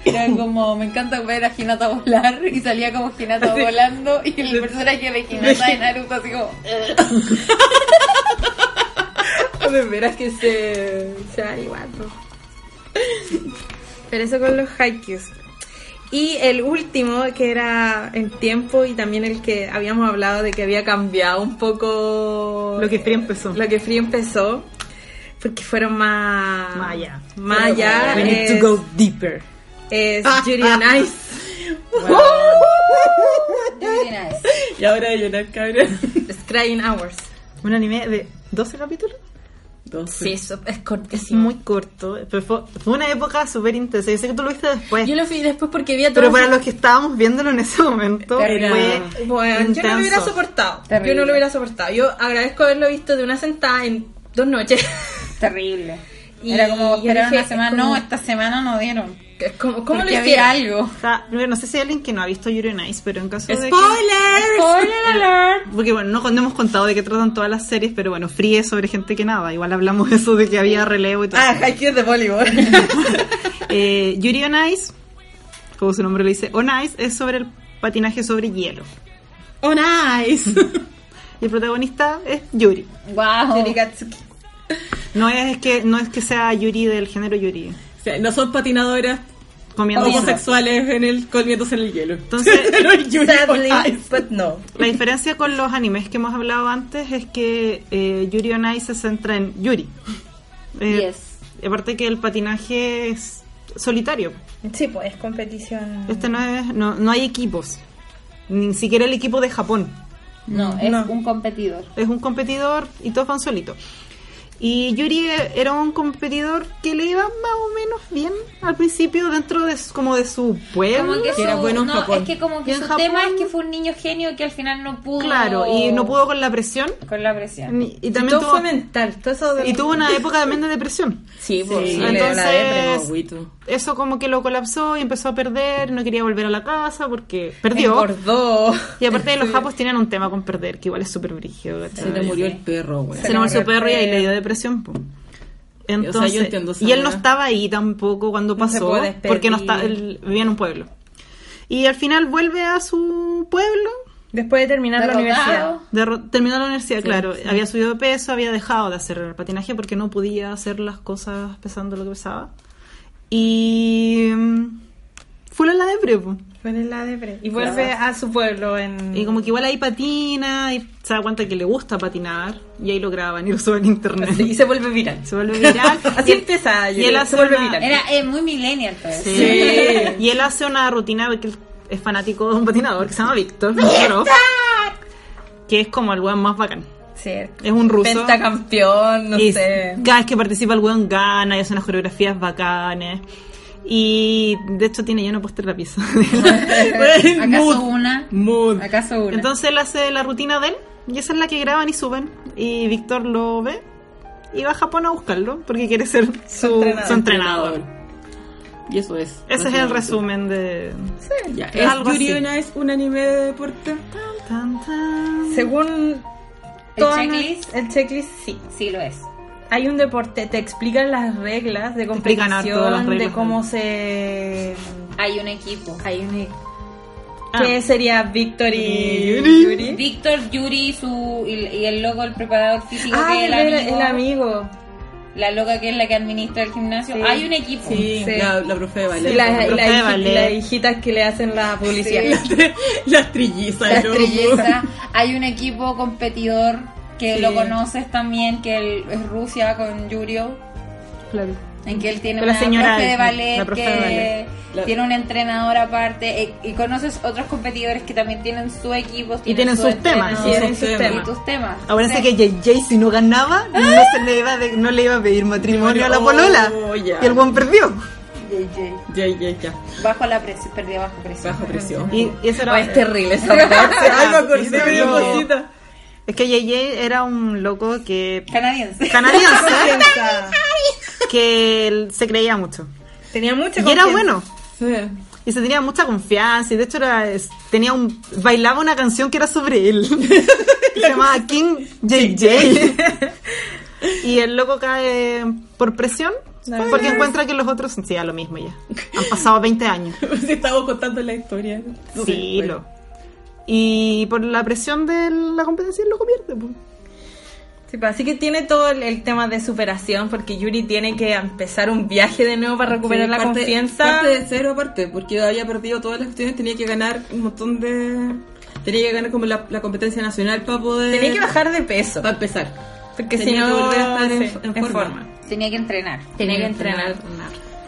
Era como, me encanta ver a Hinata volar y salía como Hinata volando y el personaje de Hinata de Naruto así como... "Ah,
Pues De veras que se, se va igual. po. Pero eso con los haikus. Y el último, que era el tiempo y también el que habíamos hablado de que había cambiado un poco
Lo que Free empezó.
lo que Free empezó, porque fueron más...
Maya.
Maya
We need
es,
to go deeper.
es Judy on Ice.
Very nice.
Y ahora de llorar, cabrón.
It's Crying Hours.
Un anime de 12 capítulos.
Dos.
eso es
Es muy corto, pero fue, fue una época súper intensa. Yo sé que tú lo viste después.
Yo lo vi después porque vi a
Pero
todos
para los que estábamos viéndolo en ese momento,
Era-
fue
Bueno, yo no
intenso.
lo hubiera soportado.
Terrible.
Yo no lo hubiera soportado. Yo agradezco haberlo visto de una sentada en dos noches.
Terrible.
Y
Era como
yo
esperar
dije,
una semana.
como-
No, esta semana no dieron.
¿Cómo, cómo
Porque
lo
había
hicieron?
algo.
O sea, bueno, no sé si hay alguien que no ha visto Yuri on Ice, pero en caso de que...
¡Spoiler!
Spoiler alert.
Porque bueno, no, no hemos contado de qué tratan todas las series, pero bueno, Free es sobre gente que nada. Igual hablamos de eso de que había relevo y todo.
Ah, Haikyuu es de voleibol.
Eh, Yuri on Ice, como su nombre lo dice, on Ice es sobre el patinaje sobre hielo.
¡Oh, nice!
Y el protagonista es Yuri.
Wow.
Katsuki.
No es que no es que sea Yuri del género Yuri.
O sea, no son patinadoras
Comiendo hielo.
homosexuales en el colmiéndose en el hielo.
Entonces,
Pero es Yuri
Sadly,
on Ice.
but no.
la diferencia con los animes que hemos hablado antes es que eh, Yuri on Ice se centra en Yuri. Eh,
Yes.
Aparte que el patinaje es solitario.
Sí, pues es competición.
Este no es, no, no hay equipos. Ni siquiera el equipo de Japón.
No, es
No.
un competidor.
Es un competidor y todos van solitos. Y Yuri era un competidor que le iba más o menos bien al principio dentro de su- como de su pueblo.
Como que
Que era
su-
bueno en
no,
Japón.
es que como que
Y en
su
Japón-
tema es que fue un niño genio que al final no pudo.
Claro, y no pudo con la presión.
Con la presión.
Y, y
Y
también
todo
tuvo,
fue mental. Todo eso de-
y tuvo una época también de depresión.
Sí,
pues, sí,
le dio la depre,
entonces-
no, Oh, agüito.
Eso como que lo colapsó y empezó a perder, no quería volver a la casa porque perdió.
Engordó.
Y aparte de los
Este-
japos tienen un tema con perder, que igual es súper brígido. ¿cachai?
Se le murió el perro, güey.
se enamoró de su perro y ahí le dio depresión. po. Entonces,
O Este- sea, yo entiendo esa
y él no
weá.
estaba ahí tampoco cuando
No se
pasó,
puede despedir.
porque no está, él vivía en un pueblo. Y al final vuelve a su pueblo,
Después de terminar la universidad.
Derrotado.
derro- terminó la universidad, claro, había subido de peso, había dejado de hacer patinaje porque no podía hacer las cosas pesando lo que pesaba. Y mm, fue la depre, po.
Fue en la depre. Y vuelve a su pueblo en.
Y como que igual ahí patina, y se da cuenta que le gusta patinar, y ahí lo graban y lo suben a internet.
Y se vuelve viral.
Se vuelve viral.
Así empieza.
y él hace
se vuelve
una-
viral.
Era eh, muy millennial, pues.
Sí.
Sí.
Y él hace una rutina porque él es fanático de un patinador que se llama Víctor. Víctor. Que es como el weón más bacán. Es un ruso.
Pentacampeón, no
y
sé.
Cada vez que participa el weón gana y hace unas coreografías bacanes. Y de hecho tiene lleno póster la pieza.
¿Acaso una?
Mood.
¿Acaso una?
Entonces él hace la rutina de él y esa es la que graban y suben. Y Víctor lo ve y va a Japón a buscarlo porque quiere ser su, su entrenador.
Y eso es.
Ese es el resumen de...
Ya, ¿Es
Algo
Yuri
así.
on Ice un anime de deporte?
Tan, tan.
Según
¿El
todas
checklist?
las- el checklist sí.
Sí, lo es.
Hay un deporte, te explican las reglas de
explican harto
competición,
las reglas.
de cómo se
Hay un equipo.
hay un
Ah.
¿Qué sería Victory
Yuri.
Yuri?
Víctor, Yuri su, y, y el loco, el preparador físico
Ah,
que es
el,
el amigo,
el amigo.
La loca que es la que administra el gimnasio.
Sí.
Hay un equipo.
Sí,
Sí.
La, la profe de
Y
ballet.
las la,
el
y
profe
la
de
hijita-
ballet.
y las hijitas que le hacen la publicidad.
Las trillizas.
La
¿no?
estrelleza. Hay un equipo competidor que
Sí.
lo conoces también, que el- es Rusia con Yurio.
Claro.
en que él tiene
Con la
una
señora
profe de
de-
ballet
la profe
que
de ballet.
La-
tiene un entrenador aparte eh, y conoces otros competidores que también tienen su equipo
Y tienen sus temas,
entrenador,
sí,
tienen
sus
sus
y
temas.
tus temas
Ahora sé
Sí.
que JJ si no ganaba, no, se le iba a de- no le iba a pedir matrimonio a la
¡Ah! Oh,
polola.
ya.
Y el buen perdió.
JJ.
Ya, ya, ya.
bajo la presión perdía bajo presión
Bajo presión. Ah,
Y, y eso era...
es terrible esa
Ay, me acordé
Sí,
de
pero-
una cosita.
Es que JJ era un loco que...
canadiense
canadiense, que él se creía mucho.
Tenía mucha
Y era bueno.
Sí.
Y se tenía mucha confianza. Y de hecho era, es- tenía un, bailaba una canción que era sobre él. que se llamaba King JJ. y el loco cae por presión. Porque encuentra que los otros son sí, a lo mismo ya. Han pasado 20 años.
Sí, Estamos contando la historia.
Sí, lo. Y por la presión de la competencia el loco pierde. po.
Sí, pues, así que tiene todo el, el tema de superación porque Yuri tiene que empezar un viaje de nuevo para recuperar
Sí,
la
parte-
confianza.
Parte de cero aparte, porque había perdido todas las cuestiones, tenía que ganar un montón de... Tenía que ganar como la, la competencia nacional para poder...
Tenía que bajar de peso
Para empezar.
porque si
tenía que
no
volver a estar en-
sí,
en forma.
tenía que entrenar
Tenía que entrenar.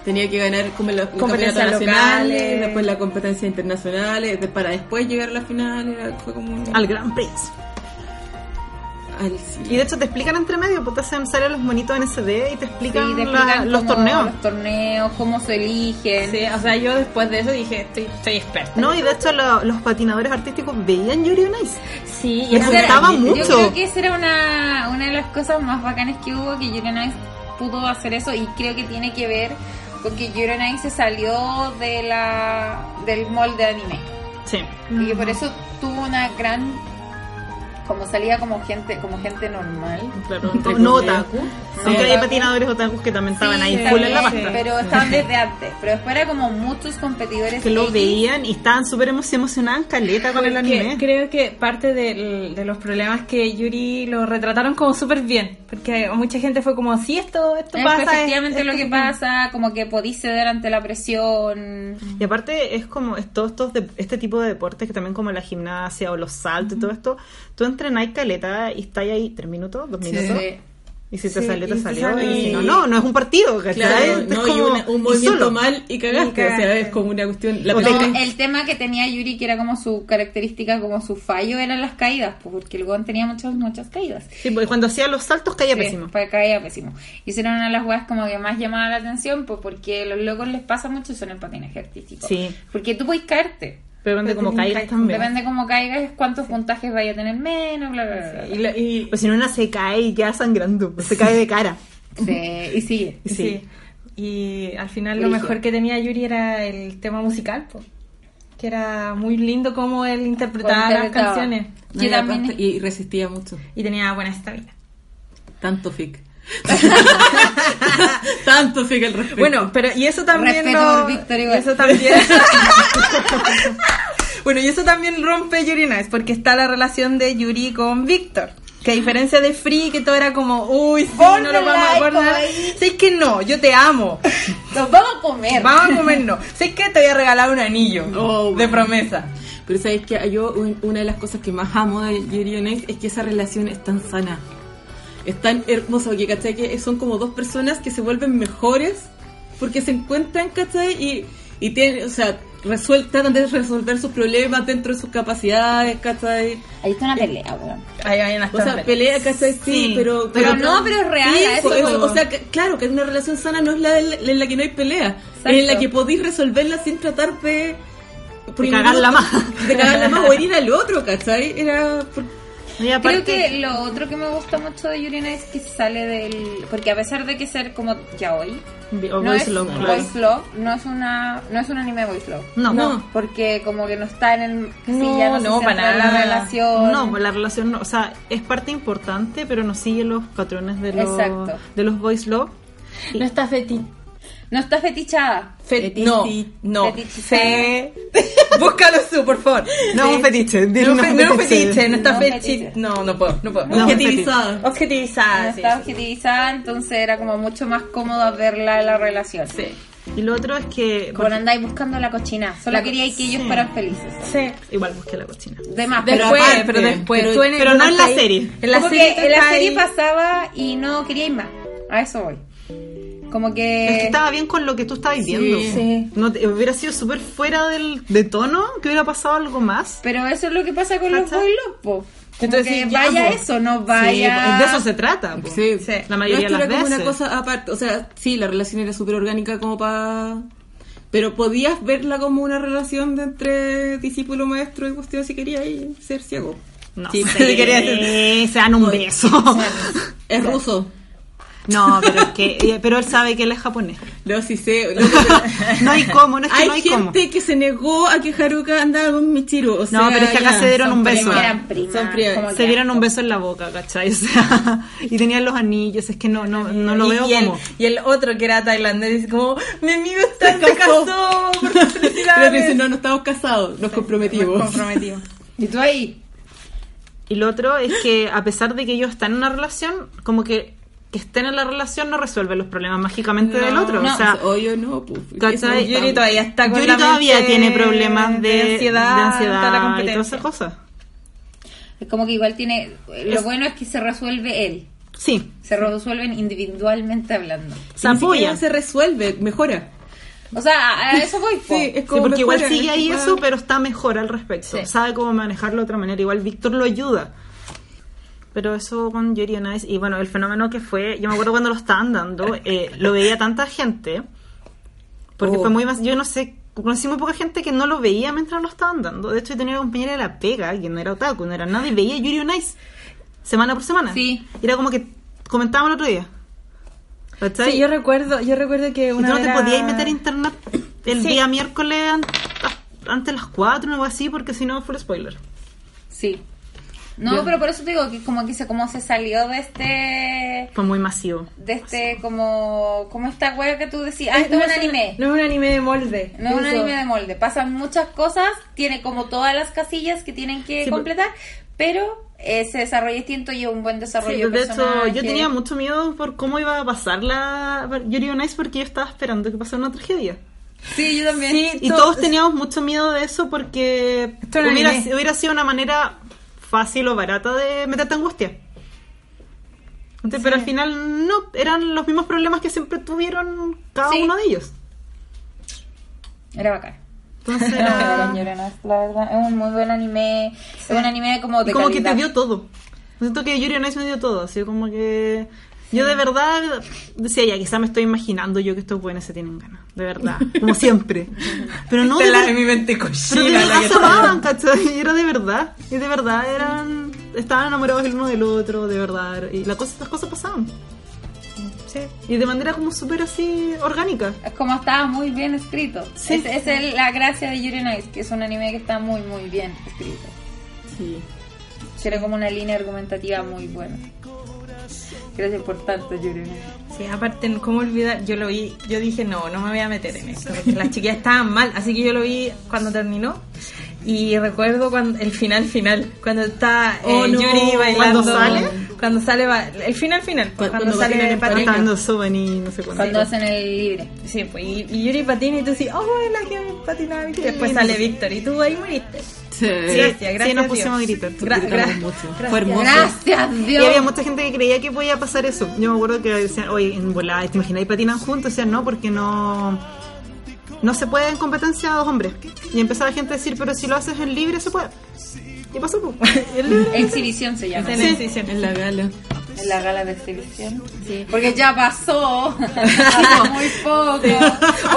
Tenía que ganar como la
Competencias
competencia nacional,
locales.
después la competencia internacional, de- para después llegar a la final. era- Fue como un...
Al Gran Prix.
al- sí.
Y de hecho te explican entre medio, pues te hacen salen los monitos en SD y te
Sí,
explican,
te
la-
explican
los
cómo-
torneos.
los torneos cómo se eligen
Sí, o sea, yo después de eso dije, estoy, estoy experta.
No, y de hecho lo- los patinadores artísticos veían Yuri on Ice.
Sí,
y
Esa
Me
era-
gustaba
Yo
mucho.
creo que esa era una, una de las cosas más bacanas que hubo, que Yuronice pudo hacer eso y creo que tiene que ver con que Yuronice se salió de la, del molde de anime.
Sí.
Y que por eso tuvo una gran como salida como gente, como gente normal.
Claro,
entre
no
comillas.
otaku. Aunque hay
otaku.
patinadores otakus que también estaban ahí
Sí,
full en la
también,
pasta.
Pero estaban desde antes. Pero después era como muchos competidores
Que lo
X.
veían y estaban súper emo- emocionadas, caleta con el
Porque
anime.
Creo que parte del- de los problemas que Yuri lo retrataron como súper bien, porque mucha gente fue como, sí, esto, esto
Es
pasa. es-
Eh, efectivamente
esto
lo que
se-
pasa, como que podís ceder ante la presión.
Y aparte es como es todos estos de- este tipo de deportes que también como la gimnasia o los saltos y todo esto, tú entrenáis caleta y estáis ahí tres minutos, dos minutos.
Sí.
Y si te
Sí,
salió, te
y te
salió.
sale.
Y si no, no, no es un partido, ¿cachai?
Claro,
Es
no, y
como-
una- un
y
movimiento
solo.
mal y cagaste,
Y cagaste. eh,
o sea, es como una cuestión... La
O te
pelota-
caes.
No, el tema que tenía Yuri, que era como su característica, como su fallo, eran las caídas, pues, porque el Gon tenía muchas, muchas caídas.
Sí, porque cuando hacía los saltos caía
Sí,
pésimo.
fue- caía pésimo. Y esa era una de las weas como que más llamaba la atención, pues porque los locos les pasa mucho son en patinaje artístico.
Sí.
Porque tú puedes caerte.
Pero depende como caigas también.
Depende cómo caigas, es cuántos puntajes vaya a tener menos, bla, bla, bla.
Y,
bla.
lo- y-
Pues si no, una se cae y queda sangrando. pues, Se cae de cara.
Sí, y sigue.
Sí.
sí. Y al final lo
Brígido.
mejor que tenía Yuri era el tema musical, po. que era muy lindo como él interpretaba las
Interpretaba.
canciones.
No,
Yo
y aparte-
también-
Y resistía mucho.
Y tenía buena estabilidad.
Tanto fic. Tanto fic al respecto.
Bueno, pero y eso también
Respeto
lo-
por Víctor igual.
Eso también. bueno, y eso también rompe Yuri Nice, porque está la relación de Yuri con Víctor. Que a diferencia de Free, que todo era como, uy, sí, no lo vamos a borrar. Sé que no, yo te amo.
Nos vamos a comer.
Vamos a comer, no. Sé que te voy a regalar un anillo
Oh,
de
bueno.
promesa.
Pero sabes que yo un- una de las cosas que más amo de Yuri on Ice es que esa relación es tan sana. Es tan hermosa, porque ¿cachai? Que son como dos personas que se vuelven mejores porque se encuentran, ¿cachai? Y, y tienen, o sea, resuel- tratan de resolver sus problemas dentro de sus capacidades, ¿cachai?
Ahí está una pelea, weón.
Ahí vayan las
O sea,
torres.
pelea, ¿cachai? Sí,
Sí,
pero,
pero no, pero es real, a eso
pues,
voy.
o sea, que- claro, que una relación sana no es la del- en la que no hay pelea, es en la
Exacto.
que podéis resolverla sin tratar de.
De cagarla más.
De cagarla más o herir al otro, ¿cachai? Era. por-
No, y aparte-
Creo que lo otro que me gusta mucho de Yurina es que sale del... Porque a pesar de que ser como yaoi,
Vi- o
no
Boys
es
Love, claro.
voice love, no es, una, no es un anime voice love.
No, no,
No.
Porque como que no está en el... sí,
No,
ya no,
no,
se
para
centra en
nada.
la relación.
pues la relación no. O sea, es parte importante, pero no sigue los patrones de los,
Exacto.
de los Boys Love.
No está feti.
No está fetichada.
feti- no,
Fetici-
no.
fetichizada.
Fe- Búscalo tú, por favor.
No es un fetiche,
No,
no es
fe-
un
no es
fetiche.
fetiche, no está
No,
fetiche.
fetiche.
No, no puedo, no puedo.
No,
Objetivizada.
Objetivizada,
no
Ah, sí.
está objetivizada, entonces era como mucho más cómodo verla en la relación.
Sí.
Y lo otro es que.
Como no andáis buscando la cochina. Solo
La co-
quería que ellos
sí.
fueran felices.
Sí.
Igual busqué la cochina.
De más, pero
Después,
aparte,
pero después.
pero-
tú el-
pero no en la
ahí-
serie.
En la
como
serie,
que en la serie
pasa.
pasaba y no quería ir más. A eso voy. Como que...
Es que estaba bien con lo que tú estabas viendo.
Eh, Sí.
No te- hubiera sido súper fuera del, de tono, que hubiera pasado algo más.
Pero eso es lo que pasa con los
¿Cachai?
boy love, po. Como
Entonces,
que
sí, ya,
vaya
po.
eso, no
Sí, pues,
vaya...
de eso se trata. po.
Sí.
La mayoría
No,
de las
es que era
veces.
como una cosa aparte. O sea, sí, la relación era súper orgánica como para... Pero podías verla como una relación de entre discípulo, maestro y cuestión si quería y ser ciego.
No
Sí,
sé,
sí.
quería decir, "Eh, se dan un beso.
Es ruso.
No, pero es que, eh, pero él sabe que él es japonés.
No, sí sé. Lo que-
No hay cómo, no es que
hay
no hay cómo.
gente que se negó a que Haruka andaba con Michiru. O sea,
pero es que acá
ya,
se dieron
son
un beso.
primas.
Eran primas,
Son primas.
como
Se dieron un beso en la boca, ¿cachai? O sea, y tenían los anillos, es que no, no, no lo
y,
veo
y el,
como.
y el otro que era tailandés dice como, mi amigo está se casó, por
Pero te
felicidades.
dicen, no, no estamos casados, nos comprometimos.
Comprometido.
Y tú ahí...
Y lo otro es que a pesar de que ellos están en una relación, como que que estén en la relación no resuelve los problemas mágicamente del otro.
No,
o sea,
o yo no, pues.
¿cachai?
Eso no
Yuri todavía está con
Yuri
la
todavía
mente
tiene problemas de,
de ansiedad,
de ansiedad
toda la
y
competencia.
todas esas cosas.
Es como que igual tiene... Lo bueno es que se resuelve él.
Sí,
Se resuelven individualmente hablando.
se
Ni siquiera
apoya.
se resuelve, mejora.
O sea, a, a eso voy, po.
Sí, es
Sí,
como
porque igual
mejora,
sigue
es
ahí
como-
eso, pero está mejor al respecto.
Sí.
Sabe cómo manejarlo de otra manera. Igual Víctor lo ayuda. Pero eso con Yuri on Ice. Y bueno, el fenómeno que fue. Yo me acuerdo cuando lo estaban dando. eh, lo veía tanta gente. Porque
Oh.
fue muy más. Yo no sé. Conocí muy poca gente que no lo veía mientras lo estaban dando. De hecho, yo tenía una compañera de la pega que no era otaku, no era nada. Y veía Yuri on Ice semana por semana.
Sí.
Y era como que comentábamos el otro día. ¿Cachai?
Sí, yo recuerdo, yo recuerdo que
Y tú
una
no
vez
te
era-
podías meter a internet el
Sí.
día miércoles an- a- antes de las 4 o algo así, porque si no, full spoiler.
Sí. No, pero por eso te digo que como que se, como se salió de este...
Fue muy masivo.
De este, como... Como esta wea que tú decías. Ah, esto es un anime.
No es un anime de molde.
No es un
Eso.
anime de molde. Pasan muchas cosas, tiene como todas las casillas que tienen que
Sí, pues.
completar, pero eh, se desarrolla distinto y es un buen
Este
Sí, pues,
desarrollo.
de hecho,
personaje.
yo tenía mucho miedo por cómo iba a pasar la Yuri on Ice porque yo estaba esperando que pasara una tragedia.
Sí, yo también.
Sí,
Y
to-
todos teníamos mucho miedo de eso porque
Esto era
hubiera,
anime.
hubiera sido una manera fácil o barata de meterte angustia. Entonces, Pero al final no, eran los mismos problemas que siempre tuvieron cada
Sí.
uno de ellos.
Era bacán.
Entonces
Pero
era...
Señora, no, la verdad, es un muy buen anime. Es un anime como de
Y como que
calidad.
te dio todo. Siento que Yuri on Ice me dio todo, así como que yo de verdad decía ya, quizá me estoy imaginando yo que estos buenos se tienen ganas, de verdad, como siempre. Pero no de,
Esta es Este la
ver-
de mi mente
pero de
cochina. la
verdad
que-
se amaban, ¿cachai? Y era de verdad, y de verdad eran estaban enamorados el uno del otro, de verdad, y la cosa, las cosas pasaban. Sí. Y de manera como súper así orgánica.
Es como estaba muy bien escrito.
Sí.
Es- Esa es la gracia de Yuri on Ice, que es un anime que está muy, muy bien escrito.
Sí.
Tiene como una línea argumentativa muy buena. Gracias por tanto, Yuri on Ice.
Sí, aparte, ¿cómo olvidar? Yo lo vi, yo dije, no, no me voy a meter en esto, porque las chiquillas estaban mal, así que yo lo vi cuando terminó. Y recuerdo cuando el final final, cuando está eh,
Oh, no.
Yuri bailando.
¿Cuando sale?
Cuando sale, ba- el final final,
Cu-
cuando,
cuando bailan
sale patina.
en pareja.
Cantando Sobani, no sé cuánto.
Cuando hacen el libre.
Sí, pues, y, y Yuri patina y tú así, oh, la que patinaba. Y después
lindo.
sale Víctor y tú ahí moriste.
Sí.
Gracias,
Sí,
gracias,
nos
Dios.
pusimos a gritar.
Gra-
Gritamos
gra-
mucho.
gracias.
Fue hermoso.
Gracias,
Y había
Dios.
mucha gente que creía que podía pasar eso. Yo me acuerdo que decían, oye, en volada, ¿te imagináis patinan juntos? Decían, no, porque no. No se puede en competencia a dos hombres. Y empezaba gente a decir, pero si lo haces en libre se puede. ¿Qué pasó? pues. po? En libre.
Exhibición se llama.
Sí.
¿no?
En la gala.
En la gala de exhibición. Porque ya pasó. Hace muy poco.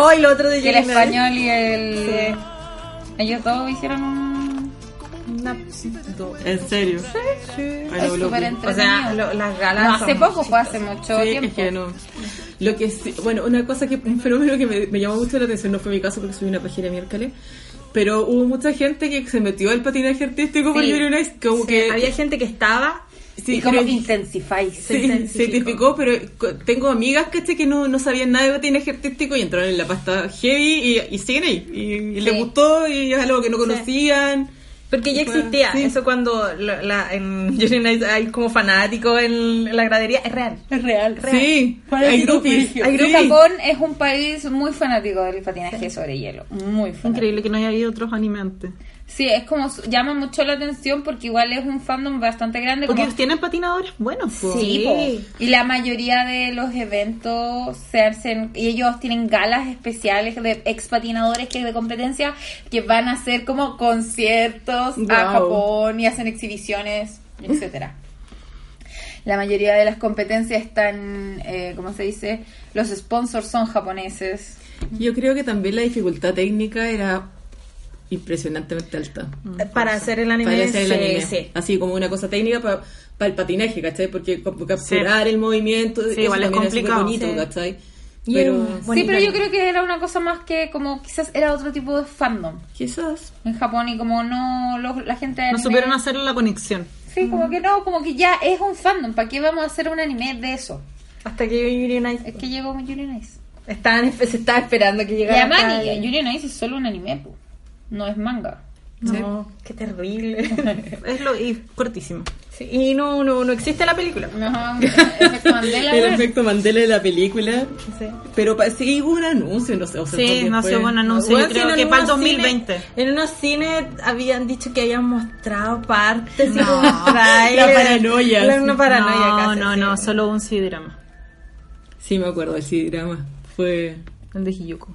Oh, y lo otro de
Y el
Yuri.
español y el. eh, Ellos dos hicieron un.
En serio. Ay,
Es
lo- lo-
súper
O sea,
entretenido.
lo- las galas.
No, hace
son-
poco fue hace mucho
Sí, es
tiempo.
que no. Lo que sí- bueno, una cosa que, un fenómeno que me, me llamó mucho la atención, no fue mi caso porque subí una página miércoles, pero hubo mucha gente que se metió al patinaje artístico por
Sí.
Yuri on Ice, como que
Había gente que estaba
sí,
y como
creo-
intensifáis.
Sí, se identificó, pero co- tengo amigas, caché, que no, no sabían nada de patinaje artístico y entraron en la pasta heavy y, y siguen ahí. Y, y les
Sí.
gustó y es algo que no conocían.
Porque ya existía.
Sí.
Eso cuando la, la- en Johnny Nice hay como fanático en la gradería. Es real.
Es real,
Sí, hay grupis.
Hay
Sí.
Japón es un país muy fanático del patinaje sobre hielo. Muy fanático.
Increíble que no haya habido otros animantes.
Sí, es como su- llama mucho la atención porque igual es un fandom bastante grande.
Porque
como-
tienen patinadores buenos, po.
Sí, po. y la mayoría de los eventos se hacen, y ellos tienen galas especiales de expatinadores que de competencia que van a hacer como conciertos a
Guau.
Japón y hacen exhibiciones, etcétera. La mayoría de las competencias están, eh, ¿cómo se dice? Los sponsors son japoneses.
Yo creo que también la dificultad técnica era impresionantemente alta.
Mm,
Para hacer el anime.
para hacer el
sí,
anime.
sí.
Así como una cosa técnica para el patinaje, ¿cachai? Porque como capturar el movimiento eso
igual es
también súper
complicado,
bonito,
sí.
¿cachai?
Y
Pero
es
sí,
bonito.
pero yo creo que era una cosa más que como quizás era otro tipo de fandom
quizás
en Japón y como no los- la gente de
No
anime-
supieron hacer Mm. la conexión.
Sí, como que no, como que ya es un fandom. ¿Para qué vamos a hacer un anime de eso?
Hasta que Yuri on Ice-
Es que llegó Yuri on Ice.
Estaban, se estaba esperando que
Y
llegara.
además,
hasta
ni-
el-
Yuri on Ice es solo un anime, po. no es manga.
No, qué terrible.
Es lo y cortísimo.
Sí, y no, no, no existe la película.
No, efecto Mandela, weón.
el efecto Mandela de la película.
Sí.
Pero pa- sí hubo un anuncio, no sé. O sea,
Sí,
porque
Ah, no sé,
fue-
buen anuncio.
Bueno,
Yo
si
creo
en
que para el
unos
2020.
cines- en unos cines habían dicho que habían mostrado partes y
No.
como trailer.
La paranoia,
La,
sí.
una paranoia
no,
casi,
no,
sí.
no, solo un C-drama.
Sí, me acuerdo, el drama Fue.
El de Hiyuko.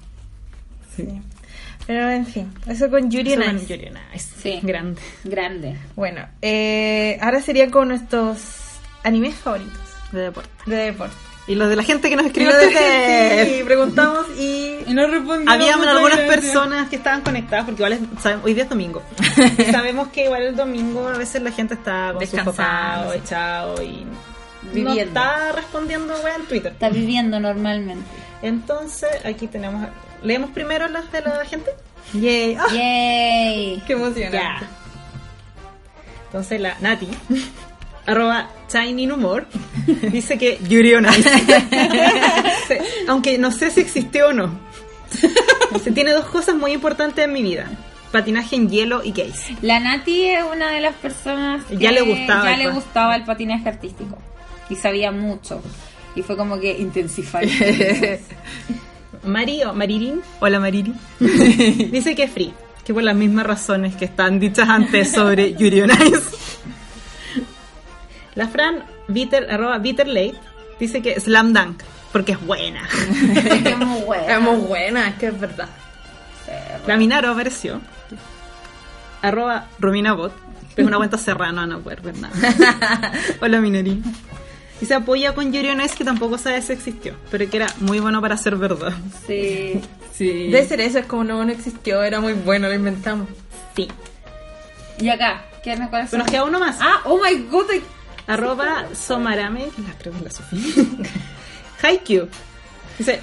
sí.
Pero en fin, eso con Yuri
Eso
on
con
Ice.
Yuri on Ice.
Sí.
Grande.
Grande.
Bueno, eh, ahora sería con nuestros animes favoritos
De deporte.
de deporte.
Y los de la gente que nos
Y
escribe.
lo
en
dejé-
Twitter.
sí, preguntamos y
Y no respondí.
Habían algunas personas que estaban conectadas porque igual es- sabe- hoy día es domingo. Y sabemos que igual el domingo a veces la gente está con sus
Descansando,
papás o echado y no
Viviendo.
está respondiendo wea, en Twitter.
Está viviendo normalmente.
Entonces, aquí tenemos. ¿Leemos primero las de la gente?
Yay. Ah,
¡Yay!
¡Qué emocionante!
Entonces, la Nati, arroba Shining Humor, dice que Yuri on Ice. Sí, Aunque no sé si existió o no. Se tiene dos cosas muy importantes en mi vida: patinaje en hielo y gays.
La Nati es una de las personas que
Ya le gustaba
ya
el
le
pa-
gustaba el patinaje artístico. Y sabía mucho. Y fue como que intensificar.
Mario, Maririn. Hola Maririn. Dice que es free, que por las mismas razones que están dichas antes sobre Yuri on Ice. La Fran, bitter, arroba bitterlate, dice que slam dunk, porque es buena.
es muy
Es
bueno.
muy buena, es que es verdad.
La Minaro apareció. Arroba Ruminabot. Es una cuenta serrana, no puedo ver nada. Hola Minari. Y se apoya con Yuri on Ice, que tampoco sabe si existió, pero que era muy bueno para ser verdad.
Sí.
Sí.
Debe ser eso, es como no, no existió, era muy bueno, lo inventamos.
Sí.
Y acá, ¿quién es cuál es?
Pero nos queda uno más.
Ah, oh my god, I-
Arroba Somarame, la creo que es la Sofía. Haikyuu. Dice.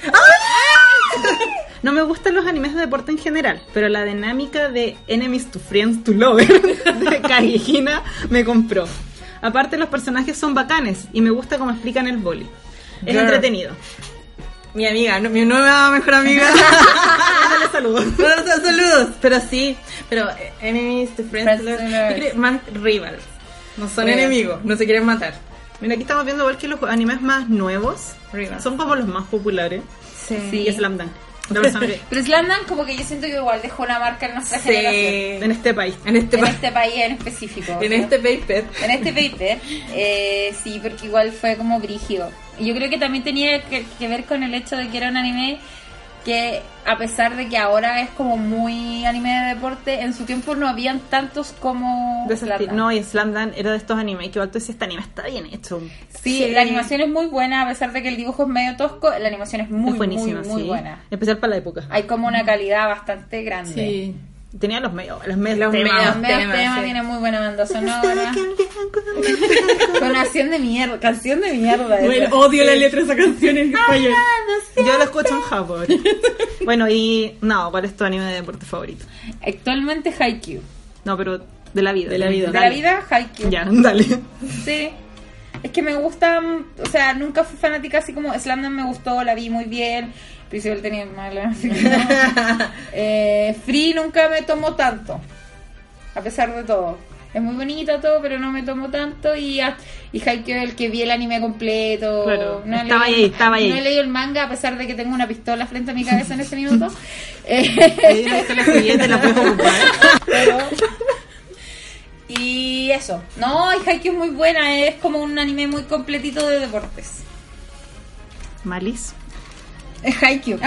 No me gustan los animes de deporte en general, pero la dinámica de Enemies to Friends to Lover de Kagehina me compró. Aparte, los personajes son bacanes y me gusta cómo explican el boli. Es
Girl.
entretenido.
Mi amiga, no- mi nueva mejor amiga.
Dale saludos.
Bueno, son saludos, pero sí, pero eh, enemies to
Friends
friends, to lovers.
to lovers.
Yo creo- más rivals. No son
Rivals.
enemigos, no se quieren matar.
Mira, aquí estamos viendo igual que los animes más nuevos
Rivals.
son como los más populares.
Sí.
Y Slam Dunk. La verdad es que
Pero Slam Dunk como que yo siento que igual dejó una marca en nuestra generación.
Sí.
En este país.
En este
En
pa-
este país en específico.
en
o sea.
este paper.
En este paper, eh, sí, porque igual fue como brígido. Y yo creo que también tenía que, que ver con el hecho de que era un anime que, a pesar de que ahora es como muy anime de deporte, en su tiempo no habían tantos como...
De ese
Slam
esti-
Dunk.
No, y Slam Dunk era de estos animes que igual tú dices, este anime está bien hecho.
Sí, la animación es muy buena, a pesar de que el dibujo es medio tosco, la animación es muy,
es
muy,
buenísima,
muy
sí.
buena.
Especial para la época.
Hay como una calidad bastante grande.
Sí.
Tenía los medios, los medios.
Los
temas.
Los
medios.
medios
temas,
temas
sí.
tiene muy buena banda sonora. Con canción de mierda, canción de mierda. esa.
Bueno, odio la letra de esa canción en español.
Yo lo escucho en Japón. bueno, y no, ¿cuál es tu anime de deporte favorito?
Actualmente Haikyuu.
No, pero de la vida.
De la vida.
De la vida, Haikyuu.
Ya, dale.
Sí. Es que me gusta, mm, o sea, nunca fui fanática así como Slam Dunk me gustó, la vi muy bien. Principal tenía mala, así que no. Eh, Free nunca me tomó tanto. A pesar de todo. Es muy bonito todo, pero no me tomo tanto. Y, a- y Haikyuu es el que vi el anime completo.
Claro,
he
estaba
leído-
ahí, estaba ahí.
No he leído el manga, a pesar de que tengo una pistola frente a mi cabeza en este minuto. Eh,
Ahí no está la siguiente, la puedes ocupar.
Pero- Y eso. No, y Haikyuu es muy buena. Es como un anime muy completito de deportes.
Malis.
Es Haikyuu.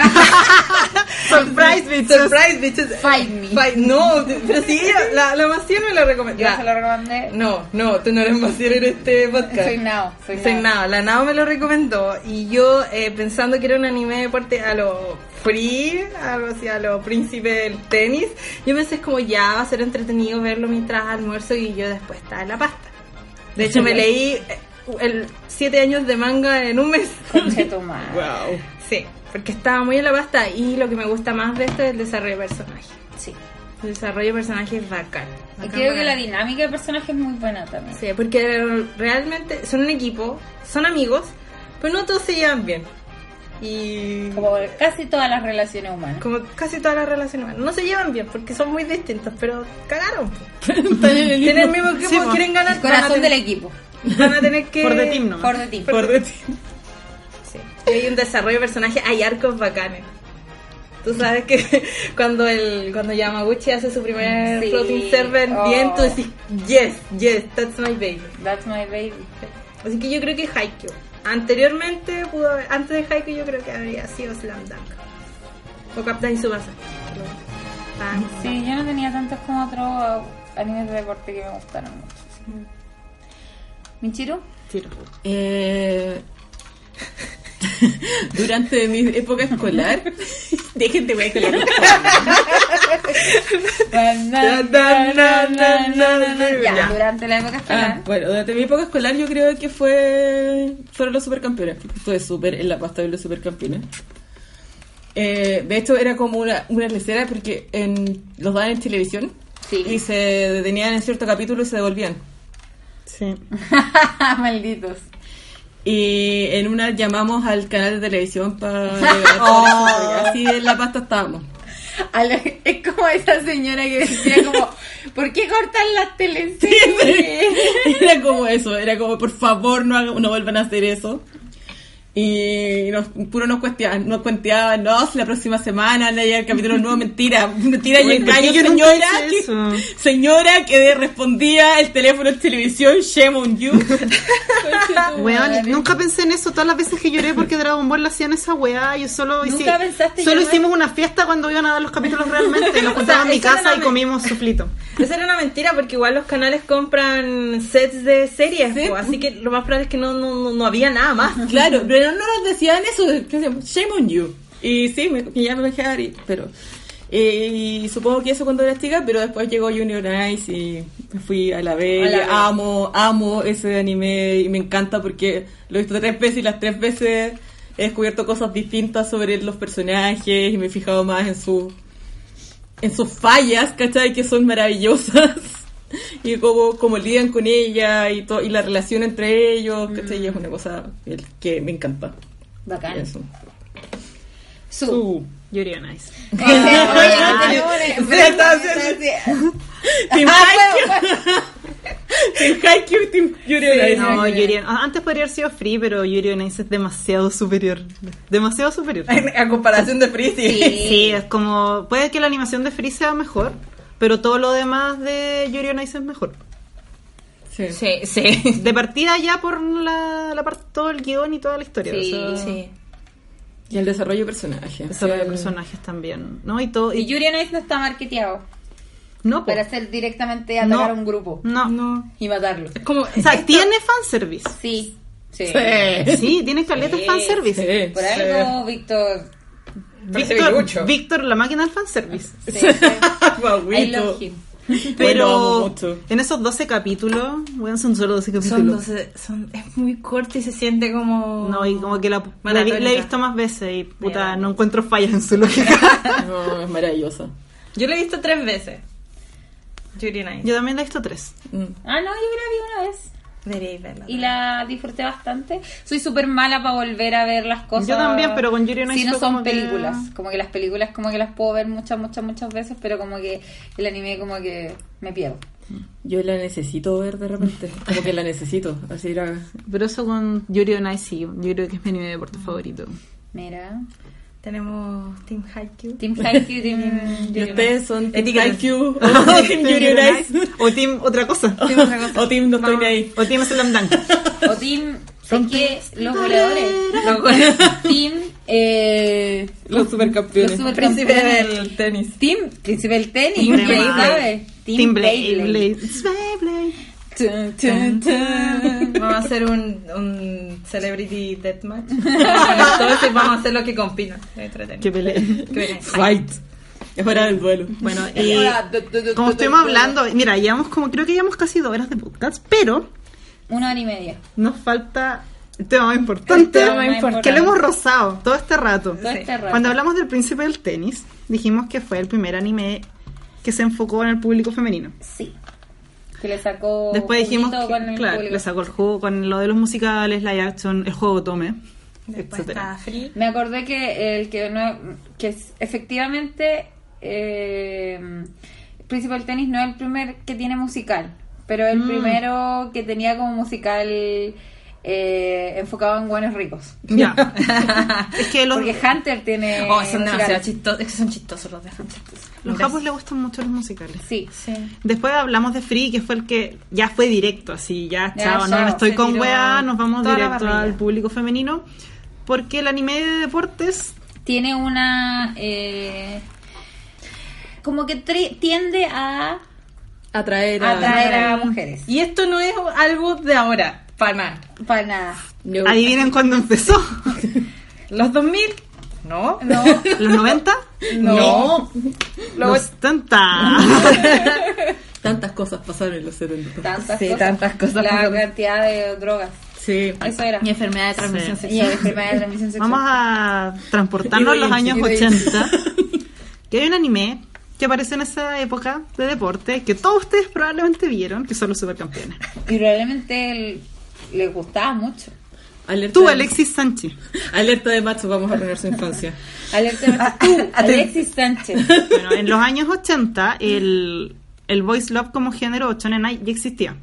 Surprise, bitch.
Surprise, bitches.
Fight me.
Fight. No, pero sí, la, la Maciel me la recomendó.
Yo
La-
se lo recomendé.
No, no, tú no eres Maciel en este podcast.
Soy Nao. Soy
Soy
Nao.
Nao, la Nao me lo recomendó y yo eh, pensando que era un anime de deporte a lo free, algo así, a lo príncipe del tenis, yo pensé es como ya va a ser entretenido verlo mientras almuerzo y yo después estaba en la pasta. De hecho me leí eh, el siete años de manga en un mes.
Conche tu madre.
Wow.
Sí, porque estaba muy en la pasta y lo que me gusta más de esto es el desarrollo de personaje.
Sí.
El desarrollo de personaje es bacán.
Y
bacán,
creo que
bacán.
la dinámica de personaje es muy buena también.
Sí, porque realmente son un equipo, son amigos, pero no todos se llevan bien. Y como,
Como casi todas las relaciones humanas.
casi todas las relaciones humanas, no se llevan bien porque son muy distintos, pero cagaron. po. Tienen el mismo equipo,
Sí, po.
quieren ganar,
El
van a
corazón
tener-
del equipo.
van a tener que...
Por de team, ¿no?
Por de ti.
Por de team.
Sí. Y Hay un desarrollo de personaje, hay arcos bacanes. Tú sabes que cuando el cuando Yamaguchi hace su primer
Sí.
floating server
Oh.
bien, tú decís, yes, yes, that's my baby.
That's my baby.
Así que yo creo que Haikyuu. Anteriormente, pudo haber- antes de Haikyuu, yo creo que habría sido Slam Dunk. O Captain Subasa. Ah,
Sí, yo no tenía tantos como otros animes de deporte que me gustaron mucho. ¿Michiru?
Eh, durante mi época escolar, dejen de voy escolar.
Na, na, na, na, na, na. Ya, durante la época
Ah,
escolar.
bueno, durante mi época escolar yo creo que fue fueron los supercampeones. Estuve súper en la pasta de los supercampeones. Eh, de hecho era como una, una lecera porque en, los daban en televisión
Sí.
y se detenían en cierto capítulo y se devolvían.
Sí.
Malditos.
Y en una llamamos al canal de televisión para... así en la pasta estábamos.
A la- es como esa señora que decía como, ¿por qué cortan las teleseries?
era como eso, era como por favor no, hagan- no vuelvan a hacer eso. Y nos, puro nos cuenteaban, nos cuenteaban, no, si la próxima semana le llega el capítulo nuevo, mentira, mentira y
Bueno,
engaño,
yo nunca
señora.
hice eso.
Que, señora que de- respondía el teléfono de televisión, shame on you.
Weón, nunca pensé en eso. Todas las veces que lloré porque Dragon Ball lo hacían esa weá, yo solo
Nunca
hice-
pensaste
Solo
llorar.
hicimos una fiesta cuando iban a dar los capítulos realmente. Nos juntamos en mi
esa era
casa
la
y
me-
comimos suflito.
Esa era una mentira porque igual los canales compran sets de series,
Sí.
po, así que lo más probable es que no, no, no- no había nada más.
Claro, pero no nos decían eso, ¿qué hacíamos? shame on you. Y sí, me, que ya me dejé dar, y- pero... eh, y supongo que eso cuando era chica, pero después llegó Junior Ice y me fui a la B.
A la
y
B.
Amo, amo ese anime y me encanta porque lo he visto tres veces y las tres veces he descubierto cosas distintas sobre los personajes y me he fijado más en su en sus fallas, ¿cachai? Que son maravillosas. Y cómo, cómo lidian con ella y, to- y la relación entre ellos, ¿cachai?
Mm.
Y es una cosa el- que me encanta.
Bacán.
Eso.
Su.
Yuri on Ice.
Oye,
Team Haikyuu. Team Haikyuu, Team Yuri on Ice.
No, Yuri on- ah, Antes podría haber sido Free, pero Yuri on Ice es demasiado superior. Demasiado superior.
A comparación de Prissy.
Sí, es como. Puede que la animación de Free sea mejor, pero todo lo demás de Yuri on Ice es mejor.
Sí.
Sí, sí.
De partida ya por la, la par- todo el guión y toda la historia. o sea,
sí.
Y el desarrollo de personajes.
Desarrollo de
Sí.
personajes también, ¿no? Y todo.
Y
Y,
Yuri on Ice no está marketeado
no, po.
para hacer directamente atacar a
No.
un grupo
no.
y matarlo.
Es como...
O sea, tiene fanservice.
Sí, sí.
Sí, tiene caleta de fanservice.
Sí,
Por
sí.
algo, Víctor.
Víctor, Víctor, la máquina del fanservice.
Sí, sí.
Guauito.
I love him.
Bueno, amo
Pero
mucho.
en esos 12 capítulos, bueno, son solo 12 capítulos.
Son 12, son, es muy corto y se siente como...
No, y como que la, la, vi-
Maratónica.
la he visto más veces y puta, no encuentro fallas en su lógica.
No, es maravillosa.
Yo lo he visto tres veces. Yuri Nice.
Yo también la he visto tres.
Mm.
Ah, no, yo la vi una vez.
Deberíais verla.
y la disfruté bastante. Soy súper mala para volver a ver las cosas.
Yo también, pero con Yuri on Ice
Si no
fue
son
como que-
películas. Como que las películas como que las puedo ver muchas, muchas, muchas veces, pero como que el anime como que me pierdo.
Yo la necesito ver de repente. Como que la necesito. Así era.
Pero eso con Yuri on Ice, sí. Yo creo que es mi anime de deporte favorito.
Mira.
Tenemos Team Haikyuu.
Team Haikyuu, Team...
Y ustedes son Team
Etiqueta.
Haikyuu, o Team Yuri on Ice,
O Team otra cosa.
o Team No Estoy Ni Ahí.
O Team Slam Dunk.
O Team... Son que los goleadores. Los goleadores. Team... Eh,
Los supercampeones.
Los
Príncipe
supercampeones.
del tenis.
Team Príncipe del Tenis.
Team
nadie
Beyblade.
sabe.
Team Blade.
Beyblade.
Blade. It's Beyblade.
Tun, tun, tun.
Vamos a hacer un, un Celebrity Deathmatch. Con actores y vamos a hacer lo que compinan.
Qué pelea.
Fight. Es hora del duelo.
Bueno, y como estuvimos hablando, mira, llevamos como, creo que llevamos casi dos horas de podcast, pero
Una hora y media.
nos falta el tema más importante,
El tema más importante.
que lo hemos rozado todo este rato.
Todo este rato.
Cuando hablamos del príncipe del tenis, dijimos que fue el primer anime que se enfocó en el público femenino.
Sí. Que le sacó.
Después dijimos
juguito con
que,
el
claro,
público.
le sacó el juego con lo de los musicales, la action, el juego Tome,
Después está
etcétera.
Free.
Me acordé que el que no. que es- efectivamente. Eh, Príncipe del Tenis no es el primer que tiene musical. Pero
Mm.
el primero que tenía como musical. eh, enfocado en buenos ricos.
Ya. es que los,
Porque Hunter tiene.
Oh, son
musical.
demasiado chistosos. Es que son chistosos los de Hunter.
los japos le gustan mucho los musicales.
Sí.
Después hablamos de Free, que fue el que ya fue directo, así ya,
Ya,
chao, no,
chao,
no estoy
se
con
tiró
weá, nos vamos
toda la
directo
parrilla.
al público femenino. Porque el anime de deportes,
tiene una eh, como que tri- tiende a
Atraer a...
atraer a mujeres
Y esto no es algo de ahora, para nada.
para nada
No.
adivinen cuándo empezó,
¿Los 2000? No.
no
los 90,
No.
los 70.
Tantas cosas pasaron en los 70.
tantas
Sí,
cosas
tantas cosas.
la cantidad de drogas
Sí.
eso era
Mi enfermedad de transmisión
y
sexual.
el enfermedad de transmisión sexual
Vamos a transportarnos a los años 80, que hay un anime que apareció en esa época de deporte, que todos ustedes probablemente vieron, que son los supercampeones.
y probablemente él- le gustaba mucho
Alerta
Tú,
de-
Alexis Sánchez.
Alerta de macho, vamos a arruinar su infancia.
Ah,
Alerta tú Alexis Sánchez
Bueno, en los años 80 el, el voice love como género shonenai ya existía.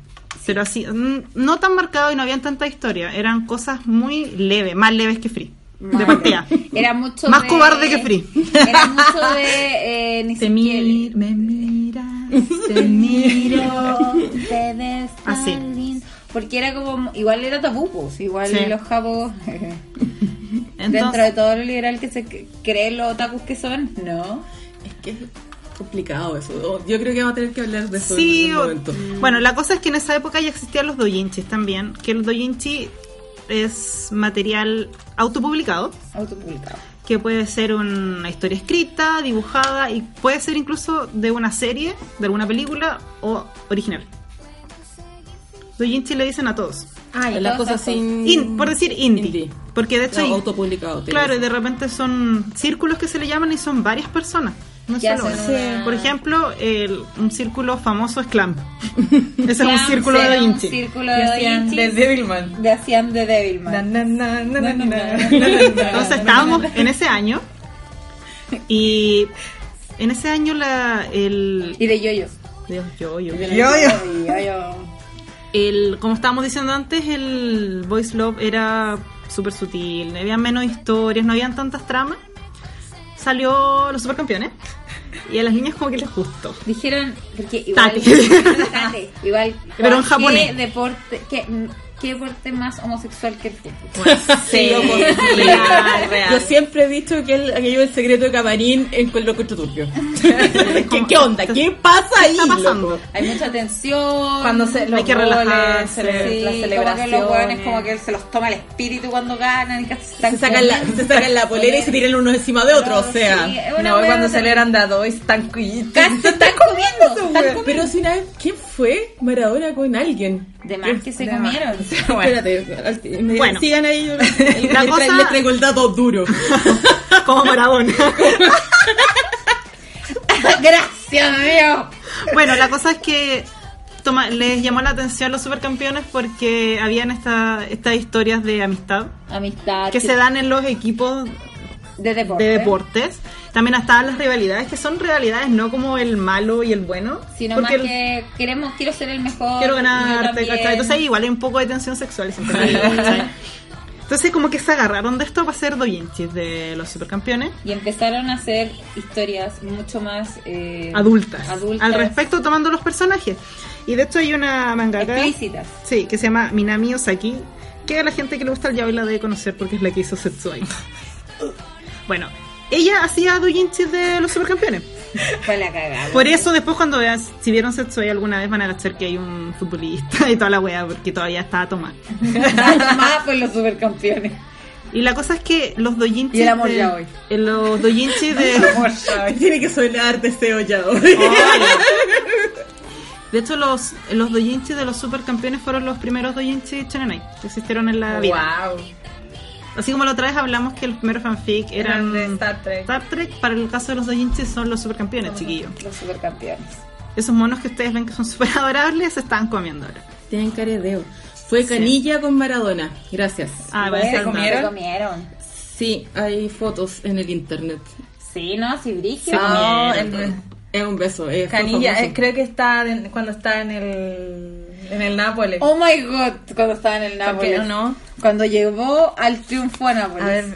Pero así, mm, no tan marcado y no habían tanta historia. Eran cosas muy leves, más leves que Free. De
Madre.
partida.
era mucho
Más
de- eh,
cobarde que Free.
era mucho de eh, ni
Te
siquiera-
mir- me miras, te miro.
Te ves tan
Así.
lindo. Porque era como, igual era tabú, pues, igual
Sí.
los japos, dentro
Entonces,
de todo lo liberal que se c- creen los otakus que son, no.
Es que es complicado eso. Oh, Yo creo que vamos a tener que hablar de eso
sí,
en
o-
un momento.
bueno, la cosa es que en esa época ya existían los doyinchis también. Que el doyinchi es material autopublicado.
Autopublicado.
que puede ser una historia escrita, dibujada y puede ser incluso de una serie, de alguna película o original. Doyinchi le dicen a todos.
Ay,
Las cosas sin...
In, por decir indie.
Mm, Indie.
Porque de hecho,
No,
hay-
autopublicado. te
claro, y
digo.
de repente son círculos que se le llaman y son varias personas. No es
Que
solo
hacen
una.
una-
Por ejemplo, el- un círculo famoso es Clamp. Ese es un círculo de
un
Doyinchi.
círculo
Y
de
hacían
doujinshi
de Devilman.
de hacían de Devilman.
Na, na, na, na, na, na, na, na, na,
Entonces
na.
estábamos en ese año y en ese año la, el,
Y de yoyos.
Dios, yo, yo.
Yoyo. Yoyo.
El, como estábamos diciendo antes, el voice love era súper sutil, había menos historias, no habían tantas tramas. Salió los supercampeones y a las niñas como que les gustó.
Dijeron, porque igual,
Tate.
Tate, igual,
Pero en
¿qué
japonés.
deporte, qué, qué deporte más homosexual que el fútbol?
Sí, loco.
real, real.
Yo siempre he visto que el, aquello del secreto de camarín en con lo turpio. ¿Qué, ¿Qué onda? ¿Qué pasa ahí?
está pasando?
loco?
Hay mucha tensión.
Cuando se, los
Hay que
goles,
relajarse.
cele-
Sí,
las
como que los hueones
celebraciones.
como que se los toma el espíritu cuando ganan y que se,
Se sacan, la, se sacan la polera y se tiran uno encima de otro, o sea.
Eh,
No, cuando celebran de a dos están cuiditos.
Casi se están comiendo.
Pero si una vez, ¿quién fue Maradona con alguien?
De más que se
De más.
comieron.
Bueno,
Espérate, me-
Bueno.
sigan ahí. yo- les tra-
cosa-
les traigo el dato duro.
Como Maradona.
Gracias, Dios.
bueno, la cosa es que toma- les llamó la atención los supercampeones porque habían esta- estas historias de amistad
Amistad.
que se dan en los equipos
De deporte.
de deportes. También estaban las rivalidades, que son rivalidades no como el malo y el bueno,
Sino
porque
más
el-
que queremos, quiero ser el mejor.
quiero
yo
ganarte,
también.
¿cachai? Entonces ahí igual hay un poco de tensión sexual siempre hay, ¿cachai? Entonces como que se agarraron de esto para ser doyinchis de los supercampeones.
Y empezaron a hacer historias mucho más eh,
adultas,
adultas.
al respecto tomando los personajes. Y de hecho hay una mangaka
Explícitas.
sí, que se llama Minami Osaki, que a la gente que le gusta el yaoi la debe conocer porque es la que hizo Setsuai. bueno, ella hacía doujinshi de los supercampeones.
Para la cagada.
Por eso después cuando vean, si vieron Setsuai alguna vez van a cachar que hay un futbolista y toda la wea porque todavía estaba tomando.
Más por los supercampeones.
Y la cosa es que los doujinshi
Y el amor
de-
yaoi.
eh, los doujinshi de
Tiene que sonar deseo ya hoy.
De hecho, los, los doujinshi de los supercampeones fueron los primeros doujinshi Chenenai que existieron en la vida.
Wow.
Así como la otra vez hablamos que el primer fanfic eran
Eran de Star Trek.
Star Trek, para el caso de los doujinshi son los supercampeones, chiquillos.
Los supercampeones.
Esos monos que ustedes ven que son super adorables se están comiendo ahora.
Tienen caredeo. Fue Canilla con Maradona. Gracias.
Bueno,
Ah, parece
se
comieron.
comieron. comieron.
Sí, hay fotos en el internet.
Sí, no, sí, Oh, Brigio.
No, el-
Es un beso. es
Ah, Canilla,
famoso.
eh, creo que está en- cuando está en el en el Nápoles.
Oh my god, cuando estaba en el Nápoles.
Porque- no.
Cuando llegó al triunfo a Nápoles.
A ver,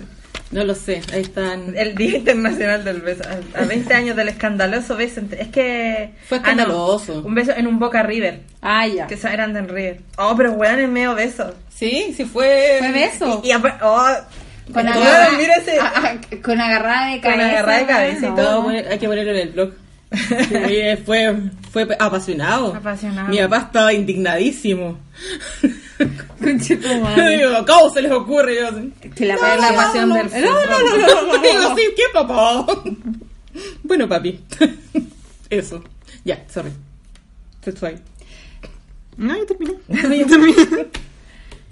No lo sé. Ahí están.
el Día Internacional del Beso. A, a 20 años del escandaloso beso. entre- es que.
Fue
ah, no,
escandaloso.
un beso en un Boca River.
Ah, ya.
Que eso eran del River. Oh, pero weón, en medio beso.
Sí, sí fue.
¿Fue beso?
Y, apa- oh,
Con
Weón,
agarra-
mira ese.
a- a- con agarrada de
Con
cabeza.
agarrada de cabeza y
no.
Todo, bueno, hay que ponerlo en el blog. Sí, fue, fue apasionado.
Apasionado.
Mi papá estaba indignadísimo.
Conche tu madre.
Digo, ¿Cómo se les ocurre? Yo, así,
Que la
Es la
verdad
pasión del
No,
fútbol.
no, no, no, no, digo, sí, ¿qué papá? bueno, papi. Eso. Ya, sorry. Sexual.
No, yo terminé. Yo terminé.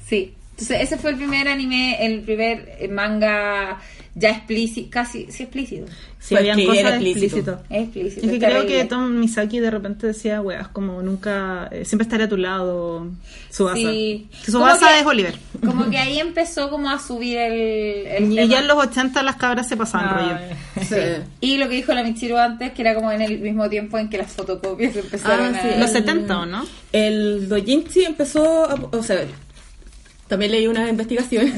Sí. Entonces, ese fue el primer anime, el primer eh, manga ya explícito, casi, sí explícito.
Sí,
Pues
habían
que era
cosas
explícito.
explícitas.
Es explícito.
Es que
está
creo
bien.
que Tom Misaki de repente decía, weas, como nunca, eh, siempre estaré a tu lado, Subasa.
Sí.
Que Subasa
Como que-
es Oliver.
Como que ahí empezó como a subir el, el
Y
tema.
ya en los 80 las cabras se pasaban rollo.
Sí.
Ah,
Y lo que dijo la Michiru antes, que era como en el mismo tiempo en que las fotocopias empezaron
Ah, sí.
a...
Los 70, ¿o no?
El doujinshi empezó, a- o sea, también leí una investigación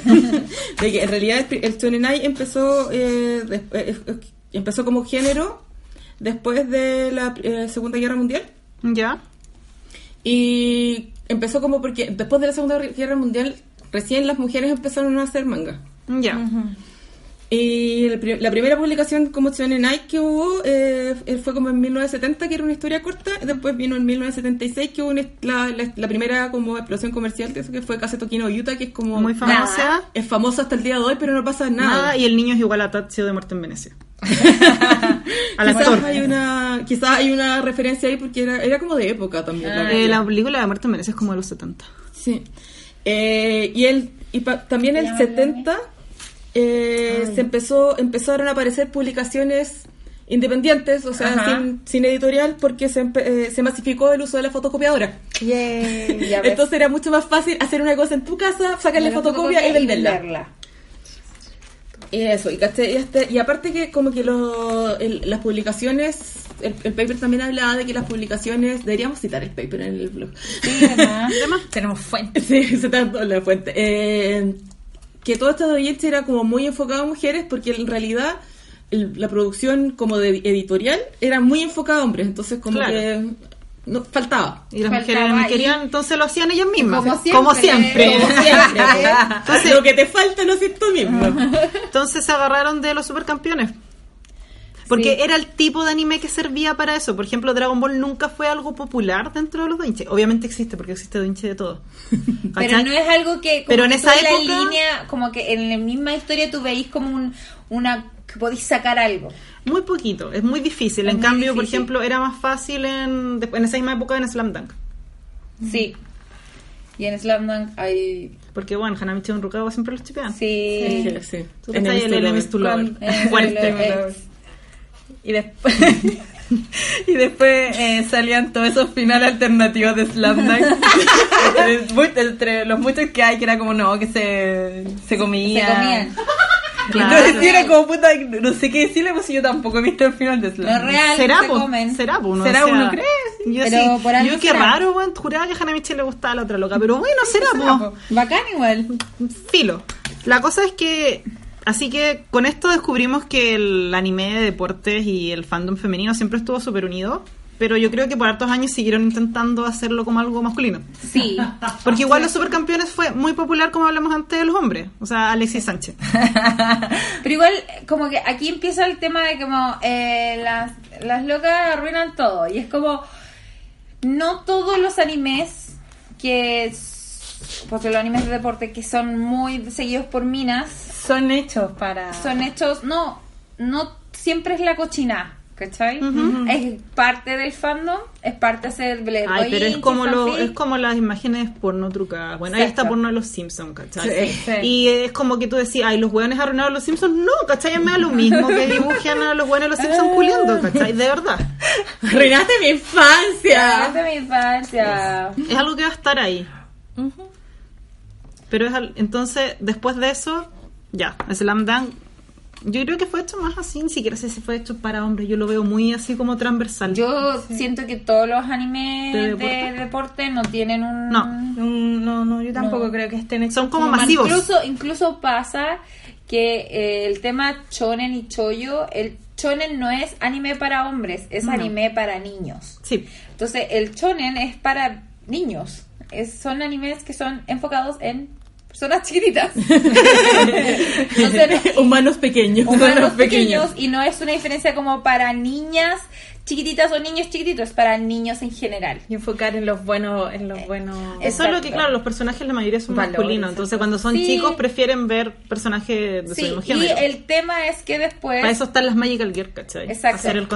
de que en realidad el, pri- el shonenai empezó, eh, des- eh, eh, empezó como género después de la eh, Segunda Guerra Mundial
¿Ya?
y empezó como porque después de la Segunda Guerra Mundial recién las mujeres empezaron a hacer manga.
Ya.
Y el pri- la primera publicación como Shonenai que hubo eh, eh, fue como en 1970, que era una historia corta. y Después vino en 1976, que hubo una- la, la- la primera como explosión comercial, que eso que fue Kaseto Kino Utah, que es como...
Muy famosa.
Nada.
Es famosa hasta el día de hoy, pero no pasa nada.
Nada. y el niño es igual a Tazio de Muerte en Venecia. Al
quizás,
actor.
hay una, quizás hay una referencia ahí, porque era, era como de época también. la
Eh,
verdad.
la película de Muerte en Venecia es como de los 70.
Sí. Eh, y el, y pa- también el 70 eh, se empezó, empezaron a aparecer publicaciones independientes, o sea, sin, sin editorial, porque se, empe- eh, se masificó el uso de la fotocopiadora.
Yay.
Ya ves.
Entonces era mucho más fácil hacer una cosa en tu casa, sacarle
Una
fotocopia, y venderla.
venderla.
Y Eso, y, caché- y este- y aparte que como que lo- el- las publicaciones, el, el paper también hablaba de que las publicaciones, deberíamos citar el paper en el blog.
Sí, además.
Tenemos fuente.
Sí, se tardó la fuente. Eh, que todo este doyente era como muy enfocado a mujeres porque en realidad el- la producción como de editorial era muy enfocada a hombres, entonces como
Claro.
que no, faltaba.
Y las
Faltaba
mujeres no
ahí.
querían, entonces lo hacían ellas mismas.
Como siempre.
siempre.
Como siempre, ¿eh?
Entonces-
lo que te falta lo haces tú mismo.
Entonces se agarraron de los supercampeones. Porque era el tipo de anime que servía para eso. Por ejemplo, Dragon Ball nunca fue algo popular dentro de los doinches. Obviamente existe, porque existe doinche de todo.
Pero
¿Cachai?
no es algo que como
Pero en
que
esa
tú la
época-
línea, como que en la misma historia tú veis como un, una que podéis sacar algo.
Muy poquito, es muy difícil.
Es
en
muy
cambio, por
difícil.
ejemplo, era más fácil en, después- en esa misma época en Slam Dunk.
Sí. Y en Slam Dunk hay
Porque, bueno, Hanamichi y Rukawa siempre los chipean.
sí.
Eh, Sí.
Tú que estás ahí en el Enemies to Lover.
Eh,
Fuerte.
lo- eh,
Y después.
Y después eh, salían todos esos finales alternativos de Slamdunk. entre, mu- entre los muchos que hay, que era como no, que se, se comían.
Se comían.
Entonces sí, era como puta, no sé qué decirle, pues yo tampoco he visto el final de
Lo
Slamdunk.
real,
¿Será,
se
po?
comen.
¿Será, po? No,
¿Será,
o sea,
uno cree?
Yo,
Pero
sí,
por algo
yo qué
será.
raro, weón, juraba que a Hannah Michelle le gustaba la otra loca, pero bueno, será, po.
Bacán igual.
Filo. La cosa es que. Así que con esto descubrimos que el anime de deportes y el fandom femenino siempre estuvo súper unido. Pero yo creo que por hartos años siguieron intentando hacerlo como algo masculino.
Sí.
Porque igual los supercampeones fue muy popular, como hablamos antes, de los hombres. O sea, Alexis Sánchez.
Pero igual, como que aquí empieza el tema de como eh, las, las locas arruinan todo. Y es como, no todos los animes que... s- Porque los animes de deporte que son muy seguidos por minas
Son hechos para.
son hechos... No, no siempre es la cochina. ¿Cachai? Es parte del fandom, es parte de ser
Ay, pero es
boy,
como, lo,
fanfic.
es como las imágenes porno trucadas. Bueno, ahí está
Exacto.
porno de los Simpsons, ¿cachai?
Sí, sí.
Y es como que tú decís, ay, los hueones arruinaron los Simpsons. No, ¿cachai? Me da lo mismo que dibujen a los hueones de los Simpsons culiando, ¿cachai? De verdad.
¡Arruinaste mi
Ah,
infancia!
de mi infancia.
Es algo que va a estar ahí. Pero es al- entonces, después de eso, ya, Slam Dunk. Yo creo que fue hecho más así, ni siquiera sé si fue hecho para hombres. Yo lo veo muy así como transversal.
Yo siento que todos los animes
¿De
de
deporte?
deporte, no tienen un...
No.
Mm, No, no, yo tampoco creo que estén hechos.
Son como
más
masivos.
Incluso, incluso pasa que eh, el tema chonen y choyo, el chonen no es anime para hombres, es anime para niños.
Sí.
Entonces el chonen es para niños. Es- son animes que son enfocados en personas chiquititas. Entonces,
Humanos pequeños.
humanos pequeños y no es una diferencia como para niñas chiquititas o niños chiquititos, es para niños en general.
Y enfocar en los buenos. En
Eh,
los buenos...
Eso es lo que,
Exacto.
claro, los personajes la mayoría son
Valores,
masculinos.
exacto.
Entonces, cuando son
Sí.
chicos, prefieren ver personajes de su
Sí,
mismo
y
género.
el tema es que después...
Para eso están las Magical Gear, ¿cachai?
Exacto.
Hacer
Pero
el
las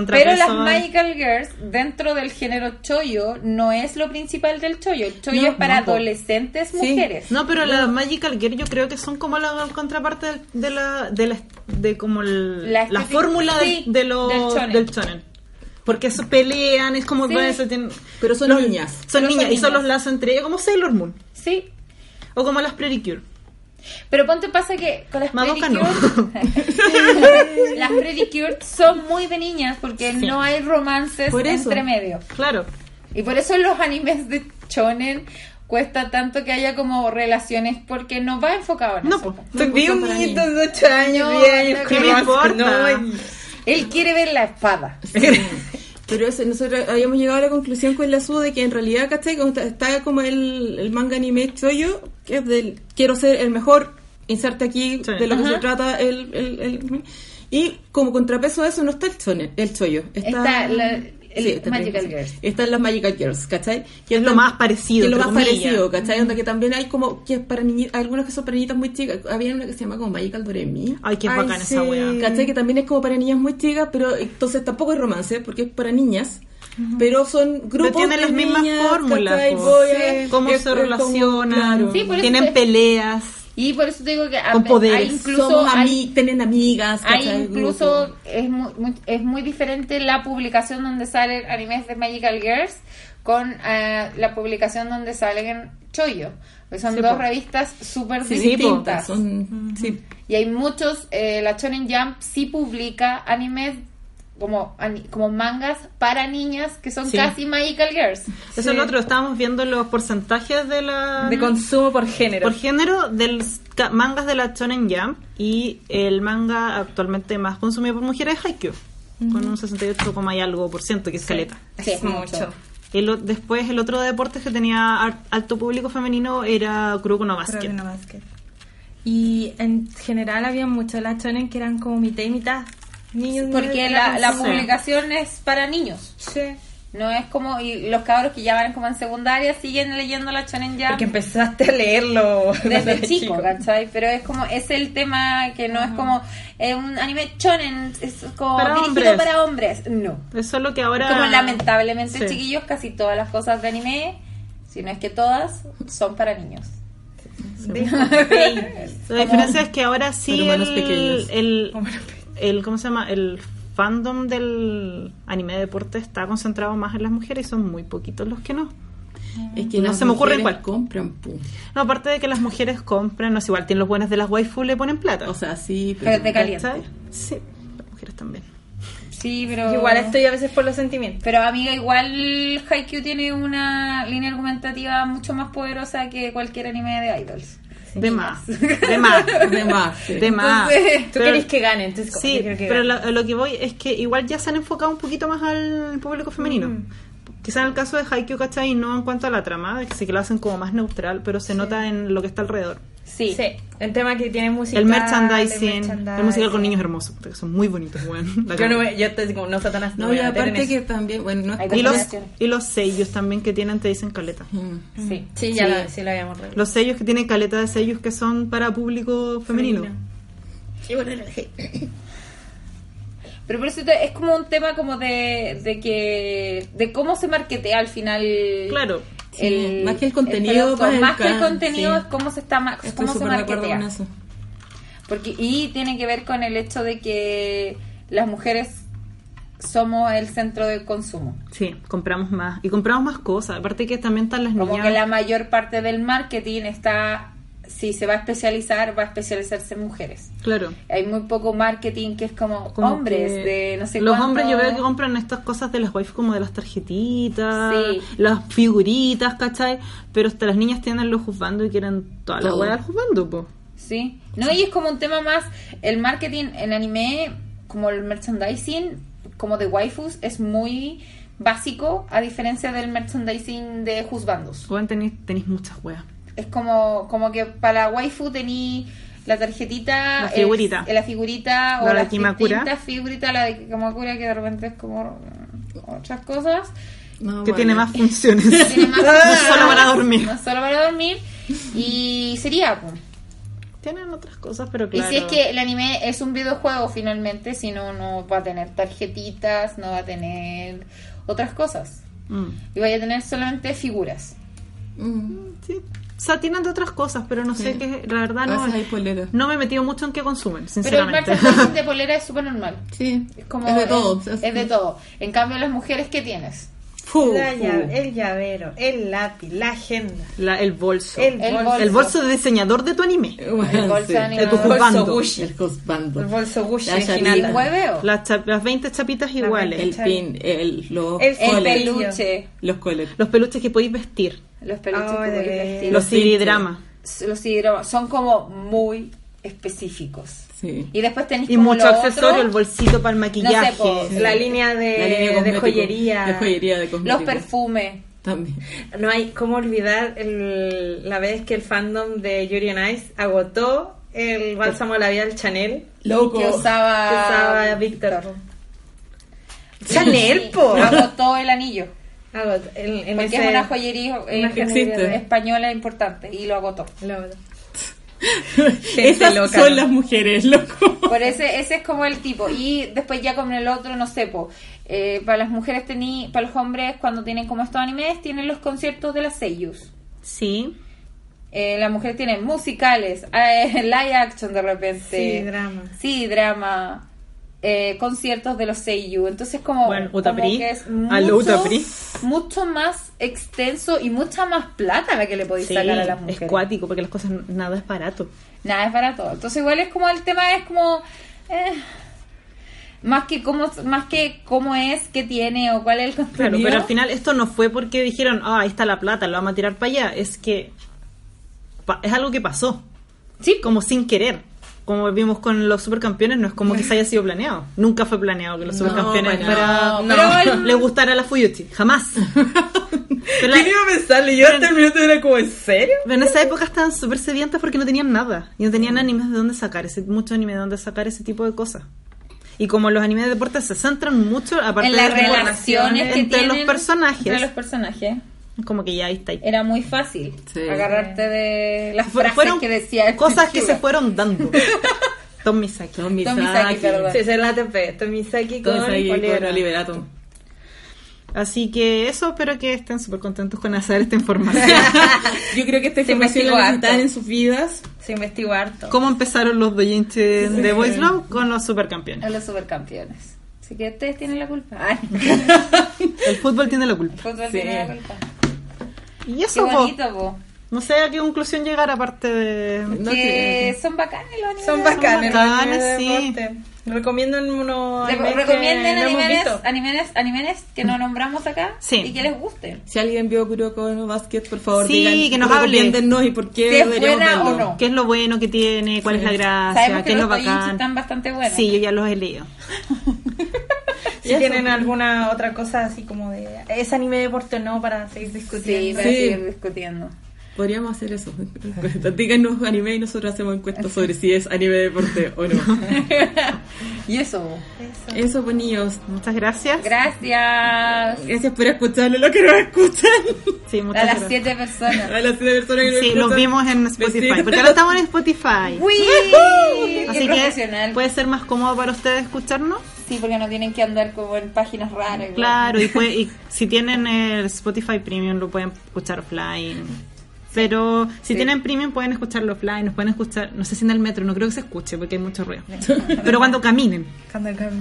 contrapeso.
Magical Girls, dentro del género choyo, no es lo principal del choyo. El choyo
No,
es para
no, po.
adolescentes mujeres.
No, pero las Magical Gear yo creo que son como la contraparte del- de la, de la- de como el-
La
la,
estética-
fórmula de-
sí,
de, lo,
del shonen.
del shonen. Porque eso pelean, es como
Sí.
bueno, eso tienen-
Pero son
Los-
niñas.
Son
Pero
niñas
son
y son
niñas.
los lazos entre ellas como Sailor Moon
Sí.
o como las Pretty Cure.
Pero ponte pasa que con las
Madoka no.
Cure, las Pretty Cure son muy de niñas porque no hay romances
Por eso.
entre medio.
Claro.
Y por eso en los animes de shonen cuesta tanto que haya como relaciones porque no va enfocado en
No, pues,
eso.
po.
Son niñitos de 8 años,
No,
10 años,
no
que
creo.
más-
importa.
no, y-
Él quiere ver la espada.
Pero eso, nosotros habíamos llegado a la conclusión con la SU de que en realidad, ¿cachai? Como está, está como el, el manga anime choyo, que es del quiero ser el mejor, inserte aquí
Sí.
de lo que se trata el, el, el- Y como contrapeso a eso no está el, chone, el choyo. Está,
Está la- el
está
Magical
bien.
Girls.
Están las Magical Girls, ¿cachai? Que
Es lo
están-
más parecido,
que es lo más
entre comillas.
parecido, ¿cachai? Onda que también hay como que es para niñi- algunos que son para niñitas muy chicas. Había una que se llama como Magical Doremi.
Ay, qué
Ay,
bacana esa
sí.
wea.
¿Cachai? Que también es como para niñas muy chicas, pero entonces tampoco es romance, porque es para niñas. Pero son grupos
tienen
de
las mismas
niñas,
fórmulas,
¿cachai?
po.
Voy
Sí.
a-
Cómo
es-
se
es como-
relacionan,
claro.
Sí, por eso
tienen
te-
peleas.
Y por eso te digo que a-
Con poderes.
hay incluso
Somos
hay-
ami- tienen amigas,
Hay
¿cachai?
incluso, es muy, muy- es muy diferente la publicación donde salen animes de Magical Girls con eh, la publicación donde salen Choyo. Pues son
Sí,
dos
po.
revistas súper
Sí,
distintas.
son- sí.
Y hay muchos, eh, la Shonen Jump sí publica animes como, ani- como mangas para niñas que son
Sí.
casi Magical Girls.
Eso es lo otro, estábamos viendo los porcentajes de la
de consumo por género.
Por género, del ca- mangas de la Shonen Jump y el manga actualmente más consumido por mujeres es Haikyuu, con un 68, coma y algo por ciento, que es caleta.
Sí, es mucho.
El o- después, el otro deporte que tenía ar- alto público femenino era Kuroko no
Creo que
Basket.
no básquet. Y en general había muchos lachones que eran como mitad y mitad. Niños
Porque
niños,
la, la
sí.
publicación es para niños.
Sí.
No es como, y los cabros que ya van como en secundaria siguen leyendo la Shonen Jump.
Porque empezaste a leerlo
desde chico, ¿cachai? Pero es como, es el tema que no es como eh, un anime chonen, es como
Para
dirigido
hombres.
para hombres. No.
Eso es lo que ahora...
Como lamentablemente,
Sí.
chiquillos, casi todas las cosas de anime, si no es que todas, son para niños.
La diferencia es que ahora sí
Pero humanos
el,
pequeños.
el, el- ¿cómo se llama? El fandom del anime de deporte está concentrado más en las mujeres y son muy poquitos los que no.
Es que
No
las
se me ocurre
mujeres
cuál.
compran, pum.
No, aparte de que las mujeres compran, no es igual, tienen los buenos de las waifu le ponen plata.
O sea, sí, pero...
Pero te calienta.
¿Sabes? Sí, las mujeres también.
Sí, pero.
Igual estoy a veces por los sentimientos.
Pero amiga, igual Haikyuu tiene una línea argumentativa mucho más poderosa que cualquier anime de idols.
De más. De más.
De más, sí.
De más.
Entonces,
Tú
Pero-
querés que ganen, entonces ¿cómo?
Sí,
Yo creo que
pero
ganen.
lo, lo que voy es que igual ya se han enfocado un poquito más al público femenino. Quizá en el caso de Haikyuu, ¿cachai? No en cuanto a la trama, que sí que lo hacen como más neutral, pero se nota en lo que está alrededor.
sí.
Sí, el tema que tiene música.
el merchandising, el musical con
merchandising.
niños hermosos, porque son muy bonitos, weón. La
Yo no,
cagó.
voy- yo te como no Satanás.
No,
voy
y
a meter en
aparte
eso.
que también, bueno, no es
Hay
como-
y los,
combinaciones.
y los sellos también que tienen te dicen caleta.
Mm.
Sí.
Sí, ya lo, sí lo habíamos revisado.
Los sellos que tienen caleta de sellos que son para público femenino.
Pero por eso te- es como un tema como de, de que. de cómo se marketea al final.
Claro.
Sí, más que el contenido,
producto,
pues, el
más que el
can-
contenido
sí.
es cómo se está ma-
Estoy
cómo se
súper de acuerdo
marketea.
con eso.
Porque, y tiene que ver con el hecho de que las mujeres somos el centro de consumo.
Sí, compramos más. Y compramos más cosas. Aparte que también están las
Como
niñas.
que la mayor parte del marketing está, si se va a especializar, va a especializarse en mujeres.
Claro.
Hay muy poco marketing que es como,
Como
hombres
que
de no sé
Los
cuánto.
hombres yo veo que compran estas cosas de las wife como de las tarjetitas,
Sí.
las figuritas, ¿cachai? Pero hasta las niñas tienen los juzgando y quieren toda la
Oh.
Todo.
weá del juzgando, po.
Sí. No, y es como un tema más, el marketing en anime, como el merchandising, como de waifus, es muy básico a diferencia del merchandising de juzbandos.
Weón, tenéis tenéis muchas weas.
Es como, como que para waifu tení la tarjetita,
La figurita.
el- la figurita
La
o
de
las
Kimakura.
distintas figuritas, la de Kimakura que de repente es como otras cosas.
No,
que
bueno.
tiene más funciones.
Oh, Tiene más-
no solo para dormir.
No solo para dormir. Y sería. po.
Tienen otras cosas, pero
Y
claro.
si es que el anime es un videojuego finalmente, si no, no va a tener tarjetitas, no va a tener otras cosas.
Mm.
Y vaya a tener solamente figuras.
Mm.
Sí. O sea, tienen de otras cosas, pero no sé
Sí.
qué. La
Ah,
verdad,
A
no,
veces hay polera.
Mm.
no me he metido mucho en qué
Pero
consumen,
el
sinceramente.
merchandising de polera es súper normal.
Sí,
Es, como,
es de todo.
Es, es de todo. En cambio, las mujeres, ¿qué tienes?
Fu,
La
fu.
llave- el llavero, el lápiz, la agenda.
La- el bolso.
El-
El,
bolso.
bolso de diseñador de tu anime.
Bueno,
El bolso
sí.
de anime.
El
El bolso
cujubando.
Gucci.
El cosbando.
El bolso Gucci
La
de
charita.
¿Y
Hinata.
hueveo?
Las, chap- las 20 chapitas iguales.
El pin, el, los
El
el
Cole.
colores.
peluche.
Los colores.
Los peluches que podéis vestir.
Los peluches
Ay,
que
de
podéis
veras.
vestir.
Los
Los,
CD-drama.
los hidromas son como muy específicos.
Sí.
Y después tenéis
Y
como
mucho
lo
accesorio,
otro,
el bolsito para el maquillaje.
po,
La línea de,
La línea
de
cosmético.
joyería.
De joyería, de
los
cosméticos.
perfumes.
También.
No hay cómo olvidar el- la vez que el fandom de Yuri on Ice agotó el bálsamo labial Chanel
Loco.
que usaba,
que usaba Ah, Víctor. Chanel,
Sí,
po.
Agotó el anillo.
Agotó. En, en
Porque
ese-
es una joyería eh,
Una
existe.
española importante y lo agotó.
lo agotó.
Esas
loca,
son
¿no?
las mujeres, loco.
Por ese, ese es como el tipo. Y después ya con el otro, no sé, po, eh, para las mujeres tení, para los hombres cuando tienen como estos animes, tienen los conciertos de las seiyus.
Sí.
Eh, las mujeres tienen musicales, eh, live action de repente.
Sí, drama.
Sí, drama. eh, conciertos de los seiyuu. Entonces como,
Bueno,
como
Utapri.
que es
A
mucho,
lo Utapri.
mucho más extenso y mucha más plata la que le podéis
Sí,
sacar a las
es
mujeres.
cuático porque las cosas nada es barato.
Nada es barato. Entonces igual es como el tema es como eh, más que cómo más que cómo es, qué tiene o cuál es el
Claro,
contenido.
pero al final esto no fue porque dijeron, ah, ahí está la plata, lo vamos a tirar para allá. Es que pa- es algo que pasó,
sí,
como sin querer. Como vimos con los supercampeones, no es como que se haya sido planeado. Nunca fue planeado que los supercampeones
bueno,
fuera-
no. Pero el-
le gustara a la Fuyuchi. Jamás. Pero la-
¿Quién iba a pensarle? Yo hasta el minuto era como, ¿en serio?
Pero en esa época estaban súper sedientas porque no tenían nada. Y no tenían animes de dónde sacar, ese, mucho anime de dónde sacar ese tipo de cosas. Y como los animes de deportes se centran mucho, aparte
en
de
las relaciones que
entre
tienen
los personajes,
entre los personajes
como que ya ahí está. ahí.
era muy fácil
Sí.
agarrarte de las
Fue-
frases que decía
cosas que se
fueron
fueron dando. Tom Misaki.
Son
Son Misaki,
Misaki.
perdón.
Sí, esa es la ATP. Tomisaki con
Todos ahí con
Olivera.
Oliverato.
Así que eso, espero que estén súper contentos con hacer esta información.
Yo creo que esta
Se
información
investigó
la necesitan
harto.
en sus vidas.
Se investigó harto.
¿Cómo empezaron los doyinches de Voice Love con los supercampeones?
a los supercampeones. Así que ustedes tienen la culpa. Ay,
El fútbol tiene la
el
culpa.
fútbol tiene la culpa.
Y
Qué
eso, po.
bonito, po.
no sé a qué conclusión llegar aparte de...
No
que son bacanes los animes.
Son
de-
bacanes. los
Son bacanes,
animes de
sí.
deporte.
Recomiendo uno.
Re- Recomienden animes, animes, animes que no nombramos acá
Sí.
y que les gusten.
Si alguien vio Kuroko no Basket, por favor,
Sí,
digan,
que nos hable.
recomiéndennos y por qué
Si es
deberíamos
buena o
verlo.
no.
¿Qué es lo bueno que tiene? ¿Cuál es la gracia?
Sabemos
¿Qué
que
es lo
los doujinshi
bacán?
están bastante buenos.
Sí, yo ya los he leído.
Si tienen alguna otra cosa así como de. ¿Es anime de deporte o no? Para seguir
Sí,
discutiendo.
para
Sí.
seguir discutiendo.
Podríamos hacer eso. Encuesta. Díganos anime y nosotros hacemos encuestas sobre si es anime de deporte o no.
Y eso.
Eso, pues niños.
Muchas gracias.
Gracias
Gracias por escucharlo, lo que nos escuchan.
Sí,
a
muchas
las
gracias.
siete personas.
A las siete personas que nos
Sí,
escuchan.
los vimos en Spotify.
Vestidos.
Porque ahora estamos en Spotify.
¡Uy!
Así
Qué
que pues,
profesional.
puede ser más cómodo para ustedes escucharnos.
Sí, porque no tienen que andar como en páginas raras. güey.
Claro, y, puede- y si tienen el Spotify Premium lo pueden escuchar offline. Pero si tienen Premium pueden escucharlo offline, nos pueden escuchar, no sé si en el metro, no creo que se escuche porque hay mucho ruido. Pero cuando caminen.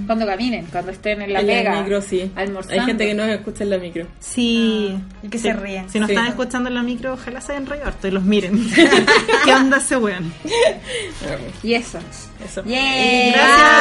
Cuando caminen, cuando estén en la
en
pega.
la micro, sí.
Almorzando.
Hay gente que nos escucha en la micro.
Sí.
y Ah, que
Sí.
se ríen.
Si nos
Sí.
están escuchando en la micro, ojalá se hayan reído harto y los miren. ¿Qué onda ese weón?
Y eso.
Eso.
¡Yay!
Gracias.